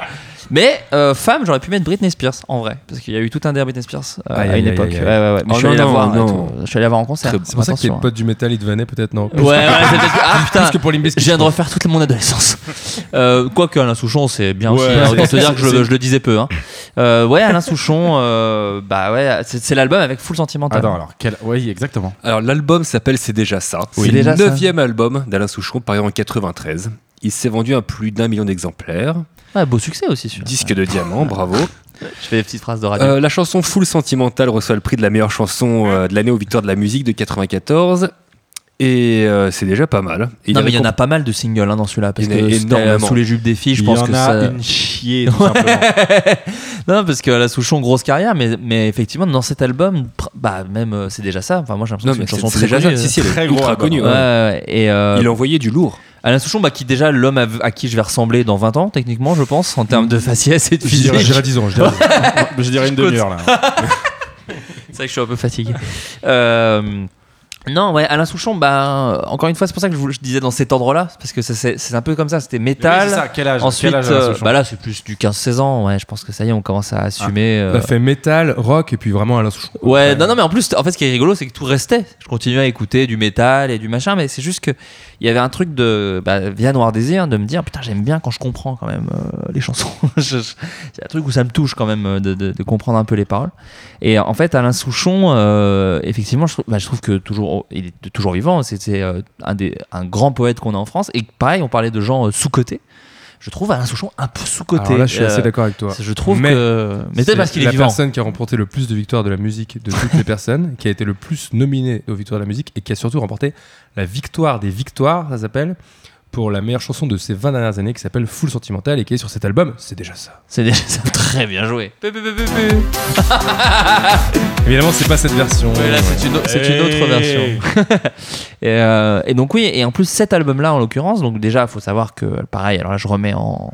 S5: Mais euh, femme, j'aurais pu mettre Britney Spears en vrai, parce qu'il y a eu tout un derby Britney Spears euh,
S3: Aïe,
S5: à une
S3: aïe,
S5: époque.
S3: aïe, aïe.
S5: Ouais, ouais, ouais. Mais
S2: Oh
S5: je suis
S2: non,
S5: allé la
S2: non,
S5: voir, et
S2: non.
S5: tout. je suis allé la voir en concert.
S3: C'est pour ça que tes
S5: Attention, hein.
S3: potes du métal, ils devenaient peut-être non.
S5: Ouais, ouais, c'est peut-être- ah putain,
S3: Plus que pour Limbiskit.
S5: je viens de refaire toute mon adolescence. Euh, Quoique Alain Souchon, c'est bien aussi.
S4: Ouais,
S5: hein, autant
S4: c'est-
S5: te dire que je, le-
S4: c'est-
S5: je le disais peu. Hein. Euh, ouais, Alain Souchon, euh, bah ouais, c'est c'est l'album avec full sentimental.
S4: Attends, alors, quel... oui, exactement.
S2: Alors l'album s'appelle C'est déjà ça.
S5: C'est
S2: C'est
S5: déjà
S2: le
S5: ça.
S2: neuvième album d'Alain Souchon, paru en 93. Il s'est vendu à plus d'un million d'exemplaires.
S5: Ouais, beau succès aussi, sûr.
S2: Disque de diamant, bravo.
S5: Je fais des petites phrases de radio.
S2: Euh, la chanson Full Sentimental reçoit le prix de la meilleure chanson euh, de l'année aux Victoires de la musique de 94. Et euh, c'est déjà pas mal. Et
S5: non, mais
S2: est
S5: il y en a pas mal de singles hein, dans celui-là. Parce
S2: Il y en a
S5: que c'était, euh,
S2: énormément.
S5: sous les jupes des filles, je
S4: Il
S5: pense
S4: y en
S5: que
S4: a
S5: ça.
S4: une chier, tout simplement.
S5: non, parce que euh, la Souchon, grosse carrière, mais, mais effectivement, dans cet album, pr- bah même, euh, c'est déjà ça. Enfin, moi, j'ai l'impression
S2: Non,
S5: que c'est
S2: mais
S5: une chanson
S2: c'est
S5: très
S2: déjà
S5: connue. euh.
S2: ça. Si, si, elle est
S4: Très gros
S2: ultra
S4: album.
S2: connue.
S5: Ouais, ouais,
S2: euh. ouais.
S5: ouais. Et, euh,
S2: Il envoyait du lourd.
S5: Alain Souchon, bah, qui déjà l'homme à, à qui je vais ressembler dans 20 ans, techniquement, je pense, en termes de faciès et de
S3: Je
S5: physique.
S3: dirais- je
S5: C'est
S3: dirais 10 ans. je dirais 10 ans.
S4: Je dirais une demi-heure
S5: Ah,
S4: là.
S5: vrai que je suis un peu fatigué. Euh, non, ouais, Alain Souchon, bah, encore une fois, c'est pour ça que je, vous- je disais dans cet ordre-là, parce que ça, c'est c'est un peu comme ça, c'était métal.
S4: Oui, c'est ça, quel âge
S5: Ensuite,
S4: quel âge a
S5: euh,
S4: la Souchon
S5: bah là, c'est plus du 15-16 ans, ouais, je pense que ça y est, on commence à assumer.
S4: Ah.
S5: euh,
S3: On a Bah, fait métal, rock et puis vraiment Alain Souchon.
S5: Ouais, non, non, mais en plus, en fait, ce qui est rigolo, c'est que tout restait. Je continuais à écouter du métal et du machin, mais c'est juste que il y avait un truc de bah, via Noir Désir de me dire putain, j'aime bien quand je comprends quand même euh, les chansons. Je- je- c'est un truc où ça me touche quand même euh, de, de- de comprendre un peu les paroles. Et en fait, Alain Souchon, euh, effectivement, je, trou- bah, je trouve que toujours, il est toujours vivant. C'était euh, un des un grand poète qu'on a en France. Et pareil, on parlait de gens euh, sous-cotés. Je trouve Alain Souchon un peu sous-coté.
S3: Alors là, je suis assez d'accord avec toi.
S5: Je trouve
S3: Mais
S5: que. Mais peut-être euh, parce qu'il est
S3: la
S5: vivant.
S3: personne qui a remporté le plus de victoires de la musique de toutes les personnes, qui a été le plus nominée aux victoires de la musique et qui a surtout remporté la victoire des victoires, ça s'appelle, pour la meilleure chanson de ces 20 dernières années qui s'appelle Full Sentimental et qui est sur cet album. C'est déjà ça.
S5: C'est déjà c'est très bien joué. Pu, pu, pu, pu, pu.
S3: Évidemment, c'est pas cette version.
S5: Ouais, là, c'est une, au- c'est une autre version. et, euh, et donc, oui, et en plus, cet album-là, en l'occurrence, donc déjà, il faut savoir que, pareil, alors là, je remets en.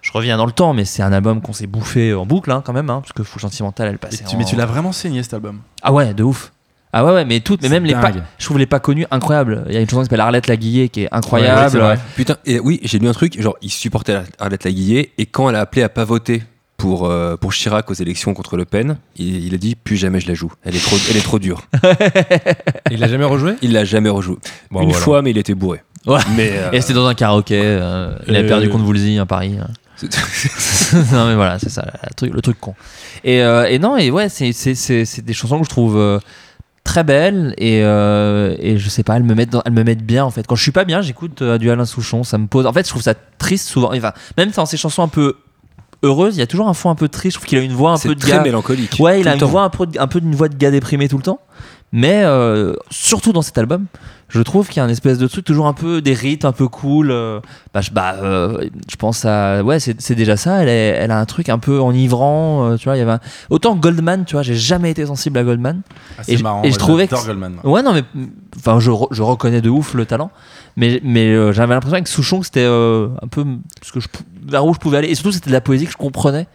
S5: Je reviens dans le temps, mais c'est un album qu'on s'est bouffé en boucle, hein, quand même, hein, parce que Fou Sentimental, elle
S4: Et
S5: passait.
S4: tu-
S5: en-
S4: Mais tu l'as vraiment saigné cet album.
S5: Ah ouais, de ouf. Ah ouais, ouais, mais toutes, mais
S4: C'est
S5: même les pas.
S4: dingue.
S5: Je trouve les pas connus incroyables. Il y a une chanson qui s'appelle Arlette Laguillé qui est
S3: Ouais, ouais, c'est
S5: incroyable.
S3: vrai.
S2: Putain, et oui, j'ai lu un truc, genre, il supportait la- Arlette Laguillet, et quand elle a appelé à pas voter pour, euh, pour Chirac aux élections contre Le Pen, il, il a dit, plus jamais je la joue, elle est trop, elle est trop dure.
S3: Et il l'a jamais rejoué
S2: Il l'a jamais rejoué.
S3: Bon,
S2: Une
S3: voilà.
S2: fois, mais il était bourré.
S5: Ouais.
S2: Mais, euh,
S5: Et c'était dans un karaoké. euh, il a
S2: Euh,
S5: perdu contre Woolsey à Paris. hein. non mais voilà, c'est ça, le truc, le truc con. Et, euh, et non, et ouais, c'est- c'est c'est- c'est des chansons que je trouve euh, très belles et, euh, et je sais pas, elles me, mettent dans- elles me mettent bien en fait. Quand je suis pas bien, j'écoute euh, du Alain Souchon, ça me pose. En fait, je trouve ça triste souvent. Enfin, même dans ces chansons un peu heureuses, il y a toujours un fond un peu triste. Je trouve qu'il a une voix un peu
S2: c'est
S5: de
S2: très
S5: gars.
S2: mélancolique.
S5: Ouais, il
S2: tout
S5: a
S2: le
S5: une
S2: temps.
S5: voix un peu, un peu d'une voix de gars déprimé tout le temps. Mais euh, surtout dans cet album, je trouve qu'il y a un espèce de truc toujours un peu des rites un peu cool. euh, bah, je, bah, euh, je pense à ouais, c'est c'est déjà ça. Elle, est- elle a un truc un peu enivrant. euh, tu vois, il y avait un- autant Goldman. Tu vois, j'ai jamais été sensible à Goldman.
S4: Ah,
S5: Et
S4: c'est
S5: je-
S4: marrant.
S5: et je
S4: moi,
S5: trouvais
S4: j'adore
S5: que- Oh,
S4: Goldman, moi.
S5: Ouais, non, mais enfin, je, re- je reconnais de ouf le talent, mais, mais euh, j'avais l'impression avec Souchon que c'était euh, un peu ce que je, pou- vers où je pouvais aller, et surtout c'était de la poésie que je comprenais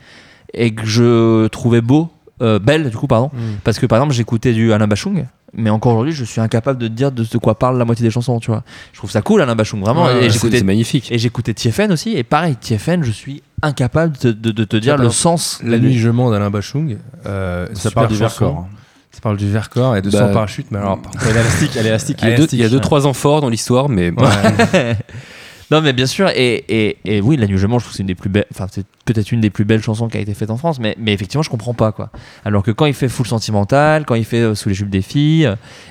S5: et que je trouvais beau, euh, belle du coup, pardon,
S2: Mm.
S5: parce que par exemple j'écoutais du Alain Bachung. Mais encore aujourd'hui, je suis incapable de te dire de ce quoi parle la moitié des chansons, tu vois. Je trouve ça cool, Alain Bachung, vraiment.
S2: Ouais,
S5: et
S2: c'est-
S5: j'écoutais
S2: c'est magnifique.
S5: et j'écoutais Tiefen aussi. Et pareil, Tiefen, je suis incapable de, de- de te dire le
S3: par
S5: sens.
S3: La nuit je mens d'Alain Bachung. euh,
S4: Ça
S3: super
S4: part du hein.
S3: chanson.
S4: Vercors.
S3: Ça parle du Vercors et de
S2: Bah,
S3: son parachute. Mais alors, par contre,
S4: Elle est élastique, elle est élastique.
S2: Il y a deux, il y a deux,
S3: ouais.
S2: trois ans forts dans l'histoire, mais
S5: Non, mais bien sûr, et, et, et oui, La Nuit Je Mens, je trouve que c'est une des plus belles, enfin, c'est peut-être une des plus belles chansons qui a été faite en France, mais, mais effectivement, je comprends pas, quoi. Alors que quand il fait Full Sentimental, quand il fait euh, Sous les jupes des filles,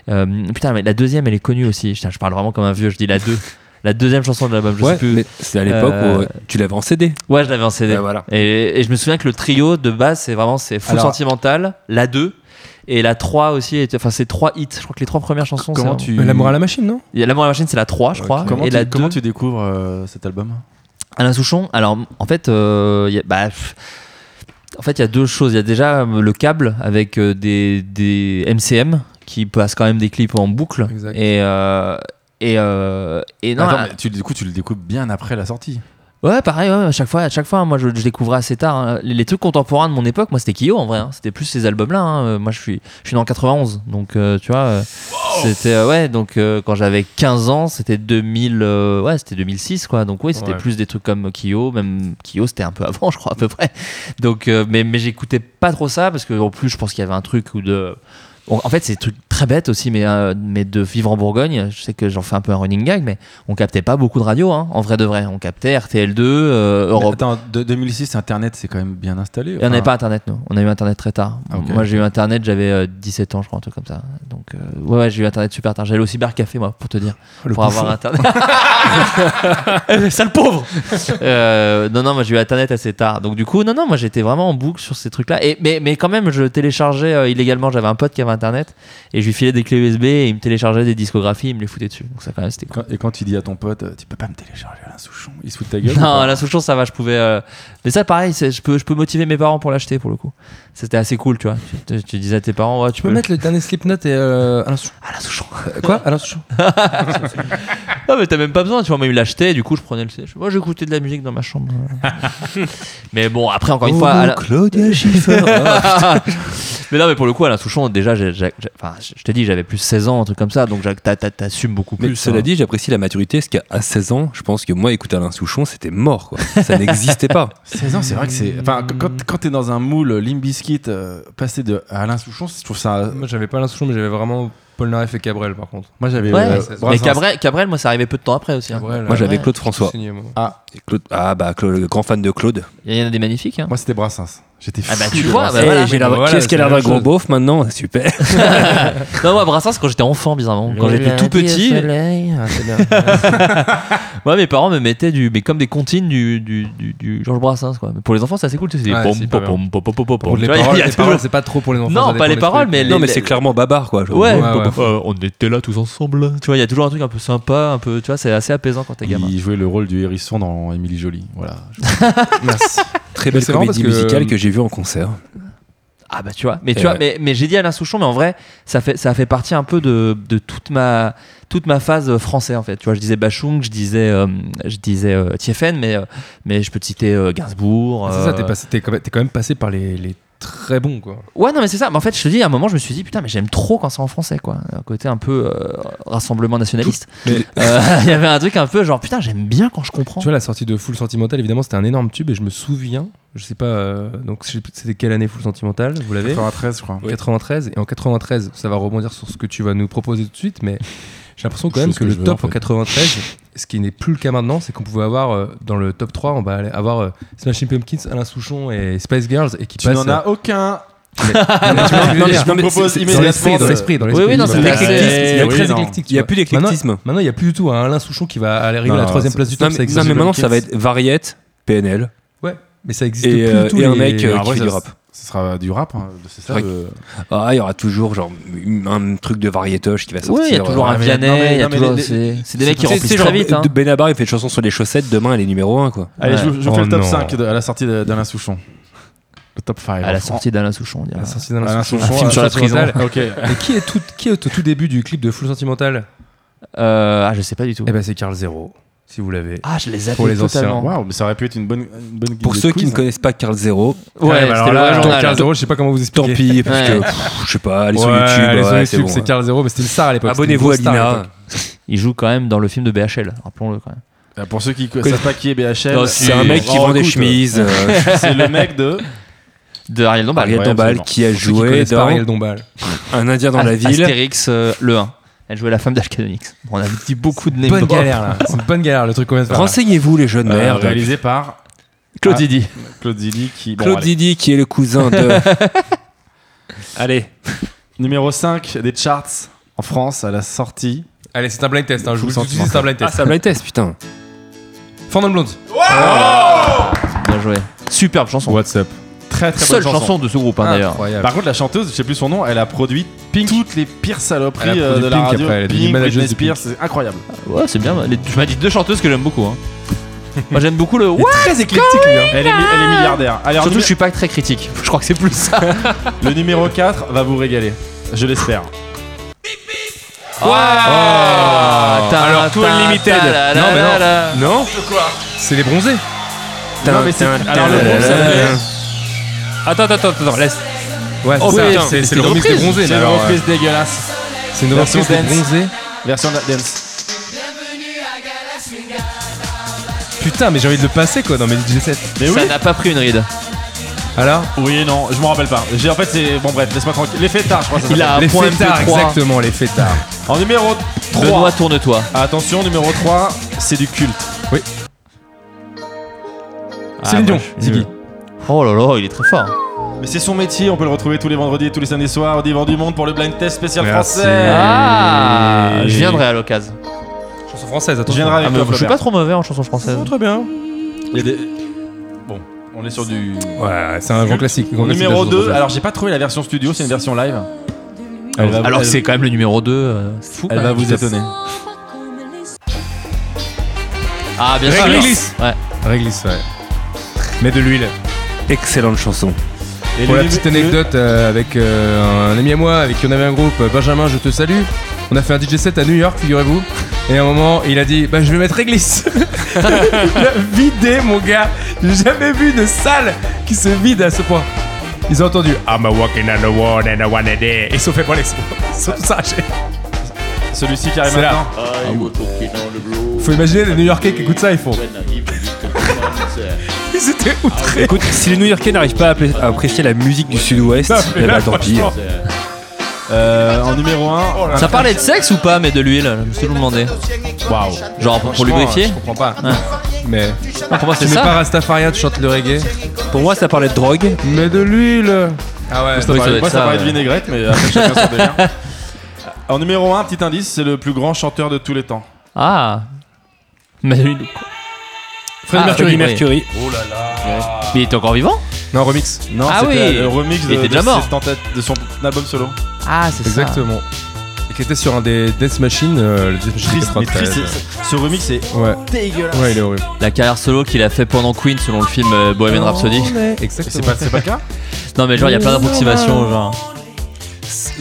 S5: euh, putain, mais la deuxième, elle est connue aussi. Putain, je parle vraiment comme un vieux, je dis la deux. La deuxième chanson de l'album, je
S2: Ouais,
S5: sais plus.
S2: mais c'est à l'époque
S5: Euh,
S2: où euh, tu l'avais en CD.
S5: Ouais, je l'avais en CD.
S2: Ouais, voilà.
S5: et, et je me souviens que le trio de base, c'est vraiment c'est Full
S4: Alors-
S5: Sentimental, la 2, et la 3 aussi, est- enfin, c'est trois hits. Je crois que les trois premières chansons,
S4: Comment
S5: c'est.
S4: tu
S3: Mais L'amour à la machine, non
S5: Il y a L'amour à la machine, c'est la 3, je crois.
S4: Comment,
S5: et
S4: tu,
S5: la
S4: comment
S5: deux-
S4: tu découvres euh, cet album
S5: Alain Souchon, alors en fait, euh, y a- bah, pff, en fait, il y a deux choses. Il y a déjà euh, le câble avec euh, des, des MCM qui passent quand même des clips en boucle.
S3: Exact.
S5: Et, euh, et, euh, et non,
S4: Attends,
S5: ah,
S4: mais tu, du coup, tu le découvres bien après la sortie.
S5: Ouais, pareil, ouais, à chaque fois, à chaque fois, hein, moi je, je découvrais assez tard. hein. Les, les trucs contemporains de mon époque, moi c'était Kyo en vrai, hein. c'était plus ces albums-là. hein. Euh, Moi je suis, je suis né en 91, donc euh, tu vois, euh, c'était, euh, ouais, donc euh, quand j'avais 15 ans, c'était 2000, euh, ouais, c'était 2006 quoi, donc oui, c'était
S3: Ouais.
S5: plus des trucs comme Kyo, même Kyo c'était un peu avant, je crois, à peu près. Donc, euh, mais, mais j'écoutais pas trop ça parce que en plus je pense qu'il y avait un truc où de. Bon, en fait, c'est des trucs très bêtes aussi, mais, euh, mais de vivre en Bourgogne, je sais que j'en fais un peu un running gag, mais on captait pas beaucoup de radio, hein, en vrai de vrai. On captait RTL2, euh, Europe.
S4: Attends, de- 2006, Internet, c'est quand même bien installé.
S5: Et on n'avait
S4: enfin.
S5: pas Internet, nous. On a eu Internet très tard.
S4: Ah, ok.
S5: Moi, j'ai eu Internet, j'avais euh, 17 ans, je crois, un truc comme ça. Donc, euh, ouais, ouais, j'ai eu Internet super tard. J'allais aussi bar café, moi, pour te dire. pour avoir Internet. Sale pauvre Euh, Non, non, moi, j'ai eu Internet assez tard. Donc, du coup, non, non, moi, j'étais vraiment en boucle sur ces trucs-là. Et, mais, mais quand même, je téléchargeais euh, illégalement. J'avais un pote qui avait Internet et je lui filais des clés USB et il me téléchargeait des discographies, il me les foutait dessus. Donc, ça, quand même, c'était cool.
S4: Quand- Et quand tu dis à ton pote, euh, tu peux pas me télécharger Alain Souchon, il se fout de ta gueule. ou
S5: Non,
S4: pas
S5: la Souchon, ça va, je pouvais. euh, Mais ça, pareil, c'est- je peux, je peux motiver mes parents pour l'acheter pour le coup. C'était assez cool, tu vois. Tu, tu- tu disais à tes parents, ouais, tu
S3: Tu peux
S5: peux.
S3: mettre le dernier Slipknot et euh, Alain Souchon. Euh,
S5: Ah, la Souchon
S3: Quoi Alain Souchon
S5: Non, Ah, mais t'as même pas besoin, tu vois. Moi, il me l'achetait, et du coup, je prenais le CD. Moi, j'écoutais de la musique dans ma chambre. mais bon, après, encore une fois. Alain-
S7: Claudia Schiffer.
S5: mais non, mais pour le coup, Alain Souchon, déjà, j'ai- j'ai- j'ai- enfin, je t'ai dit, j'avais plus 16 ans, un truc comme ça, donc j'a- t'a- t'a- t'assumes beaucoup
S2: Mais
S5: plus.
S2: cela
S5: hein.
S2: dit, j'apprécie la maturité, parce qu'à à 16 ans, je pense que moi, écouter Alain Souchon, c'était mort, quoi. Ça n'existait pas.
S4: 16 ans, c'est vrai que c'est. Enfin, qu- quand, quand t'es dans un moule Limbiskit, passer de à Alain Souchon, je trouve ça.
S3: Moi j'avais pas Alain Souchon, mais j'avais vraiment Paul Naref et Cabrel par contre.
S4: Moi j'avais.
S5: Ouais,
S4: euh,
S5: mais
S4: Brassens.
S5: Cabrel, Cabrel, moi, ça arrivait peu de temps après aussi. hein.
S3: Cabrel,
S2: Moi, j'avais
S5: ouais.
S2: Claude François.
S3: Saigné, moi.
S2: Et Claude- Ah, bah, Claude- grand fan de Claude.
S5: Il y en a des magnifiques. hein.
S4: Moi c'était Brassens. J'étais fou.
S5: Ah bah, tu
S4: de
S5: vois,
S2: Eh,
S4: Brassens.
S5: bah, voilà.
S2: j'ai l'air-
S3: bah, voilà,
S2: Qu'est-ce qu'elle a l'air
S3: c'est
S2: d'un
S3: la
S2: gros
S3: chose.
S2: beauf maintenant Super.
S5: Non, moi, Brassens, quand j'étais enfant, bizarrement. Quand j'étais tout petit. Moi, mes parents me mettaient du, mais comme des comptines du, du, du, du Georges Brassens, quoi. Mais pour les enfants, c'est assez cool, tu sais. c'est
S3: Ouais,
S5: pom,
S3: c'est
S5: pom,
S3: hyper
S5: pom, pom, pom, pom, pom.
S3: Pour les
S5: Tu vois, il y a
S3: paroles, les
S5: toujours-
S3: paroles, c'est pas trop pour les enfants.
S5: Non, pas
S3: ça dépend
S5: les
S3: des
S5: paroles,
S3: trucs.
S5: mais les-
S2: Non, mais c'est clairement babar, quoi. genre.
S5: Ouais,
S3: Ouais, ouais,
S5: pom, euh, on était là tous ensemble. Tu vois, il y a toujours un truc un peu sympa, un peu, tu vois, c'est assez apaisant quand t'es gamin.
S4: Il jouait le rôle du hérisson dans Émilie Jolie. Voilà.
S3: Merci.
S2: Très
S3: Mais
S2: belle
S3: c'est marrant
S2: comédie
S3: parce que-
S2: musicale que j'ai vue en concert.
S5: Ah bah tu vois, mais tu
S2: Et
S5: vois,
S2: ouais.
S5: mais, mais j'ai dit Alain Souchon, mais en vrai, ça fait ça fait partie un peu de, de toute ma toute ma phase euh, français en fait. Tu vois, je disais Bachung, je disais euh, je disais euh, Thieffen, mais euh, mais je peux te citer euh, Gainsbourg.
S3: C'est ça, t'es
S5: euh,
S3: passé- t'es quand même- t'es quand même passé par les les très bons quoi.
S5: Ouais, non, mais c'est ça. Mais en fait, je te dis, à un moment, je me suis dit, putain, mais j'aime trop quand c'est en français, quoi. Un côté un peu euh, rassemblement nationaliste. Euh, Il y avait un truc un peu genre, putain, j'aime bien quand je comprends.
S3: Tu vois, la sortie de Full Sentimental, évidemment, c'était un énorme tube et je me souviens, je sais pas, euh, donc je sais plus c'était quelle année Full Sentimental, vous l'avez
S4: 93, je crois.
S3: 93. Et en 93, ça va rebondir sur ce que tu vas nous proposer tout de suite, mais j'ai l'impression quand même
S4: Chose
S3: que,
S4: que
S3: le
S4: je veux,
S3: top
S4: en fait.
S3: en 93, ce qui n'est plus le cas maintenant, c'est qu'on pouvait avoir euh, dans le top 3, on va aller avoir euh, Smashing Pumpkins, Alain Souchon et Space Girls et qui
S4: Tu
S3: passe.
S4: n'en as aucun.
S5: Ah,
S2: non, mais- non, mais
S4: propose
S2: c'est- c'est-
S3: dans l'esprit,
S4: immédiatement
S2: euh,
S3: dans
S4: de-
S3: l'esprit, dans
S5: Oui,
S3: l'esprit.
S5: oui, non,
S3: Voilà.
S5: c'était
S3: L'éclectisme,
S5: assez-
S3: il y a
S4: oui,
S3: très
S4: non.
S3: éclectique.
S2: Il n'y a plus
S3: d'éclectisme.
S2: d'éclectisme.
S3: Maintenant, il n'y a plus du tout un Alain Souchon qui va aller arriver à
S4: Non,
S3: la troisième
S4: c'est-
S3: place du
S2: Non,
S3: top.
S2: mais, non, mais maintenant, ça va être variette, PNL.
S3: Mais ça existe
S2: Et,
S3: plus
S2: euh,
S3: du tout.
S2: et un
S3: les- Ah,
S2: mec euh,
S4: Alors,
S2: qui
S4: ouais,
S2: fait
S4: ça-
S2: du rap.
S4: Ce sera du rap, hein, c'est ça.
S2: Ouais.
S4: le-
S2: Ah, il y aura toujours genre une- un truc de variétoche qui va sortir.
S5: Ouais, il y a toujours
S2: Ouais.
S5: un
S4: mais- non,
S5: Vianney,
S4: mais-
S5: il y
S4: non,
S5: a
S4: mais
S5: toujours.
S4: les-
S5: C'est c'est des mecs qui
S2: Tu sais,
S5: remplissent
S2: c'est
S5: très
S2: genre,
S5: vite. hein.
S2: de Benabar, il fait une chanson sur les chaussettes, demain elle est numéro 1 quoi.
S4: Allez, je, vous- je vous
S3: Oh
S4: fais le top
S3: non.
S4: 5 de- à la sortie de- d'Alain Souchon. Le top 5.
S5: À la sortie d'Alain Souchon, on dirait.
S3: La sortie d'Alain
S4: Alain
S3: Souchon,
S4: Souchon,
S3: un film
S4: euh,
S3: sur la
S4: Alain
S3: prison.
S4: Ok.
S3: Mais qui est, tout, qui est au tout début du clip de Full Sentimental
S5: Euh, ah, je sais pas du tout.
S3: Eh ben c'est Carl Zero, si vous l'avez.
S5: Ah, je les ai
S3: Pour les anciens,
S5: totalement.
S4: Waouh, mais ça aurait pu être une bonne, une bonne guide
S2: Pour
S4: de
S2: ceux qui
S4: quiz.
S2: ne connaissent pas Carl Zero,
S5: Ouais,
S3: bah
S5: c'était
S3: alors
S5: le vrai
S3: là,
S5: journal.
S3: Carl Zero, je sais pas comment vous
S2: tant pis,
S3: expliquer.
S2: parce que
S5: Ouais.
S2: pff, je sais pas, allez
S3: Ouais,
S2: sur
S3: allez
S2: YouTube,
S3: sur
S2: ouais,
S3: YouTube,
S2: c'est bon,
S3: c'est
S2: ouais.
S3: Carl Zero, mais c'était une star à l'époque. c'était une
S2: Abonnez-vous à
S3: grosse star
S2: Lina.
S3: l'époque.
S5: Il joue quand même dans le film de BHL, rappelons-le quand même.
S4: Euh, Pour ceux qui ne savent pas qui est BHL,
S5: Non,
S2: C'est un mec qui
S4: Oh,
S2: vend des
S4: écoute,
S2: chemises, euh,
S4: C'est le mec de.
S5: De Ariel Dombal.
S2: Ariel
S4: ouais,
S2: Dombal
S4: absolument.
S2: qui a
S3: Ceux qui
S2: joué
S3: connaissent pas Ariel
S2: dans
S3: Dombal.
S2: Un Indien dans la ville.
S5: Ah, Astérix, euh, le 1. Elle jouait la femme d'Ashcanonix. Bon, on a dit beaucoup de name
S3: Bonne
S5: drop.
S3: galère là. C'est une bonne galère le truc qu'on vient de faire. là.
S2: Renseignez-vous les jeunes
S4: euh,
S2: merdes.
S4: réalisé par
S5: Claude Didi.
S4: Claude Zilli qui. bon,
S2: Claude
S4: allez.
S2: Didi qui est le cousin de. Allez,
S4: Numéro 5 des charts en France à la sortie.
S3: Allez, c'est un blind test. Hein. Je vous le
S4: Full
S3: dis, c'est un blind
S2: ah,
S3: test.
S2: ça blind test, putain.
S3: Fernand Blonde.
S5: Bien joué. Superbe chanson.
S4: What's up Très très
S5: Seule
S4: bonne
S5: chanson. de ce groupe, hein,
S2: Ah,
S5: d'ailleurs.
S3: Incroyable.
S4: Par contre, la chanteuse, je sais plus son nom, elle a produit toutes les pires
S3: Elle
S4: saloperies
S3: a
S4: euh,
S3: produit
S4: de la
S3: Pink
S4: radio.
S3: après, elle est devenue
S4: Pink,
S3: manageuse
S4: Britney
S3: de Pink.
S4: Spears, c'est incroyable.
S5: Ouais, c'est bien. Les- Tu m'as dit deux chanteuses que j'aime beaucoup. hein. Moi, j'aime beaucoup le.
S3: Il est très éclectique lui. hein.
S4: Elle est, mi- elle est milliardaire. Allez, alors,
S5: Surtout, je
S4: numé-
S5: suis pas très critique. Je crois que c'est plus ça.
S4: le numéro 4 va vous régaler. Je l'espère.
S5: Alors, Oh.
S2: Unlimited.
S3: Non, mais non. Non C'est les bronzés.
S2: Non, mais c'est.
S3: alors, le groupe s'appelait-
S2: Attends, attends, attends, attends, laisse.
S3: Ouais,
S2: Oh,
S3: ça,
S2: putain,
S3: c'est-
S2: mais c'était
S3: c'est le
S2: une
S3: remix des
S2: reprise.
S3: bronzés.
S2: C'est
S3: là,
S2: une
S3: alors,
S2: reprise
S3: euh,
S6: dégueulasse.
S3: C'est une reprise des bronzés.
S6: Version de la dance.
S3: Putain, mais j'ai envie de le passer quoi dans mes DJ sets.
S4: Mais oui.
S5: Ça n'a pas pris une ride.
S3: Alors
S4: Oui, non, je m'en rappelle pas. J'ai en fait c'est bon bref, laisse-moi tranquille. L'effet tard, je crois. que Ça
S5: Il a
S2: Ah,
S4: s'appelle.
S5: un
S3: les
S5: point
S3: fêtards,
S5: MP3.
S3: exactement, les fêtards.
S4: En numéro 3.
S5: Benoît, tourne-toi.
S4: Attention, numéro 3, c'est du culte.
S2: Ah,
S5: Ah,
S3: Céline Dion.
S4: Ziggy.
S5: Oh là là, il est très fort.
S4: Mais c'est son métier, on peut le retrouver tous les vendredis et tous les samedis soirs au Divan du Monde pour le blind test spécial
S3: Merci.
S4: français.
S5: Ah, je viendrai à l'occasion.
S3: Chanson française,
S4: Je
S3: attention.
S4: viendrai
S5: Ah,
S4: avec
S5: mais
S4: toi,
S5: je suis
S4: Flaubert.
S5: pas trop mauvais en chanson française.
S4: Oh, Très bien. Il y a des... Bon, on est sur du.
S3: Ouais, c'est un grand classique. grand classique
S4: Numéro
S3: de la chanson
S4: 2,
S3: française.
S4: alors j'ai pas trouvé la version studio, c'est une version live. Elle va-
S5: Alors que
S4: elle-
S5: c'est quand même le numéro 2. fou.
S4: Elle
S5: quand
S4: va
S5: même.
S4: vous étonner.
S5: Ah, bien sûr.
S3: Réglisse.
S5: Ouais.
S3: Réglisse, ouais. Mets de l'huile.
S2: Excellente chanson.
S4: Et
S3: Pour
S4: le
S3: la petite
S4: numé-
S3: anecdote, euh, avec euh, un ami à moi, avec qui on avait un groupe, euh, Benjamin, je te salue. On a fait un DJ set à New York, figurez-vous. Et à un moment, il a dit Bah, je vais mettre réglisse. il a vidé, mon gars. J'ai jamais vu de salle qui se vide à ce point. Ils ont entendu I'm a walking on the wall and I wanna day. Ils sont fait pour les Ils sont tous arrachés.
S4: le- Celui-ci qui arrive
S3: C'est là.
S4: maintenant.
S3: Faut imaginer les New Yorkais qui écoutent ça, ils font. ils étaient outrés.
S2: Écoute, si les New Yorkais n'arrivent pas à, appré- à apprécier la musique du Sud-Ouest,
S3: Ça, mais
S2: eh
S3: là,
S2: bah tant pis.
S3: franchement.
S4: Euh, en numéro 1,
S5: Ça parlait de sexe ou pas, mais de l'huile euh, Je me suis toujours demandé.
S4: waouh.
S5: Genre pour, pour lubrifier
S3: Je comprends pas.
S5: Ouais.
S3: Mais
S5: Non, Pour moi,
S3: tu
S5: c'est
S3: mets pas
S5: ça.
S3: Rastafarian, tu chantes le reggae.
S2: Pour moi, ça parlait de drogue.
S3: Mais de l'huile. Ah ouais.
S5: Oui, ça doit
S4: Moi,
S5: être
S4: ça euh,
S5: ça,
S4: paraît de
S5: ouais.
S4: vinaigrette, mais après, chacun son délire. En numéro 1, petit indice, c'est le plus grand chanteur de tous les temps.
S5: Ah. Mais de l'huile.
S2: Freddie
S5: Ah,
S2: Mercury.
S5: Freddie
S2: Mercury.
S4: Oh
S5: Mais il était encore vivant
S3: Non, remix.
S4: Non,
S5: Ah
S4: c'était euh,
S5: oui.
S4: le remix
S5: Il
S4: de,
S5: était
S4: de
S5: déjà mort.
S4: ses tenta- de son album solo.
S5: Ah, c'est ça.
S3: Exactement. Et qui était sur un des Death Machine, euh, le Death Machine
S4: Triste, mais
S3: 93.
S4: triste. c'est- Ce remix est
S3: euh, Ouais,
S6: Dégueulasse.
S3: ouais, il est horrible.
S5: La carrière solo qu'il a fait pendant Queen selon le film euh, Bohemian Rhapsody.
S4: C'est
S3: Exactement.
S4: pas, c'est pas le cas
S5: Non mais genre il y a plein d'approximations genre.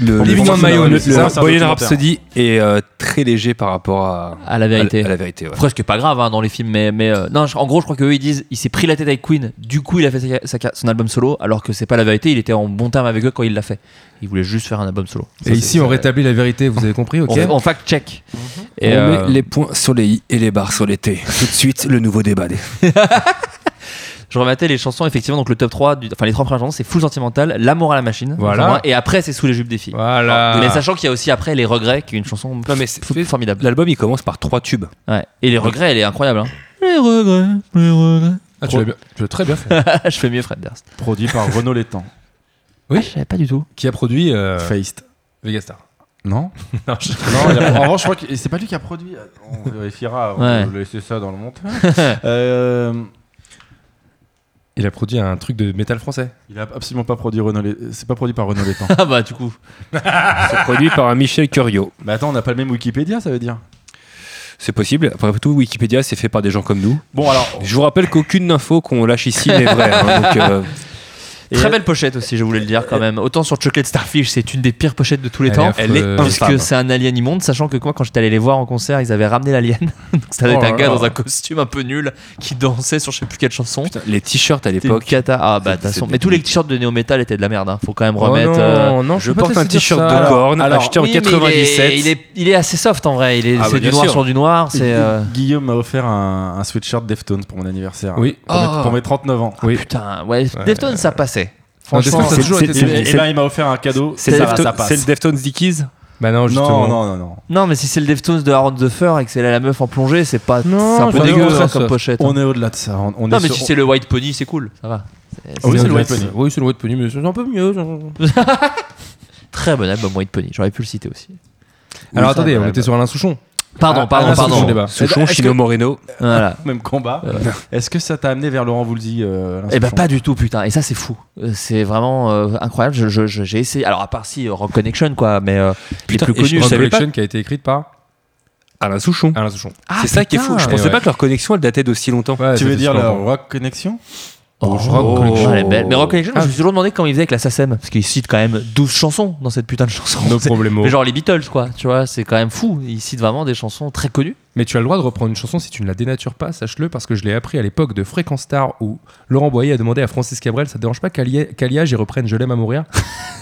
S2: Le
S3: Living on My Own,
S2: le-
S3: c'est
S2: le
S4: ça, c'est un
S2: Bohemian
S4: documentaire.
S2: Rhapsody est euh, très léger par rapport à,
S5: À la
S2: à la-
S5: vérité.
S2: à la vérité. ouais.
S5: Presque pas grave hein, dans les films mais mais euh, non je- en gros je crois que eux ils disent il s'est pris la tête avec Queen du coup il a fait sa- sa- son album solo alors que c'est pas la vérité il était en bon terme avec eux quand il l'a fait. Il voulait juste faire un album solo.
S3: Et ici, on rétablit la vérité, vous avez compris, ok Mhm.
S5: On, on fact check.
S2: On
S5: Et, euh,
S2: met les points sur les i et les barres sur les t. Tout de suite, le nouveau débat. des-
S5: Je rematais les chansons effectivement donc le top 3 du- enfin les trois premières chansons c'est full sentimental, l'amour à la machine
S3: Voilà.
S5: enfin, et après c'est sous les jupes des filles.
S3: Voilà.
S5: Mais sachant qu'il y a aussi après les regrets qui est une chanson
S2: Non, mais c'est-
S5: f- formidable.
S2: L'album, il commence par trois tubes.
S5: Ouais. Et les regrets, elle est incroyable. Hein. Les regrets, les regrets.
S3: Ah, tu l'as bien- tu l'as très bien fait.
S5: je fais mieux Fred Durst.
S4: Produit par Renaud Létang.
S3: Oui.
S5: Ah, je savais pas du tout.
S3: Qui a produit euh,
S4: Feist.
S3: Vegastar
S4: Non
S3: Non, je-
S4: Non, il a- en revanche, je crois que c'est pas lui qui a produit. On vérifiera, on
S5: Ouais.
S4: va laisser ça dans le montage. Euh,
S3: Il a produit un truc de métal français.
S4: il a absolument pas produit Renaud Lé- C'est pas produit par Renaud Létang.
S5: Ah bah du coup.
S2: C'est produit par un Michel Curio.
S4: mais attends, on n'a pas le même Wikipédia, ça veut dire
S2: C'est possible. Après tout, Wikipédia, c'est fait par des gens comme nous.
S4: Bon, alors.
S2: Je vous rappelle qu'aucune info qu'on lâche ici n'est vraie. hein, donc, euh,
S5: Très
S4: Et-
S5: belle pochette aussi, je voulais le dire quand même. Autant sur Chocolate Starfish, c'est une des pires pochettes de tous les
S3: Elle est
S5: temps.
S3: affreuse. Elle est
S5: Puisque
S3: infâme.
S5: c'est un alien immonde, sachant que moi, quand j'étais allé les voir en concert, ils avaient ramené l'alien. Donc ça doit
S2: Oh
S5: être un
S2: là
S5: gars
S2: là.
S5: dans un costume un peu nul qui dansait sur je sais plus quelle chanson.
S2: putain, les t-shirts à
S5: C'était une
S2: l'époque.
S5: cata. Ah bah de toute
S2: C'était-
S5: façon. Mais tous les t-shirts de Néo Metal étaient de la merde. hein. Faut quand même
S3: Oh
S5: remettre. euh,
S3: non,
S2: Je
S3: peux pas
S2: porte
S3: te
S2: un
S3: laisser dire
S2: t-shirt
S3: ça.
S2: de corne
S4: alors,
S2: acheté en
S5: oui, mais
S2: 97.
S5: Il est, il, est, il est assez soft en vrai. Il est,
S2: Ah,
S5: c'est
S2: bah,
S5: du
S2: bien
S5: noir
S2: sûr.
S5: sur du noir. C'est. euh,
S4: Guillaume m'a offert un, un sweatshirt Deftones pour mon anniversaire.
S3: Oui.
S4: Pour, mes,
S5: Oh.
S4: pour mes 39 ans.
S3: Oui.
S5: Putain, ouais, Deftones ça passait.
S3: Franchement,
S2: Franchement,
S3: ça a
S2: c'est-
S3: toujours
S2: c'est-
S3: été
S4: Et,
S3: ça.
S2: c'est-
S4: et ben, il m'a offert un cadeau.
S2: C'est le,
S4: Ça,
S2: Defto-
S4: ça passe.
S2: c'est le Deftones Dickies
S3: Bah non,
S4: Non,
S3: justement.
S4: non, non, non.
S5: Non, mais si c'est le Deftones de Aaron the Fur et que c'est la, la meuf en plongée, c'est pas.
S3: Non,
S5: c'est un peu
S3: enfin,
S5: dégueu
S3: non,
S5: hein,
S3: ça,
S5: comme
S3: ça.
S5: pochette. hein.
S4: On est au-delà de ça. On, on
S5: Non,
S4: est
S5: mais
S4: sur-
S5: si c'est le White Pony, c'est cool, ça va. C'est- c'est
S4: Oui, c'est le
S3: Néo
S4: White Pony.
S3: Oui, c'est le White Pony, mais c'est un peu mieux.
S5: un Très bon album White Pony, j'aurais pu le citer aussi.
S3: Alors
S5: ça,
S3: attendez, on
S5: voilà.
S3: était sur Alain Souchon.
S5: Pardon,
S4: Ah,
S5: pardon,
S4: ah,
S3: Souchon,
S5: pardon.
S3: débat.
S2: Souchon, Chino Moreno.
S5: Voilà.
S4: même combat. Est-ce que ça t'a amené vers Laurent Voulzy euh, Alain
S5: Eh ben
S4: Souchon
S5: pas du tout putain et ça c'est fou Euh, c'est vraiment euh, incroyable Je- je- je- j'ai essayé alors à part si euh, Rock Connection quoi mais euh, les plus
S2: et je-
S5: connus
S2: je
S3: Rock
S2: savais pas.
S3: Collection qui a été écrite par
S2: Alain Souchon.
S3: Alain Souchon.
S5: Ah,
S2: c'est ça qui est
S5: putain.
S2: fou. Je
S3: Et
S2: pensais
S3: ouais.
S2: pas que leur connexion elle datait d'aussi longtemps.
S3: Ouais,
S4: Tu
S3: ça
S4: veux
S3: fait
S4: dire
S3: super
S4: la
S3: longtemps.
S4: Rock Connection
S5: Oh,
S2: Rock Collection.
S5: elle est belle. Mais Rock Collection, moi,
S3: Ah.
S5: je me suis toujours demandé comment ils faisaient avec la SACEM. Parce qu'ils citent quand même 12 chansons dans cette putain de chanson.
S3: No
S5: C'est-
S3: problemo.
S5: Mais genre les Beatles, quoi. Tu vois, c'est quand même fou. Ils citent vraiment des chansons très connues.
S3: Mais tu as le droit de reprendre une chanson si tu ne la dénatures pas, sache-le, parce que je l'ai appris à l'époque de Fréquence Star où Laurent Boyer a demandé à Francis Cabrel Ça te dérange pas qu'Alia- qu'Alliage y reprenne Je l'aime à mourir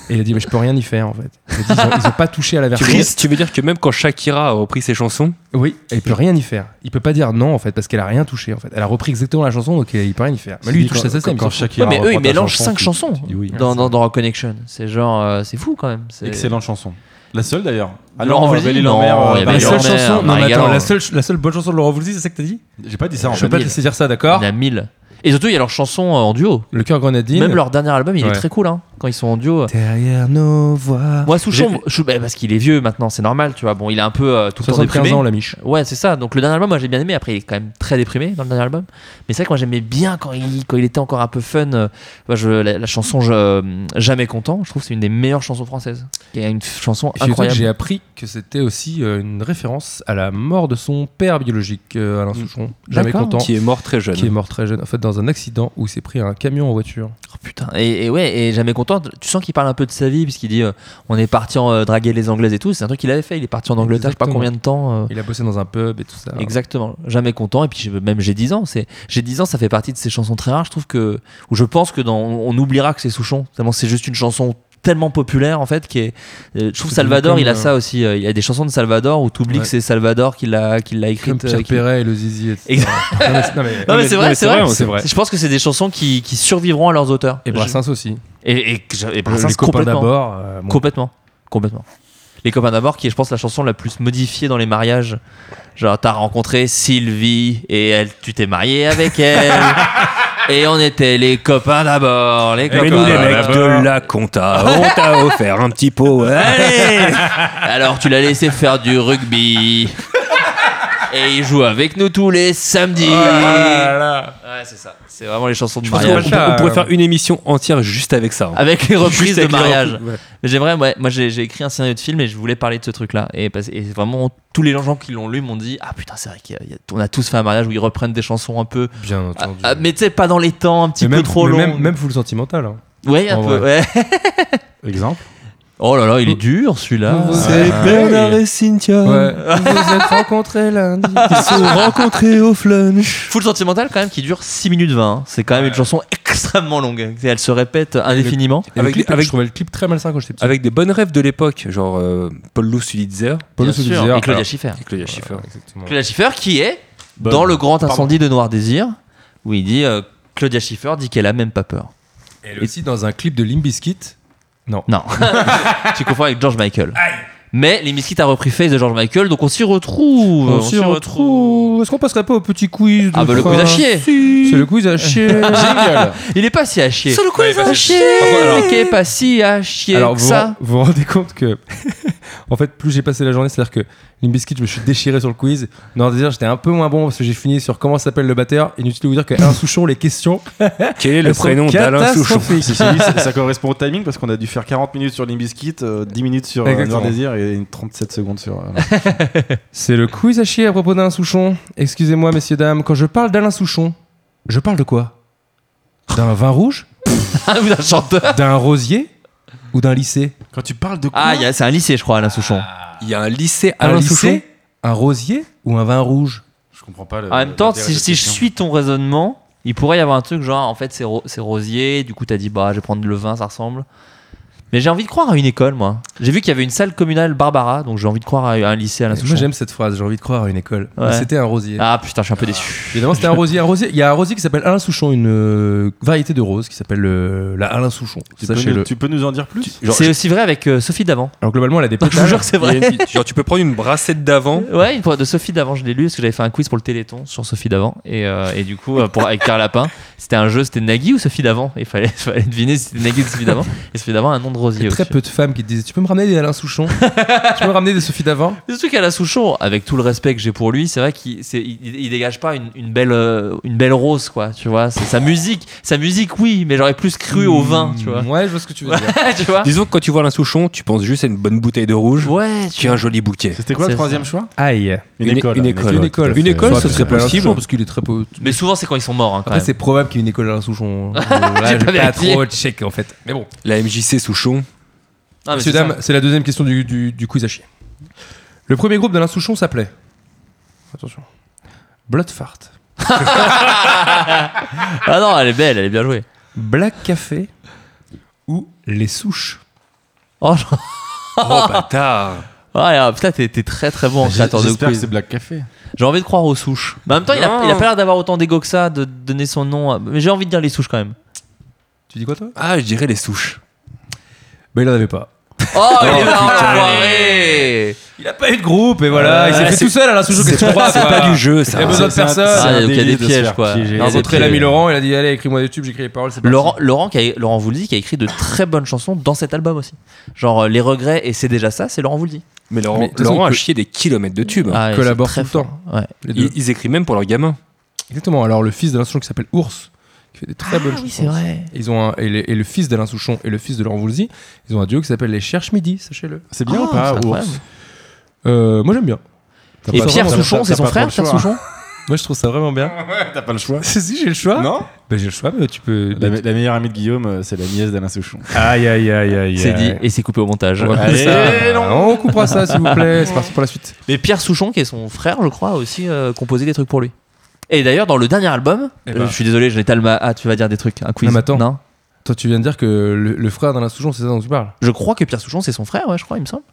S3: Et il a dit Mais je peux rien y faire en fait. Il a dit, ils, ont, ils ont pas touché à la
S2: Tu
S3: version.
S2: veux, dire, tu veux dire que même quand Shakira a repris ses chansons,
S3: Oui, et il peut rien y faire. Il peut pas dire non en fait, parce qu'elle a rien touché en fait. Elle a repris exactement la chanson donc il peut rien y faire.
S5: Bah,
S3: Mais lui, il touche à sa scène. il s'en fout.
S5: Ouais, mais eux, ils mélangent 5 chansons dans, dans, dans Rock Connection. C'est genre, euh, c'est fou quand même. C'est-
S4: Excellente chanson. La seule d'ailleurs.
S5: Laurent Voulzy, non, il y avait
S3: La
S5: Marie
S3: seule
S5: Galante,
S3: chanson, non,
S5: Marie
S3: mais attends,
S5: Galante.
S3: la seule, la seule bonne chanson de Laurent Voulzy, c'est ça que t'as dit
S4: J'ai pas dit ça en
S3: Je peux
S4: fait.
S3: pas te laisser dire ça, d'accord
S5: Il y en a 1000. Et surtout, il y a leurs chansons euh, en duo.
S3: Le cœur grenadine.
S5: Même leur dernier album, il est
S3: Ouais.
S5: très cool hein, quand ils sont en duo.
S3: Derrière nos voix.
S5: Moi, Souchon, je- bah, parce qu'il est vieux maintenant, c'est normal, tu vois. Bon, il est un peu euh, tout le temps
S3: 75
S5: déprimé.
S3: ans, la miche.
S5: Ouais, c'est ça. Donc le dernier album, moi j'ai bien aimé. Après, il est quand même très déprimé dans le dernier album. Mais c'est vrai que moi j'aimais bien quand il, quand il était encore un peu fun. euh, moi, je, la, la chanson je, euh, Jamais content, je trouve que c'est une des meilleures chansons françaises. Il y a une f- chanson
S3: Et figure-toi que
S5: incroyable.
S3: J'ai appris que c'était aussi euh, une référence à la mort de son père biologique, euh, Alain Souchon. Jamais
S5: D'accord.
S3: content.
S2: qui est mort très jeune.
S3: Qui est mort très jeune, en fait, dans un accident où il s'est pris un camion en voiture.
S5: Oh, putain. Et, et ouais, et Jamais content, tu sens qu'il parle un peu de sa vie, puisqu'il dit euh, on est parti en, euh, draguer les Anglaises et tout. C'est un truc qu'il avait fait. Il est parti en Angleterre, je sais pas
S3: Exactement.
S5: combien de temps. euh,
S3: Il a bossé dans un pub et tout ça.
S5: Exactement, jamais content. Et puis j'ai- même j'ai 10 ans, c'est j'ai 10 ans, ça fait partie de ces chansons très rares. Je trouve que où je pense que dans on oubliera que c'est Souchon. Tellement c'est juste une chanson tellement populaire en fait qui est. euh, je trouve
S3: C'est
S5: Salvador,
S3: devenu
S5: il a
S3: comme,
S5: ça aussi. euh, Il y a des chansons de Salvador où t'oublies
S3: Ouais.
S5: que c'est Salvador qui l'a qui l'a
S3: Comme
S5: écrite.
S3: Pierre
S5: euh, qui-
S3: Perret et le Zizi. etc.
S5: Exact.
S3: non, mais, non, mais-
S5: Non, mais c'est vrai, c'est vrai.
S3: c'est vrai.
S5: Je pense que c'est des chansons qui, qui survivront à leurs auteurs.
S3: Et
S5: Je-
S3: Brassens aussi.
S5: Et, et que j'a- et Brassens
S3: les copains
S5: complètement.
S3: d'abord. euh, bon,
S5: Complètement. Complètement. Les copains d'abord, qui est, je pense, la chanson la plus modifiée dans les mariages. Genre, t'as rencontré Sylvie et elle, tu t'es marié avec elle. et on était les copains d'abord. Les
S2: Eh, Mais
S5: copains
S2: nous, les
S5: d'abord.
S2: mecs de la compta, on t'a offert un petit pot.
S3: Ah,
S5: Allez Alors, tu l'as laissé faire du rugby. Et il joue avec nous tous les samedis.
S2: Oh
S5: Ouais, c'est ça. C'est vraiment les chansons de
S2: On,
S5: mariage.
S3: qu'on- ça,
S2: pourrait
S3: euh,
S2: faire une émission entière juste avec ça. hein.
S5: Avec les reprises
S2: avec
S5: de
S2: les
S5: mariage.
S2: reprises,
S5: Mais J'aimerais, ouais, moi j'ai j'ai écrit un scénario de film et je voulais parler de ce truc-là. Et, parce- et vraiment, tous les gens qui l'ont lu m'ont dit Ah putain, c'est vrai qu'on a tous fait un mariage où ils reprennent des chansons un peu.
S3: Bien
S5: ah,
S3: entendu.
S5: ah, mais tu sais, pas dans les temps, un petit
S3: Mais
S5: peu
S3: même,
S5: trop
S3: mais
S5: long.
S3: Même, même full sentimental. hein.
S5: ouais, un
S3: en
S5: peu, Oh, ouais.
S4: Exemple. Ah,
S5: Oh là là, il est dur celui-là.
S2: C'est Bernard et
S5: Euh,
S2: Cynthia
S3: Ah, Ouais. Vous êtes rencontrés lundi.
S2: qui se sont rencontrés au flunch.
S5: Full sentimental quand même qui dure 6 minutes 20. hein. C'est quand même une chanson extrêmement longue. Et Elle se répète indéfiniment.
S3: Et le
S2: Avec-
S3: clip,
S2: avec-
S3: Je trouvais le clip très malsain quand j'étais petit.
S2: Avec des bonnes rêves de l'époque, genre euh, Paul Lou Sulitzer
S5: Bien
S3: Paulo
S5: sûr.
S3: Soulizer,
S5: Et Claudia
S3: alors.
S5: Schiffer.
S2: et Claudia Schiffer.
S3: ah, Exactement.
S5: Claudia Schiffer qui est dans le grand incendie de Noir Désir où il dit euh, Claudia Schiffer dit qu'elle a même pas peur.
S3: Et aussi dans un clip de Limbiskit.
S5: Non. tu confonds avec George Michael. Mais les Miskits a repris Face de George Michael, donc on s'y retrouve.
S3: Euh, On s'y retrouve. Est-ce qu'on passerait pas au petit quiz de
S5: Ah bah le
S3: fin
S5: quiz à chier.
S3: C'est le quiz à chier.
S5: Il est pas si à chier. C'est le quiz à chier. Il est pas si à chier
S3: Alors
S5: que
S3: vous
S5: ça.
S3: vous vous rendez compte que en fait plus j'ai passé la journée, c'est-à-dire que Limbiskit, je me suis déchiré sur le quiz. Non, dire j'étais un peu moins bon parce que j'ai fini sur comment s'appelle le batteur. Inutile de vous dire que Alain Souchon les questions.
S2: Quel est le
S3: elles sont
S2: prénom d'Alain Souchon
S3: catastrophiques.
S4: Si, si, oui, ça, ça correspond au timing parce qu'on a dû faire 40 minutes sur Limbiskit, 10 minutes sur euh,
S3: Exactement.
S4: Noir Désir et une 37 secondes sur. euh,
S3: C'est le quiz à chier à propos d'Alain Souchon. Excusez-moi messieurs dames, quand je parle d'Alain Souchon, je parle de quoi D'un vin rouge
S5: Ah, vous êtes un chanteur.
S3: D'un rosier ou d'un lycée
S4: Quand tu parles de quoi
S5: Ah, il y a- c'est un lycée, je crois, Alain Souchon.
S2: Il y a un lycée
S3: Un
S2: Alain
S3: lycée
S2: Souchon
S3: Un rosier ou un vin rouge
S4: Je comprends pas. le-
S5: En même temps,
S4: l'intérêt de
S5: si,
S4: cette
S5: si je
S4: question.
S5: suis ton raisonnement, il pourrait y avoir un truc genre, en fait, c'est ro- c'est rosier, du coup, t'as dit, bah, je vais prendre le vin, ça ressemble. Mais j'ai envie de croire à une école, moi. J'ai vu qu'il y avait une salle communale Barbara, donc j'ai envie de croire à un lycée Alain
S3: Moi
S5: Souchon.
S3: j'aime cette phrase, j'ai envie de croire à une école.
S5: Ouais.
S3: Mais C'était un rosier.
S5: Ah putain, je suis un peu déçu.
S3: Évidemment, c'était un rosier. Un rosier. Il y a un rosier qui s'appelle Alain Souchon, une euh, variété de rose qui s'appelle euh, la Alain Souchon.
S4: Tu peux,
S3: Sachez-le.
S4: nous, tu peux nous en dire plus
S2: Genre, Ah,
S5: C'est aussi vrai avec euh, Sophie Davant.
S3: Alors globalement, elle a des
S5: Je vous
S3: pétales.
S5: jure que c'est vrai.
S2: il y a une- Genre, tu peux prendre une brassette d'avant.
S5: Ouais, une fois de Sophie d'avant, je l'ai lu parce que j'avais fait un quiz pour le Téléthon sur Sophie d'avant et, euh, et du coup euh, pour avec Pierre Lapin, c'était un jeu, c'était Nagui ou Sophie d'avant. Il fallait, fallait deviner si c'était Nagui ou Sophie d'avant. Et Sophie d'avant a un nom de
S3: Il y
S5: Rosier.
S3: a très
S5: aussi.
S3: peu de femmes qui te disent Tu peux me ramener des Alain Souchon Tu peux me ramener des Sophie d'avant
S5: Mais surtout qu'Alain Souchon, avec tout le respect que j'ai pour lui, c'est vrai qu'il c'est- il, il- il dégage pas une, une belle, euh, une belle rose, quoi. Tu vois, c'est sa musique. Sa musique, oui, mais j'aurais plus cru au vin, tu vois.
S3: Hmm, Ouais, je vois ce que tu veux dire.
S5: tu vois
S2: Disons que quand tu vois Alain Souchon, tu penses juste à une bonne bouteille de rouge
S5: Ouais, tu
S2: qui a un joli bouquet.
S4: C'était quoi le
S5: C'est
S4: troisième choix
S3: Aïe.
S2: Une école,
S4: hein,
S2: une école.
S3: Une
S4: ouais,
S3: école.
S4: tout à
S2: Une
S4: fait.
S2: école,
S4: Soit
S2: ce
S4: que
S2: serait
S4: c'est Alain
S2: possible.
S4: Souchon.
S3: Parce qu'il est très peu.
S5: Mais souvent, c'est quand ils sont morts. Hein, quand
S3: Après,
S5: même.
S3: c'est probable qu'il y ait une école Alain Souchon. Ouais,
S5: J'ai
S3: j'ai
S5: pas
S3: pas
S5: vérifié.
S3: trop check en fait. Mais bon.
S2: La MJC Souchon.
S5: Ah, mais
S3: Messieurs,
S5: c'est ça.
S3: dames, c'est la deuxième question du, du, du quiz à chier. Le premier groupe d'Alain Souchon s'appelait. Attention. Bloodfart.
S5: Ah non, elle est belle, elle est bien jouée.
S3: Black Café ou Les Souches.
S5: Oh, non.
S2: Oh bâtard
S5: Ah, là, putain, t'es t'es très très bon en
S4: J'ai-
S5: créateur de Eh ben,
S4: J'espère que c'est
S5: quiz.
S4: Black Café.
S5: J'ai envie de croire aux souches. Mais en même temps, il a,
S2: Non.
S5: il a pas l'air d'avoir autant d'ego que ça, de donner son nom. à- Mais j'ai envie de dire les souches quand même.
S3: Tu dis quoi toi
S2: Ah, je dirais les souches.
S3: Bah il en avait pas.
S5: Oh, il est là,
S2: putain.
S5: l'enfoiré
S3: Il a pas eu de groupe et voilà.
S2: Euh,
S3: il s'est fait
S2: c'est-
S3: tout seul Alain Souchon.
S2: C'est pas,
S3: Ah.
S2: c'est pas du jeu,
S3: Il y a
S2: ça.
S3: besoin de
S4: c'est un-
S3: personne.
S4: c'est un
S5: Ah, donc il y a
S4: délit
S5: des
S4: de se
S5: pièges,
S4: faire
S5: quoi.
S4: piéger.
S5: Non,
S4: Il y a des
S5: c'est
S3: rencontré
S5: très-
S4: pièges.
S3: l'ami Laurent, il a dit allez écris-moi des tubes, j'écris les paroles. c'est parti.
S5: Laurent, Laurent, qui a, Laurent Voulzy qui a écrit de très bonnes chansons dans cet album aussi. Genre euh, Les Regrets et C'est déjà ça, c'est Laurent Voulzy.
S2: Mais Laurent,
S3: Mais de toute façon,
S2: Laurent a
S3: que-
S2: chié des kilomètres de tubes.
S5: Ah, et
S3: collabore
S5: c'est très
S3: tout le
S5: fort. Ouais.
S3: Les deux.
S2: ils, ils écrivent même pour leurs gamins.
S3: Exactement. Alors le fils d'Alain Souchon qui s'appelle Ours, qui fait des très bonnes
S5: Ah oui,
S3: choses.
S5: c'est vrai.
S3: Ils ont un- et, les- et le fils d'Alain Souchon et le fils de Laurent Voulzy, ils ont un duo qui s'appelle les Cherche Midi, sachez-le.
S4: C'est bien
S5: Ah,
S4: ou pas
S5: c'est
S4: Ours
S5: incroyable.
S3: Euh, moi j'aime bien. T'as
S5: Et
S3: pas-
S5: Pierre
S3: t'as-
S5: Souchon,
S4: t'as
S5: c'est son
S4: pas
S5: frère,
S4: trop
S5: Pierre
S4: le choix.
S5: Souchon
S3: moi je trouve ça vraiment bien.
S4: T'as pas le choix.
S3: si si j'ai le
S5: Ah.
S3: choix.
S4: Non
S3: Bah, j'ai le choix, mais tu peux.
S4: la, la meilleure amie de Guillaume, euh, c'est la nièce d'Alain Souchon.
S3: Aïe aïe aïe aïe.
S5: C'est dit et c'est coupé au montage.
S3: On, va couper ça. on coupera ça s'il vous plaît. C'est parti pour la suite.
S5: Mais Pierre Souchon, qui est son frère, je crois, a aussi euh, composé des trucs pour lui. Et d'ailleurs, dans le dernier album,
S3: Eh
S5: euh,
S3: ben.
S5: je suis désolé, j'étale ma. Ah, tu vas dire des trucs, un quiz.
S3: Non, mais attends. Toi tu viens de dire que le, le frère d'Alain Souchon, c'est ça dont tu parles.
S5: Je crois que Pierre Souchon, c'est son frère, ouais, je crois, il me semble.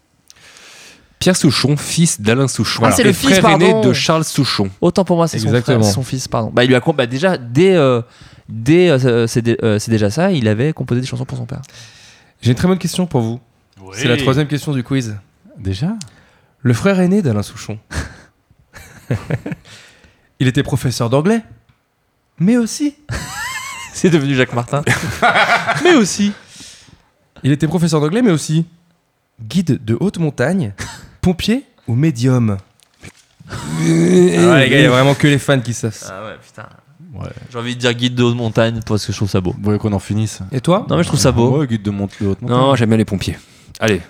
S2: Pierre Souchon, fils d'Alain Souchon.
S5: Ah, c'est
S2: Alors,
S5: le fils,
S2: frère aîné
S5: pardon.
S2: de Charles Souchon.
S5: Autant pour moi, c'est son frère,
S3: Exactement.
S5: c'est son fils, pardon. Bah, il lui a com- bah, déjà dès, euh, dès euh, c'est- c'est dé- euh, c'est déjà ça, il avait composé des chansons pour son père.
S3: J'ai une très bonne question pour vous. C'est la troisième question du quiz.
S4: Déjà
S3: Le frère aîné d'Alain Souchon. Il était professeur d'anglais, mais aussi.
S5: C'est devenu Jacques Martin. Mais aussi.
S3: Il était professeur d'anglais, mais aussi guide de haute montagne, pompier ou médium. Ah, les gars, il y a vraiment que les fans qui savent. ça.
S5: Ah ouais, putain.
S4: Ouais.
S5: J'ai envie de dire guide de haute montagne parce que je trouve ça beau.
S4: Vous voulez qu'on en finisse
S3: Et toi
S5: Non, mais je trouve ça beau.
S4: Ouais, guide de, mont- de haute montagne.
S2: Non, j'aime bien les pompiers. Allez.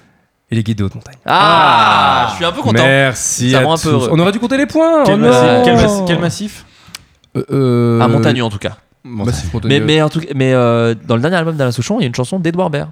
S3: Il est guide de haute montagne.
S5: Ah, Je suis un peu content.
S3: Merci.
S5: Ça
S3: à
S5: me rend un peu
S3: tous.
S5: heureux.
S3: On aurait dû compter les points.
S4: Quel,
S3: oh
S4: massif,
S3: non.
S4: quel massi- quel massif
S3: Euh, euh,
S5: À Montagneux, en tout cas.
S3: Massif
S5: Mais,
S3: montagneux.
S5: mais, en tout cas, mais euh, dans le dernier album d'Alain Souchon, il y a une chanson d'Edouard Baird.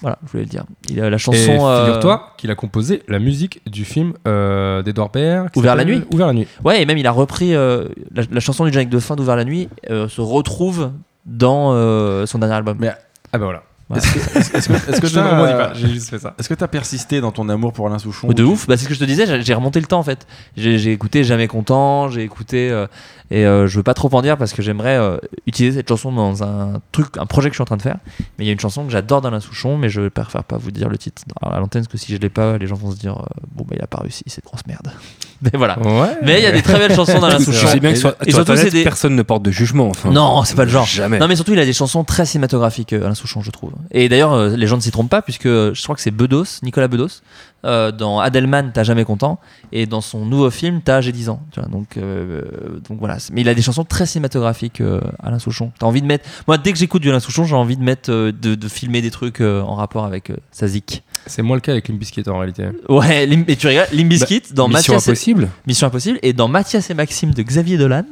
S5: Voilà, je voulais le dire. Il a la chanson.
S3: Et
S5: euh,
S3: figure-toi qu'il a composé la musique du film euh, d'Edouard Baird. qui
S5: Ouvert la
S3: s'appelle
S5: nuit
S3: Ouvert la nuit.
S5: Ouais, et même il a repris euh, la, la chanson du Jack de fin d'Ouvert la nuit, euh, se retrouve dans euh, son dernier album.
S4: Mais-
S3: Ah bah voilà.
S4: Est-ce que
S3: Je ne rebondis pas,
S4: t'as-
S3: J'ai juste fait ça.
S4: est-ce que t'as persisté dans ton amour pour Alain Souchon
S5: De ouf, bah, c'est ce que je te disais, j'ai j'ai remonté le temps en fait. J'ai j'ai écouté Jamais Content, j'ai écouté. euh, et euh, je veux pas trop en dire parce que j'aimerais euh, utiliser cette chanson dans un truc, un projet que je suis en train de faire. Mais il y a une chanson que j'adore d'Alain Souchon, mais je préfère pas vous dire le titre à l'antenne parce que si je l'ai pas, les gens vont se dire euh, bon bah il a pas réussi, c'est de grosse merde. Mais voilà.
S3: Ouais.
S5: Mais il y a des très belles chansons d'Alain
S2: Tu sais
S5: Souchon.
S2: bien que sur,
S5: Et
S2: sur
S5: surtout,
S2: Internet,
S5: c'est des-
S2: personne ne porte de jugement, enfin.
S5: Non, oh, c'est pas le genre.
S2: Jamais.
S5: Non mais surtout il a des chansons très cinématographiques euh, Alain Souchon je trouve. Et d'ailleurs euh, les gens ne s'y trompent pas puisque euh, je crois que c'est Bedos, Nicolas Bedos, euh, dans Adelman t'as jamais content et dans son nouveau film t'as j'ai 10 ans. Tu vois, donc euh, donc voilà. Mais il a des chansons très cinématographiques euh, Alain Souchon. T'as envie de mettre moi dès que j'écoute du Alain Souchon j'ai envie de mettre euh, de, de filmer des trucs euh, en rapport avec euh, sa zik.
S3: C'est moins le cas avec Limp Bizkit en réalité.
S5: Ouais Lim- et tu rigoles Limbiskit dans
S2: Bah, Mission
S5: Mathias et-
S2: impossible.
S5: Mission Impossible et dans Mathias et Maxime de Xavier Dolan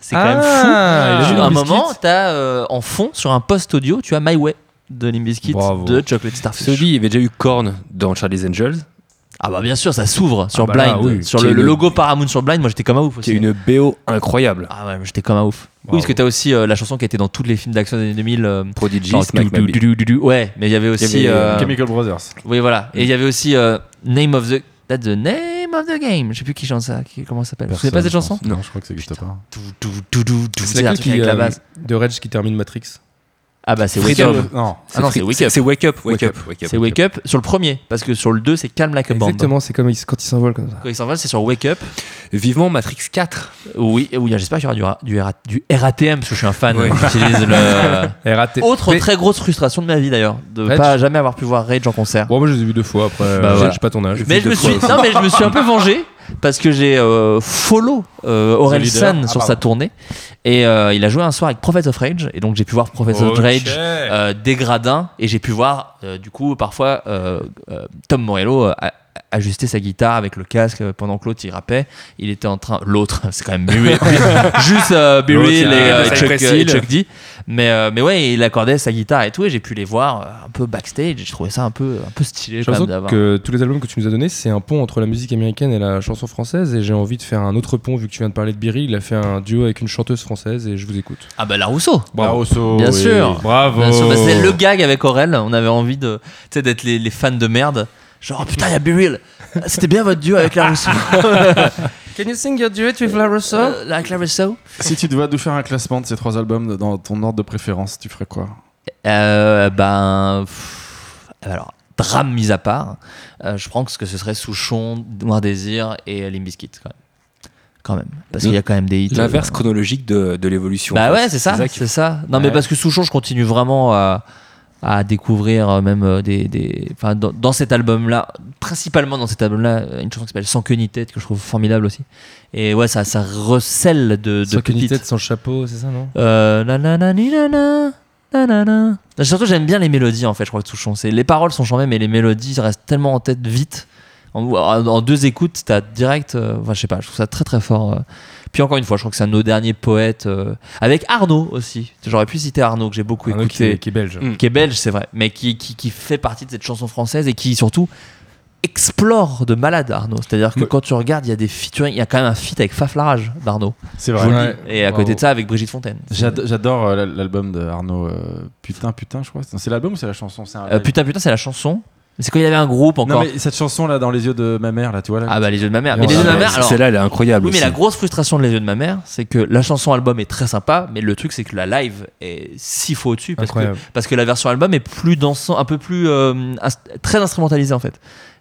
S5: c'est quand même fou.
S3: Ah, il a
S5: Sur
S3: joué
S5: un
S3: dans Limp
S5: moment,
S3: Bizkit.
S5: t'as euh, en fond, sur un post audio, tu as My Way de Limbiskit
S3: Bravo.
S5: de Chocolate Starfish.
S2: Celui, il y avait déjà eu Korn dans Charlie's Angels,
S5: Ah bah bien sûr, ça s'ouvre sur
S3: Ah bah là,
S5: Blind,
S3: oui.
S5: sur
S2: Qui
S5: le,
S2: est
S5: le
S2: une-
S5: logo Paramount sur Blind. Moi, j'étais comme un ouf
S2: qui
S5: aussi.
S2: est une BO incroyable.
S5: Ah ouais, j'étais comme un ouf.
S3: Bravo.
S5: Oui, parce que t'as aussi euh, la chanson qui était dans tous les films d'action des années 2000. euh,
S2: Prodigy,
S5: genre,
S2: Smack
S5: du- du-
S2: Baby.
S5: du- du- du- Ouais, mais il y avait aussi.
S2: avait, euh,
S5: euh,
S4: Chemical Brothers.
S5: Oui, voilà. Et il y avait aussi euh, Name of the. That's the name of the game. Je sais plus qui chante ça. qui- Comment ça s'appelle Vous savez pas cette chanson
S4: Non, je crois que ça existe pas.
S5: Tout, tout, tout, tout, tout. C'est
S3: C'est
S5: un
S3: laquelle
S5: truc
S3: qui
S5: avec la
S3: euh,
S5: base.
S3: de Rage qui termine Matrix
S5: Ah bah c'est Wake
S2: Freedom.
S5: Up.
S4: Non.
S5: Ah non, c'est Wake Up.
S2: C'est Wake Up, Wake
S5: Wake
S2: Up,
S5: C'est Wake Up sur le premier, parce que sur le 2, c'est Calm Like a Bomb.
S3: Exactement, c'est comme ils- quand ils s'envolent comme ça.
S5: Quand ils s'envolent, c'est sur Wake Up.
S2: Vivement Matrix 4.
S5: Oui, et oui j'espère qu'il y aura du ra- du, ra- du RATM, parce que je suis un fan.
S2: Oui.
S5: J'utilise le.
S3: RAT.
S5: Autre
S3: Mais-
S5: très grosse frustration de ma vie d'ailleurs, de
S3: Rage.
S5: pas jamais avoir pu voir Rage en concert.
S3: Bon, moi, je les ai vus deux fois après. euh,
S5: voilà.
S3: Je sais pas ton âge.
S5: Mais je, me suis, non, mais je me suis un peu vengé parce que j'ai euh, follow euh, Aurel
S4: leader.
S5: San
S4: Ah,
S5: sur
S4: pardon.
S5: sa tournée et euh, il a joué un soir avec Prophet of Rage et donc j'ai pu voir Prophet of Rage euh, dégradin et j'ai pu voir euh, du coup parfois euh, euh, Tom Morello euh, a- ajuster sa guitare avec le casque euh, pendant que l'autre il rappait il était en train l'autre c'est quand même muet Puis, juste euh, Be
S2: L'autre,
S5: Real
S2: il y a
S5: et,
S2: un
S5: euh,
S2: Cypress
S5: Chuck, euh, et
S2: Hill.
S5: Chuck D mais, euh, mais ouais il accordait sa guitare et tout et j'ai pu les voir euh, un peu backstage et je trouvais ça un peu, un peu stylé
S3: J'ai
S5: quand même
S3: l'impression
S5: d'avoir
S3: que tous les albums que tu nous as donnés, c'est un pont entre la musique américaine et la chanson française. Et j'ai envie de faire un autre pont, vu que tu viens de parler de Berry. Il a fait un duo avec une chanteuse française et je vous écoute.
S5: ah bah la Rousseau
S4: Larosso,
S5: Bien
S4: oui.
S5: sûr.
S4: Bravo.
S5: Bien sûr, bah, c'est le gag avec Aurel. On avait envie de, tu sais, d'être les, les fans de merde. Genre, oh, putain, il y a Be Real. C'était bien votre duo avec la Rousseau.
S3: Can you sing your duet with La Rousseau
S5: Euh, avec la Rousseau
S4: Si tu devais nous faire un classement de ces trois albums dans ton ordre de préférence, tu ferais quoi
S5: Euh, ben. pff, alors, drame mis à part, euh, je pense que ce serait Souchon, Noir Désir et Limbiskit quand même. Quand même. Parce qu'il y a quand même des hits. euh,
S2: L'inverse chronologique de, de l'évolution.
S5: Bah
S2: en fait.
S5: ouais, c'est ça,
S2: qui-
S5: c'est ça. Non, mais
S2: Ouais.
S5: parce que Souchon, je continue vraiment à, à découvrir euh, même euh, des. des enfin, dans, dans cet album-là, principalement dans cet album-là, euh, une chanson qui s'appelle Sans queue ni tête, que je trouve formidable aussi. Et ouais, ça, ça recèle de, de
S3: Sans qu'une
S5: pépites.
S3: tête, sans chapeau, c'est ça, non
S5: Euh, na na na ni na na, na na na. Surtout, j'aime bien les mélodies en fait, je crois que Souchon. c'est- Les paroles sont chantées, mais les mélodies restent tellement en tête vite. En, en- en deux écoutes, t'as direct. euh, Enfin, je sais pas, je trouve ça très très fort. euh. Puis encore une fois, je crois que c'est un de nos derniers poètes. euh, avec Arnaud aussi. J'aurais pu citer Arnaud, que j'ai beaucoup
S3: Un autre qui
S5: écouté
S3: est, qui est belge.
S2: Mm.
S5: qui est belge, c'est vrai, mais qui, qui, qui fait partie de cette chanson française et qui surtout explore de malade Arnaud. C'est-à-dire que
S3: Ouais.
S5: quand tu regardes, il y a des featuring, il y a quand même un feat avec Faflarage d'Arnaud.
S4: C'est
S5: Je vous
S4: vrai.
S5: le
S3: Ouais.
S5: dis. Et à
S3: Bravo.
S5: côté de ça, avec Brigitte Fontaine.
S4: J'ado- J'adore euh, l'al- l'album de Arnaud. euh, putain, putain, je crois. C'est l'album ou c'est la chanson C'est un-
S5: Euh, putain, putain, c'est la chanson. Mais C'est quand il y avait un groupe
S4: Ah Non,
S5: encore.
S4: mais cette chanson là, dans les yeux de ma mère, là, tu vois là.
S5: Ah bah, les yeux de ma mère.
S4: Et
S5: Mais les
S4: voilà.
S5: yeux de ma
S2: Ouais,
S5: mère, alors.
S2: Celle-là, elle est incroyable.
S5: Oui, mais
S2: aussi.
S5: la grosse frustration de les yeux de ma mère, c'est que la chanson album est très sympa, mais le truc c'est que la live est six fois au-dessus parce que,
S3: Incroyable.
S5: parce que la version album est plus dansant, un peu plus euh, ins- très instrumentalisée en fait.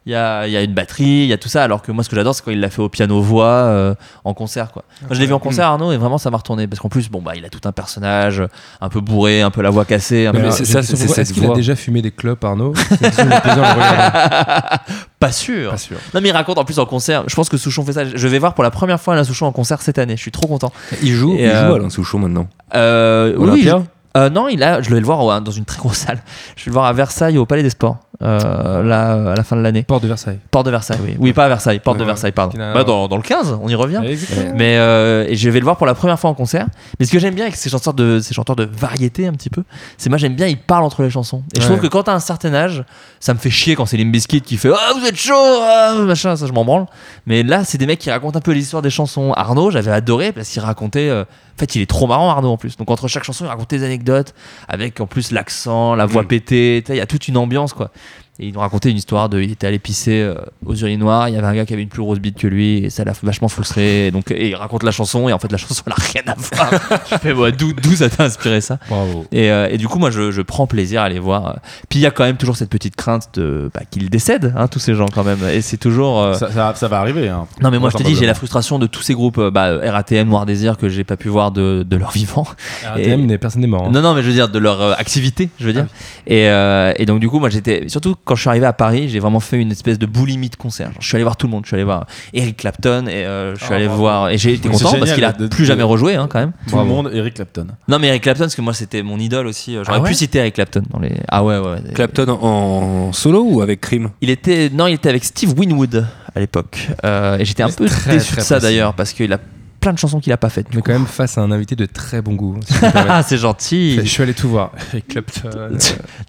S5: Il y a, il y a une batterie, il y a tout ça, alors que moi ce que j'adore c'est quand il l'a fait au piano voix euh, en concert quoi. Moi, je l'ai vu en concert Arnaud et vraiment ça m'a retourné parce qu'en plus bon bah il a tout un personnage un peu bourré, un peu la voix cassée, un
S3: Non,
S5: peu-
S3: mais
S2: alors,
S3: c'est
S2: j'ai
S3: ça,
S2: une question
S3: c'est
S2: pour toi.
S3: Est-ce qu'il a déjà fumé des clopes, Arnaud C'est une question que je me posais en le regardant.
S5: pas sûr.
S3: Pas sûr.
S5: Non mais il raconte en plus en concert. Je pense que Souchon fait ça. Je vais voir pour la première fois Alain Souchon en concert cette année. Je suis trop content.
S2: Il joue,
S5: Et
S2: il
S5: euh,
S2: joue Alain Souchon maintenant.
S5: Euh, oui, oui,
S2: Olympia
S5: je- euh, non, il a, je vais le voir au- dans une très grosse salle. Je vais le voir à Versailles, au Palais des Sports, euh, là, à la fin de l'année.
S3: Port de Versailles.
S5: Porte de Versailles, oui. Oui, pas à Versailles, Porte de
S3: Ouais. Eh
S5: Versailles, pardon.
S3: Qui n'a-
S5: Bah, dans, dans le 15, on y revient.
S3: Exactement.
S5: Mais euh, et je vais le voir pour la première fois en concert. Mais ce que j'aime bien avec ces chanteurs de, ces chanteurs de variété, un petit peu, c'est moi j'aime bien, ils parlent entre les chansons. Et je
S3: Ouais.
S5: trouve que quand t'as un certain âge, ça me fait chier quand c'est Limbiskit qui fait Ah, vous êtes chaud, ah, machin, ça je m'en branle. Mais là, c'est des mecs qui racontent un peu l'histoire des chansons. Arnaud, j'avais adoré parce qu'il racontait. euh, en fait, il est trop marrant, Arnaud, en plus. Donc, entre chaque chanson, il raconte des anecdotes avec en plus l'accent, la voix
S2: Mm.
S5: pétée. tu sais, Il y a toute une ambiance, quoi. Et ils nous racontait une histoire de. Il était allé pisser euh, aux urinoirs, il y avait un gars qui avait une plus grosse bite que lui, et ça l'a vachement frustré. Et donc, et il raconte la chanson, et en fait, la chanson, elle a rien à voir. je fais, ouais, d'où, d'où ça t'a inspiré ça
S3: Bravo.
S5: et, euh, et du coup, moi, je, je prends plaisir à les voir. euh, Puis il y a quand même toujours cette petite crainte de bah, qu'ils décèdent, hein, tous ces gens quand même. Et c'est toujours. euh,
S4: Ça, ça- ça va arriver. hein.
S5: non mais moi je te dis j'ai la
S4: Vraisemblablement.
S5: frustration de tous ces groupes euh, bah, euh, RATM Noir Désir que j'ai pas pu voir de, de leur vivant
S3: RTM, n'est- personne n'est mort. hein.
S5: non, non, mais je veux dire, de leur euh, activité, je veux dire.
S4: Ah.
S5: et, euh, et donc, du coup, moi, j'étais. Surtout quand je suis arrivé à Paris, j'ai vraiment fait une espèce de boulimie de concert. Genre, je suis allé voir tout le monde. Je suis allé voir Eric Clapton et euh, je suis
S4: Ah,
S5: allé
S4: bravo.
S5: voir. Et j'ai été
S4: Donc, c'est
S5: content parce
S4: génial
S5: qu'il a
S4: de-
S5: plus
S4: de-
S5: jamais rejoué, hein, quand même.
S4: Tout le monde, Eric Clapton.
S5: Non, mais Eric Clapton, parce que moi, c'était mon idole aussi. euh, J'aurais
S2: Ah ouais
S5: pu citer Eric Clapton dans les. Ah ouais, ouais. ouais.
S2: Clapton en, en solo ou avec Crime
S5: Il était. Non, il était avec Steve Winwood à l'époque. Euh, et j'étais un peu
S3: très,
S5: déçu
S3: très
S5: de ça
S3: précis.
S5: d'ailleurs parce qu'il a plein de chansons qu'il a pas faites.
S3: On est quand même face à un invité de très bon goût. si je peux me permettre.
S5: Ah, c'est gentil.
S3: Je suis allé tout voir. Eric Clapton. euh,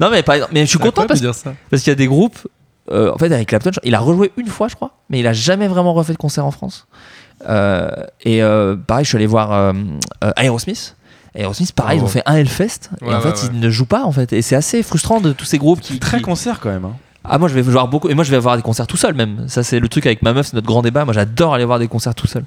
S5: Non, mais par exemple, mais je suis content parce que.
S3: dire ça.
S5: Parce qu'il y a des groupes. euh, en fait, Eric Clapton, il a rejoué une fois, je crois, mais il a jamais vraiment refait de concert en France. Euh, et euh, pareil, je suis allé voir euh, euh, Aerosmith. Aerosmith, pareil, ils
S3: Bravo.
S5: ont fait un Hellfest. et
S3: Ouais,
S5: en
S3: ouais,
S5: fait,
S3: ouais.
S5: ils ne jouent pas, en fait. Et c'est assez frustrant de tous ces groupes qui.
S4: Très
S5: qui-
S4: concert quand même. hein.
S5: Ah, moi, je vais voir beaucoup. Et moi, je vais avoir des concerts tout seul, même. Ça, c'est le truc avec ma meuf, c'est notre grand débat. Moi, j'adore aller voir des concerts tout seul.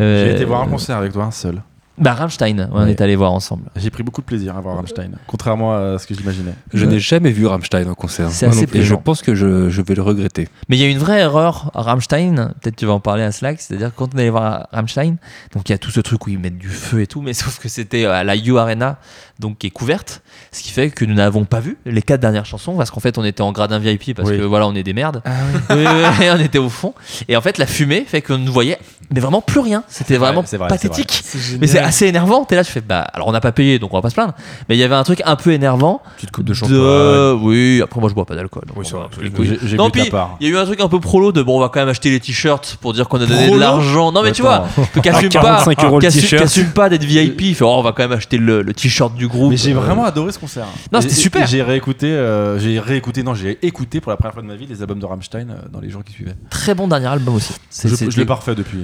S5: Euh,
S4: J'ai été voir un concert avec toi, un seul.
S5: Bah, Rammstein, ouais, on
S4: Ouais.
S5: est allé voir ensemble.
S4: J'ai pris beaucoup de plaisir à
S5: Euh,
S4: voir Rammstein, contrairement à ce que j'imaginais.
S2: Je n'ai jamais vu Rammstein en concert.
S5: C'est
S2: Moi
S5: assez
S2: non plus. Et je
S5: plaisant.
S2: pense que je, je vais le regretter.
S5: Mais il y a une vraie erreur à Rammstein, peut-être tu vas en parler à Slack, c'est-à-dire que quand on allait voir Rammstein, donc il y a tout ce truc où ils mettent du feu et tout, mais sauf que c'était euh, à la U Arena, donc qui est couverte, ce qui fait que nous n'avons pas vu les quatre dernières chansons, parce qu'en fait on était en gradin VIP, parce
S4: Oui. Ah
S5: que voilà, on est des merdes, Oui, oui, oui, on était au fond, et en fait la fumée fait qu'on ne voyait mais vraiment plus rien, c'était vraiment
S4: c'est vrai, c'est vrai.
S5: pathétique, mais c'est assez énervant, t'es là, tu fais, bah alors on n'a pas payé, donc on va pas se plaindre, mais il y avait un truc un peu énervant,
S3: Petite coupe de champagne.
S5: de... Oui, après moi je bois pas d'alcool. donc
S3: Oui,
S5: on
S3: ça
S5: va
S3: va,
S5: tous les
S3: oui.
S5: couilles.
S4: J'ai- j'ai
S5: Non,
S4: vu ta
S5: puis,
S4: part.
S5: il y a eu un truc un peu prolo de bon, on va quand même acheter les t-shirts pour dire qu'on a donné
S4: Prolo
S5: de l'argent. Non, mais tu vois,
S4: Attends.
S5: que qu'assume pas,
S2: 45 euros le
S5: qu'assume-
S2: t-shirt.
S5: qu'assume pas d'être VIP. Il fait, oh, on va quand même acheter le, le t-shirt du groupe.
S4: Mais j'ai
S5: Euh,
S4: vraiment adoré ce concert.
S5: Non,
S4: Et-
S5: c'était
S4: et-
S5: super.
S4: et J'ai réécouté, euh, j'ai réécouté, non, j'ai écouté pour la première fois de ma vie les albums de Rammstein euh, dans les jours qui suivaient.
S5: Très bon dernier album aussi. C'est-
S4: Je,
S5: c'est-
S4: je l'ai pas refait depuis.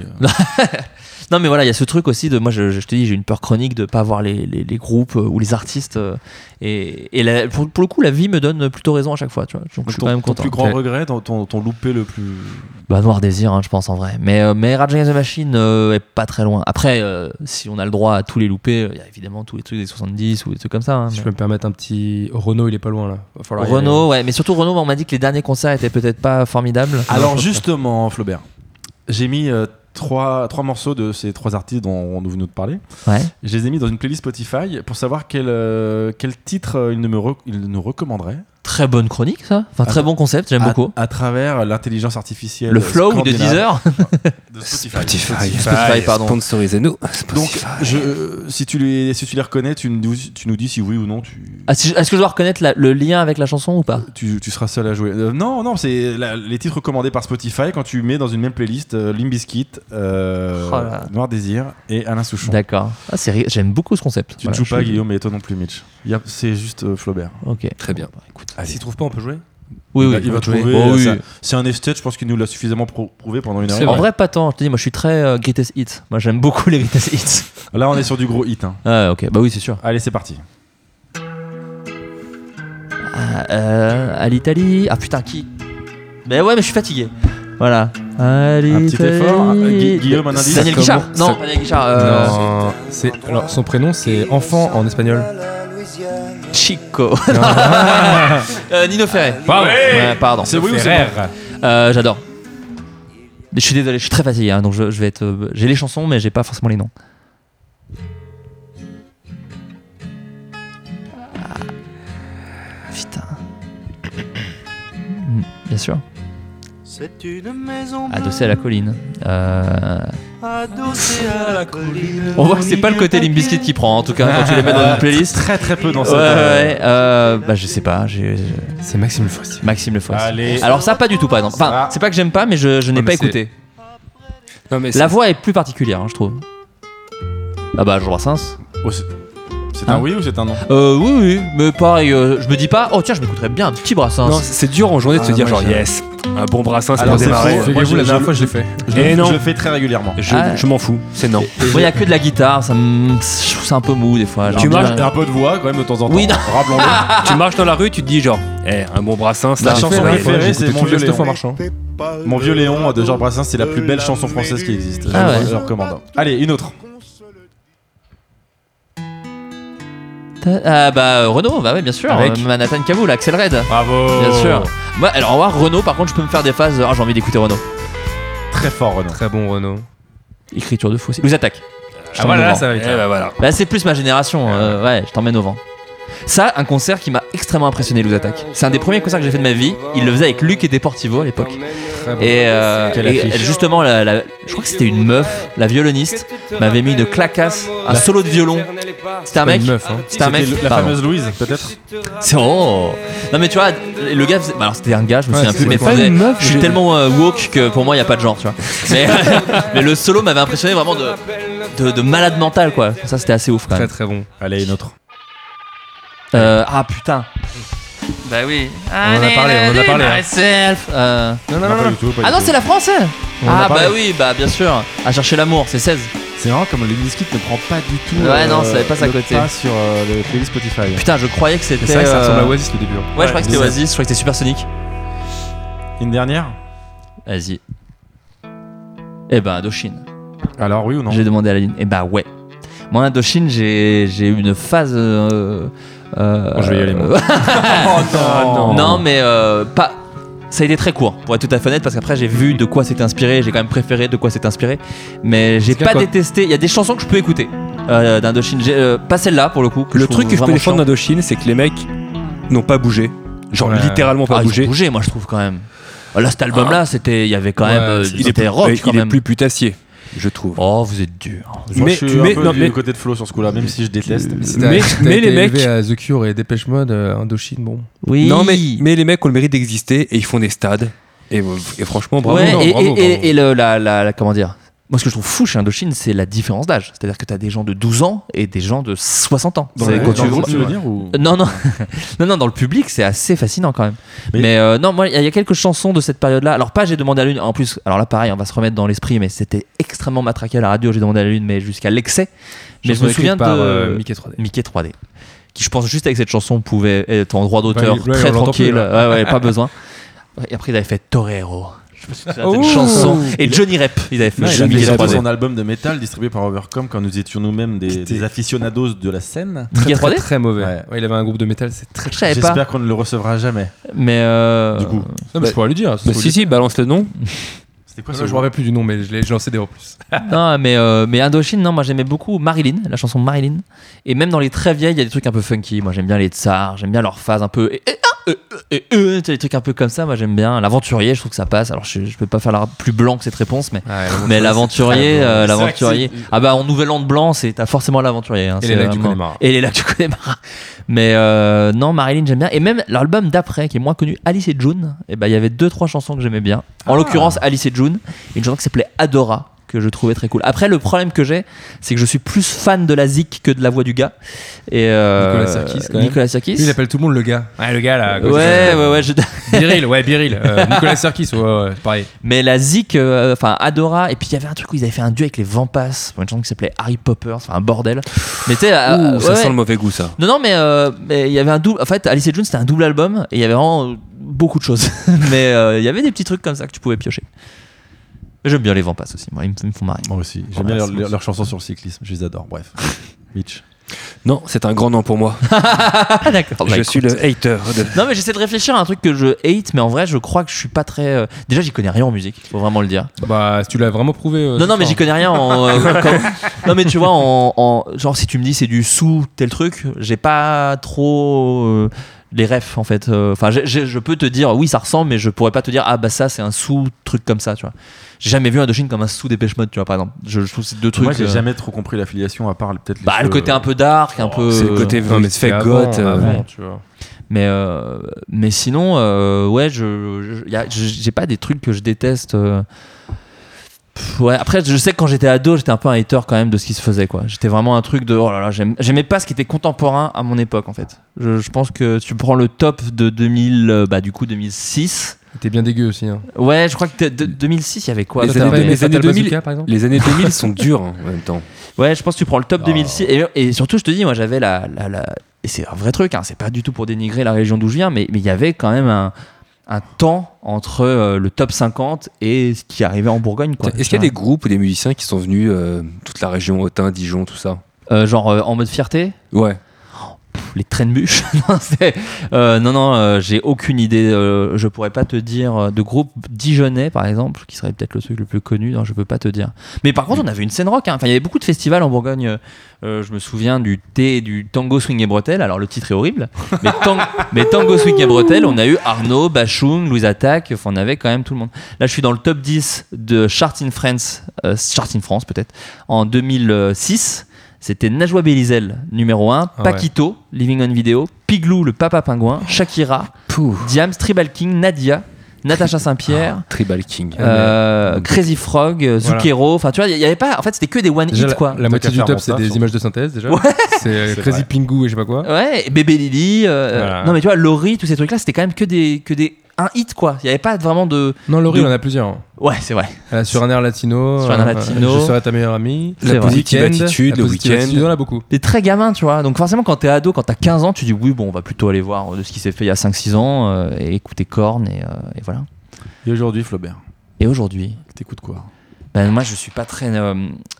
S5: Non, mais voilà, il y a ce truc aussi de. Moi, je, je te dis, j'ai une peur chronique de pas voir les, les- les groupes euh, ou les artistes. euh, Et, et la- pour, pour le coup, la vie me donne plutôt raison à chaque fois. Tu vois, donc je suis
S4: ton,
S5: quand même
S4: ton
S5: content.
S4: plus grand
S3: Ok.
S4: regret, ton, ton, ton loupé le plus.
S5: Bah Noir Désir, hein, je pense en vrai. Mais, euh, mais Rage Against the Machine euh, est pas très loin. Après, euh, si on a le droit à tous les loupés, euh, il y a évidemment tous les trucs des 70 ou des trucs comme ça. hein,
S3: Si je
S5: mais-
S3: peux me permettre un petit. Renault, il est pas loin là. Va falloir y aller.
S5: Renault, ouais, mais surtout Renault, on m'a dit que les derniers concerts étaient peut-être pas formidables.
S4: Alors justement, Flaubert, j'ai mis euh, trois, trois morceaux de ces trois artistes dont nous venons de parler.
S5: Ouais.
S4: Je les ai mis dans une playlist Spotify pour savoir quel, euh, quel titre euh, ils ne me rec- ils nous recommanderaient.
S5: Très bonne chronique, ça. Enfin, très
S4: Attends.
S5: bon concept, j'aime
S4: à,
S5: beaucoup.
S4: À travers l'intelligence artificielle.
S5: Ah. Le flow de
S4: scandinave
S5: 10 heures.
S4: de Spotify.
S5: Spotify, pardon.
S2: Sponsorisez-nous.
S4: Donc,
S2: Spotify.
S4: je, euh, si, tu les, si tu les reconnais, tu nous, tu nous dis si oui ou non tu,
S5: Ah, si- Est-ce que je dois reconnaître la- le lien avec la chanson ou pas
S4: tu, tu seras seul à jouer. Euh, non, non, c'est la- les titres recommandés par Spotify quand tu mets dans une même playlist euh, Limbiskit, euh,
S5: Oh là.
S4: Noir Désir et Alain Souchon.
S5: D'accord. Ah, c'est ri- j'aime beaucoup ce concept.
S4: Tu
S5: Voilà,
S4: ne joues
S5: je
S4: pas,
S5: suis-
S4: Guillaume, et toi non plus, Mitch. Y a- C'est juste euh, Flaubert.
S5: Ok.
S2: Très bien.
S3: S'il trouve pas, on peut jouer
S5: Oui,
S4: Il
S5: oui.
S4: va- il va
S5: ok.
S4: trouver.
S5: Oh,
S4: euh,
S5: oui.
S4: ça- C'est un esthète, je pense qu'il nous l'a suffisamment pro- prouvé pendant une heure.
S5: En vrai, pas tant. Je te dis, moi, je suis très euh, greatest hits. Moi, j'aime beaucoup les greatest hits.
S4: Là, on est sur du gros hit. hein.
S5: Ah, ok. Bah oui, c'est sûr.
S4: Allez, c'est parti.
S5: Euh, à l'Italie. Ah putain, qui Mais ouais, mais je suis fatigué. Voilà. À
S4: petit
S5: l'Italie.
S4: effort, hein. Gui- Guillaume, un indice.
S5: Daniel Guichard.
S3: Comment-
S5: Non,
S3: ça-
S5: Daniel Guichard. euh,
S3: Non, c'est- Alors, son prénom, c'est Enfant en espagnol.
S5: Chico. Euh, Nino Ferrer.
S2: Bravo.
S5: Ouais, pardon.
S4: Ah, oui ou
S3: Ferrer.
S5: Euh, J'adore. Mais Je suis désolé, je suis très fatigué, hein, donc je, je vais être. euh, J'ai les chansons, mais j'ai pas forcément les noms. Ah. Putain. Mm, Bien sûr.
S6: C'est une maison
S5: Adossé à la colline. Euh,
S6: Adossé à la colline.
S5: On voit que c'est pas le côté Limbiskit qui prend, en tout cas, quand tu les mets dans une playlist.
S4: Très, très peu dans
S5: Ouais,
S4: cette.
S5: ouais,
S4: euh,
S5: ouais, euh, bah je sais pas, j'ai- j'ai-
S3: C'est Maxime Le Forestier.
S5: Maxime Le Foss.
S4: Allez.
S5: Alors ça pas du tout par exemple. Enfin,
S4: Ah.
S5: c'est pas que j'aime pas, mais je, je n'ai
S3: Non,
S5: pas
S3: mais c'est-
S5: écouté.
S2: Non, mais
S5: La voix est plus particulière, hein, je trouve. Ah bah Georges Brassens.
S4: Oh, c'est c'est
S5: Hein
S4: un oui ou c'est un non
S5: Euh oui oui, mais pareil, euh, je me dis pas, oh tiens, je m'écouterais bien un petit Brassens.
S2: Non, c'est dur en journée de se
S5: Ah,
S2: dire
S5: moi,
S2: genre
S5: j'ai-
S2: yes, un bon brassin c'est
S4: Alors,
S2: pour
S4: c'est
S2: démarrer.
S4: faux.
S3: Fais
S4: Moi,
S3: gaffe,
S4: je-
S3: la
S4: je-
S3: dernière fois, je l'ai fait.
S4: Je,
S2: Eh
S4: je
S2: non.
S4: le fais très régulièrement.
S2: Je,
S5: Ah.
S2: je m'en fous, c'est non.
S5: Moi, y a que de la guitare, ça me... je trouve ça un peu mou des fois.
S4: Tu
S5: genre,
S4: marches
S5: bien-
S4: un peu de voix quand même de temps en temps.
S5: Oui, non.
S4: Rappelons-le.
S5: Ah.
S2: tu marches dans la rue, tu te dis genre, eh, un bon brassin c'est
S4: La
S2: un-
S4: chanson
S2: Ouais.
S4: préférée,
S3: j'ai
S4: c'est
S3: écouté
S4: Mon
S3: tout le
S4: vieux
S3: Gaston
S4: Léon.
S3: Marchand.
S4: Mon vieux Léon de Georges Brassens, c'est la plus belle chanson française qui existe.
S5: Ah ouais.
S4: Je le recommande. Allez, une autre.
S5: Ah bah euh, Renault, bah ouais bien sûr.
S4: Avec Oh.
S5: Euh, Manhattan Kaboul, Axel Red.
S4: Bravo.
S5: Bien sûr. Moi, alors, voir Renault, par contre, je peux me faire des phases. de, Ah, j'ai envie d'écouter Renault.
S4: Très fort, Renaud.
S3: Très bon Renault.
S5: Écriture de faux. c'est- Vous attaque. Je
S4: Ah,
S5: t'emmène au vent.
S3: va
S2: Eh bah voilà.
S5: Là, c'est plus ma génération. euh, ouais, je t'emmène au vent. Ça, un concert qui m'a extrêmement impressionné, Luz Attack. C'est un des premiers concerts que j'ai fait de ma vie. Il le faisait avec Luc et Deportivo à l'époque. Et, euh,
S4: Quelle
S5: et
S4: affiche.
S5: justement, la- la- je crois que c'était une meuf, la violoniste, m'avait mis une clacasse, un solo de violon. C'était un
S3: Pas
S5: euh, mec.
S3: une meuf, hein.
S5: C'était un mec.
S4: C'était le- la
S5: pardon.
S4: fameuse Louise, peut-être
S5: C'est- Oh Non, mais tu vois, le gars, faisait- bah, alors c'était un gars, je me
S3: Ouais,
S5: souviens plus,
S3: c'est
S5: mais
S3: pas
S5: faisait-
S3: une meuf,
S5: je suis
S3: j'ai-
S5: tellement euh, woke que pour moi, il n'y a pas de genre, tu vois. Mais, mais le solo m'avait impressionné vraiment de, de, de malade mental, quoi. Ça, c'était assez ouf quand
S3: Très
S5: même.
S3: très bon.
S4: Allez, une autre.
S5: Euh, ah putain. Bah oui.
S3: en a parlé, on en a parlé, hein.
S5: Euh,
S3: Non, non,
S4: Non,
S3: non,
S4: pas
S3: non.
S4: du tout, pas du
S5: Ah non,
S4: tout.
S5: c'est la France elle
S3: On en a
S5: Ah bah
S3: parlé.
S5: oui, bah bien sûr. À chercher l'amour, c'est 16.
S4: C'est marrant comme le biscuit ne prend pas du tout.
S5: Ouais, non, ça passe à
S4: le
S5: côté.
S4: pas sur euh, le playlist Spotify.
S5: Putain, je croyais que c'était.
S3: C'est vrai que ça ressemble à
S5: euh,
S3: Oasis le début. hein.
S5: Ouais, je croyais que c'était Oasis, je croyais que c'était Supersonic.
S4: Une dernière
S5: Vas-y. Eh ben, Doshin.
S4: Alors, oui ou non
S3: ben,
S5: J'ai demandé à la ligne. Eh bah ouais. Moi, Indochine, j'ai j'ai eu une phase. euh, euh,
S3: Bon, je vais y aller, moi. Ah,
S5: non, mais euh, pas. Ça a été très court, pour être tout à fait honnête, parce qu'après j'ai vu de quoi c'était inspiré, j'ai quand même préféré de quoi c'était inspiré, mais j'ai
S3: Parce que
S5: pas
S3: quoi
S5: détesté. Il y a des chansons que je peux écouter euh, d'Indochine, J'ai, euh, pas celle-là pour le coup.
S2: Le truc que je peux défendre
S5: de
S2: d'Indochine, c'est que les mecs n'ont pas bougé. Genre
S3: Ouais.
S2: littéralement pas bougé.
S5: bouger, Ah, moi je trouve quand même. Euh, Là, cet album-là, c'était, il y avait quand
S3: Ouais,
S5: même, euh,
S3: il
S2: Ah. Il est,
S5: c'était
S2: plus,
S5: rock
S2: mais
S5: quand
S2: il est
S5: même.
S2: plus putassier, je trouve.
S5: Oh, vous êtes dur.
S4: Moi,
S2: Mais-
S4: je suis
S2: mais-
S4: un peu
S2: non,
S4: du
S2: mais-
S4: côté de Flo sur ce coup-là, même si je déteste. mais c'est-
S3: Si t'as-
S2: Mais-
S3: si t'as
S2: mais
S3: été
S2: les
S3: élevé
S2: mecs-
S3: à The Cure et Dépêche Mode, euh, Indochine, bon.
S5: Oui.
S2: Non, mais, mais les mecs ont le mérite d'exister et ils font des stades. Et, et franchement, bravo.
S5: ouais,
S2: Non,
S5: et,
S2: bravo,
S5: et-
S2: bravo.
S5: et- et le- la, la- la- comment dire Moi, ce que je trouve fou chez Indochine, c'est la différence d'âge. C'est-à-dire que tu as des gens de 12 ans et des gens de 60 ans.
S4: Dans
S5: C'est
S4: le-
S5: quand
S4: dans
S5: tu-
S4: le groupe, tu veux dire ou-
S5: Non, non. non, non, dans le public, c'est assez fascinant quand même. Mais,
S4: Mais-
S5: euh, non, moi, il y, a- il y a quelques chansons de cette période-là. Alors, pas J'ai demandé à la lune, en plus, alors là, pareil, on va se remettre dans l'esprit, mais c'était extrêmement matraqué à la radio, J'ai demandé à la lune, mais jusqu'à l'excès. Mais je
S3: Chanson
S5: me
S3: écrite
S5: souviens
S3: par,
S5: de
S3: euh, Mickey 3D.
S5: Mickey 3D. Qui, je pense, juste avec cette chanson, pouvait être en droit d'auteur
S3: Ouais, ouais,
S5: très
S3: on l'entend
S5: tranquille.
S3: plus,
S5: ouais, ouais, pas besoin. Et après, ils avaient fait Torero. Je me souviens d'une chanson. Et Johnny Rep, ils avaient fait
S4: Non, il a
S5: Johnny
S4: fait
S5: Rep
S4: surtout
S5: 3D.
S4: son album de métal distribué par Overcom quand nous étions nous-mêmes des, des aficionados de la scène.
S5: Mickey 3D
S3: Très mauvais.
S4: Ouais.
S3: Ouais, il avait un groupe de métal, c'est très.
S5: Je savais pas.
S4: J'espère qu'on ne le recevra jamais.
S5: Mais euh,
S4: Du coup,
S3: Non, mais je pourrais lui dire.
S2: Bah, si, si, balance le nom.
S4: c'était quoi ce
S3: Je me rappelle plus du nom, mais je l'ai je l'ai en CD en plus.
S5: non, mais, euh, mais Indochine, non, moi j'aimais beaucoup Marilyn, la chanson Marilyn. Et même dans les très vieilles, il y a des trucs un peu funky. Moi j'aime bien les tsars, j'aime bien leur phase un peu. Et, et, ah, euh, euh, et, euh, tu sais, des trucs un peu comme ça, moi j'aime bien. L'aventurier, je trouve que ça passe. Alors je, je peux pas faire la plus blanc que cette réponse, mais. Mais l'aventurier, euh, l'aventurier. Ah bah en Nouvel An de blanc, c'est t'as forcément l'aventurier. hein,
S3: Et
S5: c'est
S3: les lacs du
S5: vraiment-
S3: Connemara.
S5: Et les lacs du Connemara. Mais euh, non, Marilyn j'aime bien. Et même l'album d'après, qui est moins connu, Alice et June. Et bah il y avait deux trois chansons que j'aimais bien.
S3: Ah.
S5: En l'occurrence Alice et June, et une chanson qui s'appelait Adora que je trouvais très cool. Après le problème que j'ai, c'est que je suis plus fan de la zik que de la voix du gars. Et euh,
S3: Nicolas Sirkis, quand même.
S5: Nicolas Sirkis.
S3: Lui, il appelle tout le monde le gars. Ouais, le gars là. Euh,
S5: Ouais, ouais, ouais, je-
S3: Biril, ouais, Biril. Euh, Nicolas Serkis, ouais, ouais, pareil.
S5: Mais la Zik, euh, enfin Adora, et puis il y avait un truc où ils avaient fait un duo avec les Vampas, pour une chanson qui s'appelait Harry Potter, enfin un bordel. Mais tu sais, euh,
S2: Ouh, ça
S5: ouais,
S2: sent
S5: ouais.
S2: le mauvais goût, ça.
S5: non, non, mais euh, mais il y avait un double. En fait, Alice et June, c'était un double album, et il y avait vraiment euh, beaucoup de choses. mais euh, il y avait des petits trucs comme ça que tu pouvais piocher. J'aime bien les Vampas aussi, moi, ils me, ils me font marrer.
S4: Moi aussi, j'aime bien leurs leur, leurs chansons sur le cyclisme, je les adore. Bref, Ah, Mitch.
S2: Non, c'est un grand nom pour moi.
S5: Ah d'accord. bah,
S2: je
S5: écoute.
S2: suis le hater. De...
S5: Non, mais j'essaie de réfléchir à un truc que je hate, mais en vrai, je crois que je suis pas très. euh, Déjà, j'y connais rien en musique, faut vraiment le dire.
S3: Bah, tu l'as vraiment prouvé. euh,
S5: Non,
S3: ce
S5: non, mais
S3: soir.
S5: j'y connais rien en. euh, quand- Non, mais tu vois, en, en- Genre, si tu me dis c'est du sous tel truc, j'ai pas trop. euh, Les refs, en fait. Euh, Enfin, j'ai- j'ai- je peux te dire, oui, ça ressemble, mais je pourrais pas te dire, ah bah ça, c'est un sous truc comme ça, tu vois. J'ai jamais vu un Indochine comme un sous dépêche mode, tu vois, par exemple. Je, je trouve que c'est deux trucs.
S4: Moi, j'ai
S5: euh,
S4: jamais trop compris l'affiliation à part peut-être les
S5: Bah, le
S4: cheveux.
S5: côté un peu dark, un peu.
S2: c'est le côté
S3: Non, mais
S2: fake
S3: c'était avant,
S2: goth. euh,
S3: avant, tu vois.
S5: Mais, euh, mais sinon, euh, ouais, je, je- y a- je- j'ai pas des trucs que je déteste. euh. Pff, ouais, après, je sais que quand j'étais ado, j'étais un peu un hater quand même de ce qui se faisait, quoi. J'étais vraiment un truc de oh là là, j'aime- j'aimais pas ce qui était contemporain à mon époque, en fait. Je, je pense que tu prends le top de 2000, euh, bah du coup 2006.
S3: T'es bien dégueu aussi. Hein.
S5: Ouais, je crois que t'es- de- 2006, il y avait quoi
S2: Les
S5: T'as
S2: années
S5: pas-
S2: deux- les
S3: Fatal
S2: années 2000,
S3: Bazooka, par exemple.
S2: Les années 2000 sont dures hein, en même temps.
S5: Ouais, je pense que tu prends le top
S2: Oh.
S5: 2006. Et, et surtout, je te dis, moi, j'avais la, la, la- Et c'est un vrai truc, hein, c'est pas du tout pour dénigrer la région d'où je viens, mais mais il y avait quand même un, un temps entre euh, le top 50 et ce qui arrivait en Bourgogne. quoi.
S2: Est-ce qu'il y a des groupes ou des musiciens qui sont venus euh, toute la région, Autun, Dijon, tout ça
S5: Euh, genre euh, en mode fierté
S2: Ouais.
S5: les trains de bûche. non, c'est- euh, non, non, euh, j'ai aucune idée. euh, je pourrais pas te dire euh, de groupe Dijonais, par exemple, qui serait peut-être le truc le plus connu. Non, je peux pas te dire. Mais par contre, on avait une scène rock. hein. Enfin, il y avait beaucoup de festivals en Bourgogne. euh, euh, je me souviens du T, du Tango Swing et Bretelle. Alors le titre est horrible, mais, tan- mais Tango Swing et Bretelle, on a eu Arnaud, Bachung, Louise Attaque. Enfin, on avait quand même tout le monde. Là, je suis dans le top 10 de Chart in France, euh, Chart in France peut-être, en 2006. C'était Najwa Belizel, numéro 1,
S3: Ah ouais.
S5: Paquito, Living on Video, Piglou, le papa pingouin, Shakira,
S2: Pouh.
S5: Diams, Tribal King, Nadia, Natacha Saint-Pierre,
S2: Tribal King.
S3: Ah,
S5: euh, Crazy Frog, euh,
S3: Voilà.
S5: Zucchero. Enfin, tu vois, il n'y avait pas. En fait, c'était que des one
S3: Déjà,
S5: hit,
S3: la-
S5: quoi.
S3: La moitié
S4: qu'à
S3: du
S4: faire
S3: top,
S4: mon
S3: c'est
S4: taf,
S3: des
S4: hein.
S3: images de synthèse déjà.
S5: Ouais.
S3: C'est euh,
S4: C'est
S3: Crazy
S4: vrai.
S3: Pingu et je sais pas quoi.
S5: Ouais, et Bébé Lily. euh,
S3: Voilà.
S5: Non, mais tu vois, Laurie, tous ces trucs-là, c'était quand même que des, que des un hit, quoi. Il n'y avait pas vraiment de.
S3: Non, Laurie,
S5: De-
S3: on en a plusieurs. hein.
S5: Ouais, c'est vrai.
S3: Elle a sur un air latino.
S5: Sur un air
S3: euh,
S5: latino.
S3: Je serai ta meilleure amie.
S5: C'est
S2: la
S5: vrai.
S2: positive
S3: Weekend,
S2: attitude,
S3: la
S2: le
S3: positive attitude,
S2: week-end.
S3: On en a beaucoup.
S5: T'es très gamin, tu vois. Donc, forcément, quand t'es ado, quand t'as 15 ans, tu dis oui, bon, on va plutôt aller voir euh, de ce qui s'est fait il y a 5-6 ans euh, et écouter Korn et, euh, et voilà.
S4: Et aujourd'hui, Flaubert,
S5: Et aujourd'hui,
S4: t'écoutes quoi
S5: Ben, moi, je suis pas très, euh,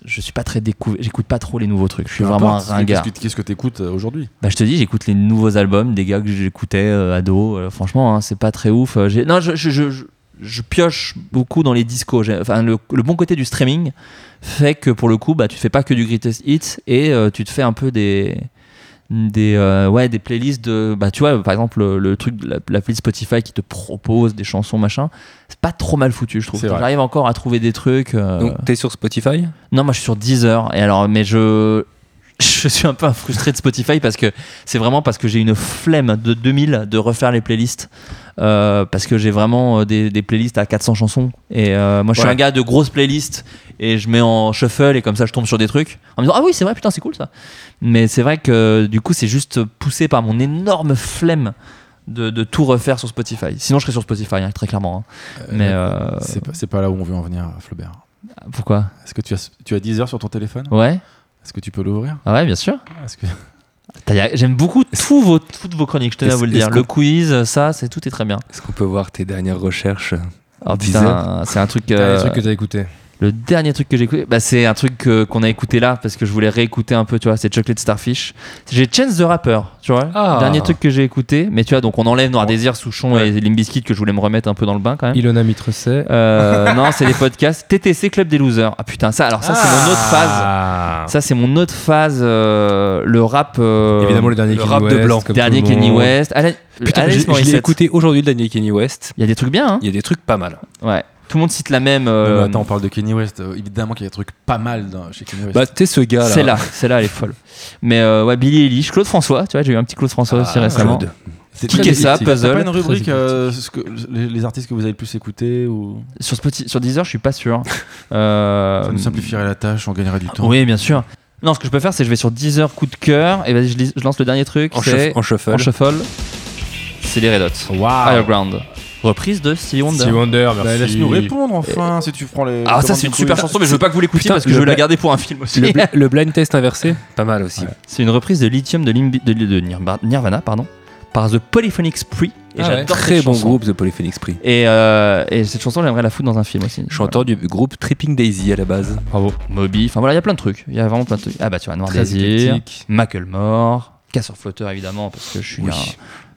S5: je suis pas très découvert. J'écoute pas trop les nouveaux trucs. Je suis vraiment un ringard.
S4: Qu'est-ce que- Qu'est-ce que t'écoutes euh, aujourd'hui
S5: Bah, je te dis, j'écoute les nouveaux albums des gars que j'écoutais euh, ado. Euh, franchement, hein, c'est pas très ouf. Euh, j'ai- non, je, je, je- je- je pioche beaucoup dans les discos. J'ai- Enfin, le, le bon côté du streaming fait que pour le coup, bah, tu fais pas que du greatest hits et euh, tu te fais un peu des des euh, ouais des playlists de bah tu vois par exemple le, le truc de la, la playlist Spotify qui te propose des chansons machin c'est pas trop mal foutu je trouve
S4: C'est vrai.
S5: j'arrive encore à trouver des trucs euh,
S2: Donc, t'es sur Spotify
S5: non, moi je suis sur Deezer. Et alors, mais je. Je suis un peu un frustré de Spotify parce que c'est vraiment parce que j'ai une flemme de 2000 de refaire les playlists. Euh, parce que j'ai vraiment euh, des, des playlists à 400 chansons. Et euh, moi je suis
S2: Ouais.
S5: un gars de grosses playlists et je mets en shuffle et comme ça je tombe sur des trucs en me disant Ah oui, c'est vrai, putain, c'est cool ça. Mais c'est vrai que du coup, c'est juste poussé par mon énorme flemme de, de tout refaire sur Spotify. Sinon, je serais sur Spotify, hein, très clairement. hein. Mais euh,
S4: C'est pas, c'est pas là où on veut en venir, Flaubert.
S5: pourquoi
S4: Est-ce que tu as, tu as 10 heures sur ton téléphone
S5: Ouais,
S4: Est-ce que tu peux l'ouvrir
S5: ah ouais, bien sûr.
S4: Est-ce que-
S5: T'as- y a- J'aime beaucoup tous vos, toutes vos chroniques, je tenais à
S2: Est-ce-
S5: vous le dire.
S2: est-ce
S5: Le
S2: qu'on-
S5: quiz, ça, c'est tout est très bien.
S2: Est-ce qu'on peut voir tes dernières recherches
S5: Oh,
S2: Dix
S5: putain, c'est un truc. euh,
S3: Dernier truc que t'as écouté.
S5: le dernier truc que j'ai écouté, bah, c'est un truc que- qu'on a écouté là parce que je voulais réécouter un peu, tu vois. C'est Chocolate Starfish. J'ai Chance the Rapper, tu vois.
S2: Ah.
S5: Dernier truc que j'ai écouté, mais tu vois, donc on enlève Noir Désir, Souchon et Limbiskit que je voulais me remettre un peu dans le bain quand même.
S3: Ilona Mitrecet.
S5: Euh, non, c'est les podcasts TTC Club des Losers. Ah putain, ça, alors ça, c'est mon autre phase.
S4: Ah. Hein.
S5: Ça, c'est mon autre phase, euh, le rap. euh,
S3: Évidemment, le dernier
S2: le
S3: Kenny
S2: rap de
S3: West,
S2: blanc.
S3: comme
S5: dernier
S3: tout le
S5: Kenny
S3: monde.
S5: West. Alan,
S2: Putain,
S5: Alanis
S2: je, je l'ai
S5: Morissette.
S2: écouté aujourd'hui, le dernier Kenny West.
S5: Il y a des trucs bien, hein
S2: Il y a des trucs pas mal.
S5: Ouais. Tout le monde cite la même.
S4: Non,
S5: euh,
S4: mais attends, on parle de Kenny West. Euh, évidemment qu'il y a des trucs pas mal dans- chez Kenny West.
S2: Bah, t'es ce gars-là.
S5: c'est là, c'est là, elle est folle. Mais euh, ouais, Billy Eilish, Claude François, tu vois, j'ai eu un petit Claude
S3: Ah,
S5: François aussi récemment.
S2: Ah, Claude.
S4: c'est très
S5: piquez ça,
S4: difficile.
S5: puzzle.
S4: T'as pas une
S5: Très
S4: rubrique
S5: difficile.
S4: euh, ce que- les, les artistes que vous avez le plus écoutés ou...
S5: Sur, Spotify, sur Deezer, je suis pas sûr. Euh, Ah,
S4: Ça nous simplifierait la tâche, on gagnerait du temps.
S5: Oui, bien sûr. Non, ce que je peux faire, c'est je vais sur Deezer, coup de cœur, et vas-y, je, lis- je lance le dernier truc.
S2: En,
S5: c'est
S2: shuff- en shuffle.
S5: en shuffle. C'est les Red Hot. Higher Ground. Reprise de Stevie Wonder.
S3: Stevie Wonder, merci.
S4: Bah, laisse-nous répondre enfin si tu prends les.
S5: Ah, ça,
S4: commandes
S5: c'est
S4: du
S5: une super
S4: couille.
S5: chanson, mais je veux pas que vous l'écoutiez
S2: Putain,
S5: parce que
S2: le
S5: je veux la
S2: bla-
S5: garder pour un film aussi.
S2: Le, bl- le blind test inversé, pas mal aussi.
S5: C'est une reprise de Lithium de, Limbi- de, de Nirva- Nirvana pardon, par The Polyphonic Spree. Et
S3: Ah ouais.
S5: j'adore
S2: Très
S5: cette
S2: bon
S5: chanson.
S2: groupe, The Polyphonic Spree.
S5: Et, euh, et cette chanson, j'aimerais la foutre dans un film aussi.
S2: Chanteur du groupe Tripping Daisy à la base.
S3: Bravo.
S5: Voilà. Moby, enfin voilà, il y a plein de trucs. Il y a vraiment plein de trucs. Ah bah tu vois, Noir
S3: Très
S5: Désir,
S3: éclectique.
S5: Macklemore, Casseur Flotteur évidemment, parce que je suis
S2: Oui.
S5: un-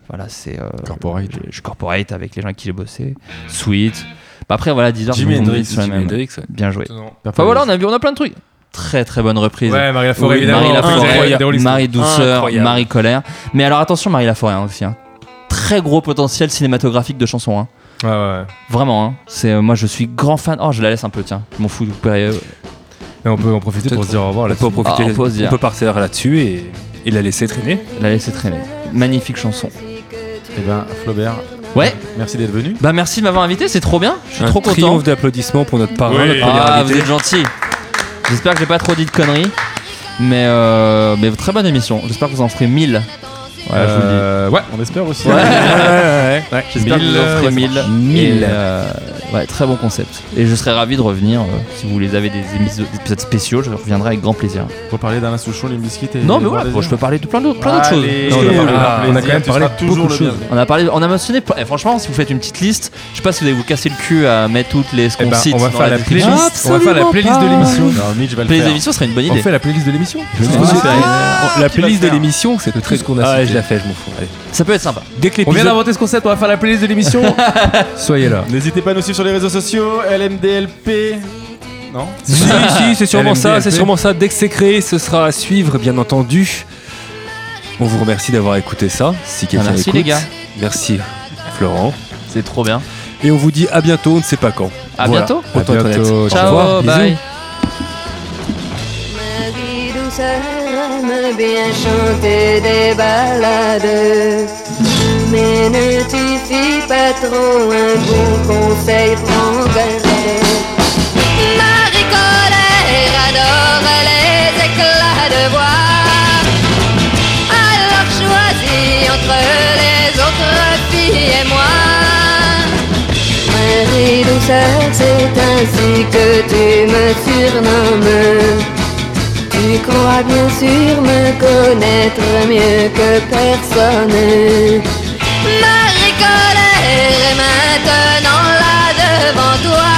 S5: Voilà, c'est. euh,
S4: Corporate.
S5: Je, je suis corporate avec les gens avec qui j'ai bossé. Sweet. Bah après, voilà, Deezer,
S4: Jimi
S5: je vous
S4: Hendrix,
S5: dis sur la
S2: Jimi
S5: même.
S2: Hendrix, ouais.
S5: Bien joué.
S4: T'as
S5: Enfin
S4: pas
S5: voilà,
S4: les-
S5: on a, vu- on a plein de trucs. Très très bonne reprise.
S3: Ouais, Marie
S2: Oui,
S3: Laforêt, évidemment.
S5: Marie Laforêt,
S3: Des Rolling Stones.
S5: Marie Douceur,
S2: Incroyable.
S5: Marie Colère. Mais alors attention, Marie Laforêt hein, aussi. hein. Très gros potentiel cinématographique de chansons. hein.
S3: Ouais, ouais.
S5: Vraiment, hein. c'est euh, moi je suis grand fan. Oh, je la laisse un peu, tiens. Je m'en fous du période.
S3: Mais on peut en profiter pour
S2: Peut-être
S3: se dire au revoir.
S2: On
S3: là-dessus.
S2: peut en profiter.
S5: Ah, on peut se dire.
S2: on peut partir là-dessus et, et la laisser traîner.
S5: La laisser traîner. Magnifique chanson.
S4: Eh ben, Flaubert,
S5: Ouais.
S4: merci d'être venu.
S5: Bah merci de m'avoir invité, c'est trop bien. Je suis
S2: Un
S5: trop content.
S2: triomphe d'applaudissements pour notre parrain,
S3: Oui.
S2: notre premier
S5: Ah, vous
S2: invité.
S5: êtes gentil. J'espère que j'ai pas trop dit de conneries. Mais, euh, mais très bonne émission. J'espère que vous en ferez 1000.
S4: je vous le dis.
S3: Euh, ouais.
S4: On espère aussi.
S5: Ouais.
S3: Ouais.
S5: J'espère que vous en ferez 1000.
S2: Mille.
S5: Et, euh, ouais, très bon concept. Et je serais ravi de revenir. euh, si vous les avez des épisodes des épisodes spéciaux, je reviendrai avec grand plaisir.
S4: Pour parler d'Alain Souchon, les biscuits et.
S5: Non, mais
S4: les
S5: voilà,
S4: Noirs
S5: je peux parler de plein d'autres plein d'autres choses.
S4: Allez,
S3: Non, on a parlé-
S4: Ah,
S3: on a
S4: plaisir,
S3: quand même
S4: tu seras
S3: parlé
S4: toujours
S3: beaucoup de
S4: le
S3: choses.
S4: bienvenu.
S5: On a parlé, on a mentionné. eh, franchement, si vous faites une petite liste, je sais pas si vous allez vous casser le cul à mettre toutes les ce
S3: Eh
S5: qu'on
S3: ben,
S5: cite.
S3: on va
S5: dans
S3: faire la
S5: description.
S3: playlist. On va faire la playlist de l'émission.
S4: Non, Mitch va le
S5: Les
S4: faire.
S5: émissions serait une bonne
S3: On
S5: idée.
S3: fait la playlist de l'émission.
S2: la playlist de
S5: faire.
S2: l'émission, c'est très
S3: ce qu'on a
S2: Ah,
S3: cité.
S2: je la fais, je m'en fous. Allez.
S5: Ça peut être sympa.
S2: Dès que
S3: On vient
S2: l'épisode
S3: d'inventer ce concept, on va faire la playlist de l'émission. Soyez là.
S4: N'hésitez pas à nous suivre sur les réseaux sociaux, LMDLP. Non
S2: Si, si, c'est sûrement ça,
S3: LMDLP.
S2: c'est sûrement ça. Dès que c'est créé, ce sera à suivre, bien entendu. On vous remercie d'avoir écouté ça. Si quelqu'un
S5: merci,
S2: écoute.
S5: les gars.
S2: Merci, Florent.
S5: C'est trop bien.
S2: Et on vous dit à bientôt, on ne sait pas quand.
S5: À
S2: Voilà.
S5: bientôt.
S2: Autant
S3: À
S2: être honnête.
S3: bientôt.
S2: Au
S5: Ciao.
S2: revoir, bisous.
S5: bye.
S8: Ma vie douce aime bien chanter des balades. Mais ne t'y fie pas trop, un bon conseil prendrait. Marie Colère adore les éclats de voix. Alors choisis entre les autres filles et moi. Marie douceur, c'est ainsi que tu me surnommes. Tu crois bien sûr me connaître mieux que personne. Marie colère est maintenant là devant toi.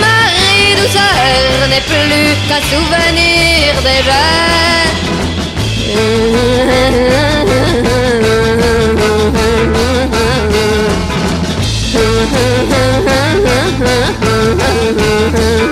S8: Marie n'est plus qu'un souvenir déjà.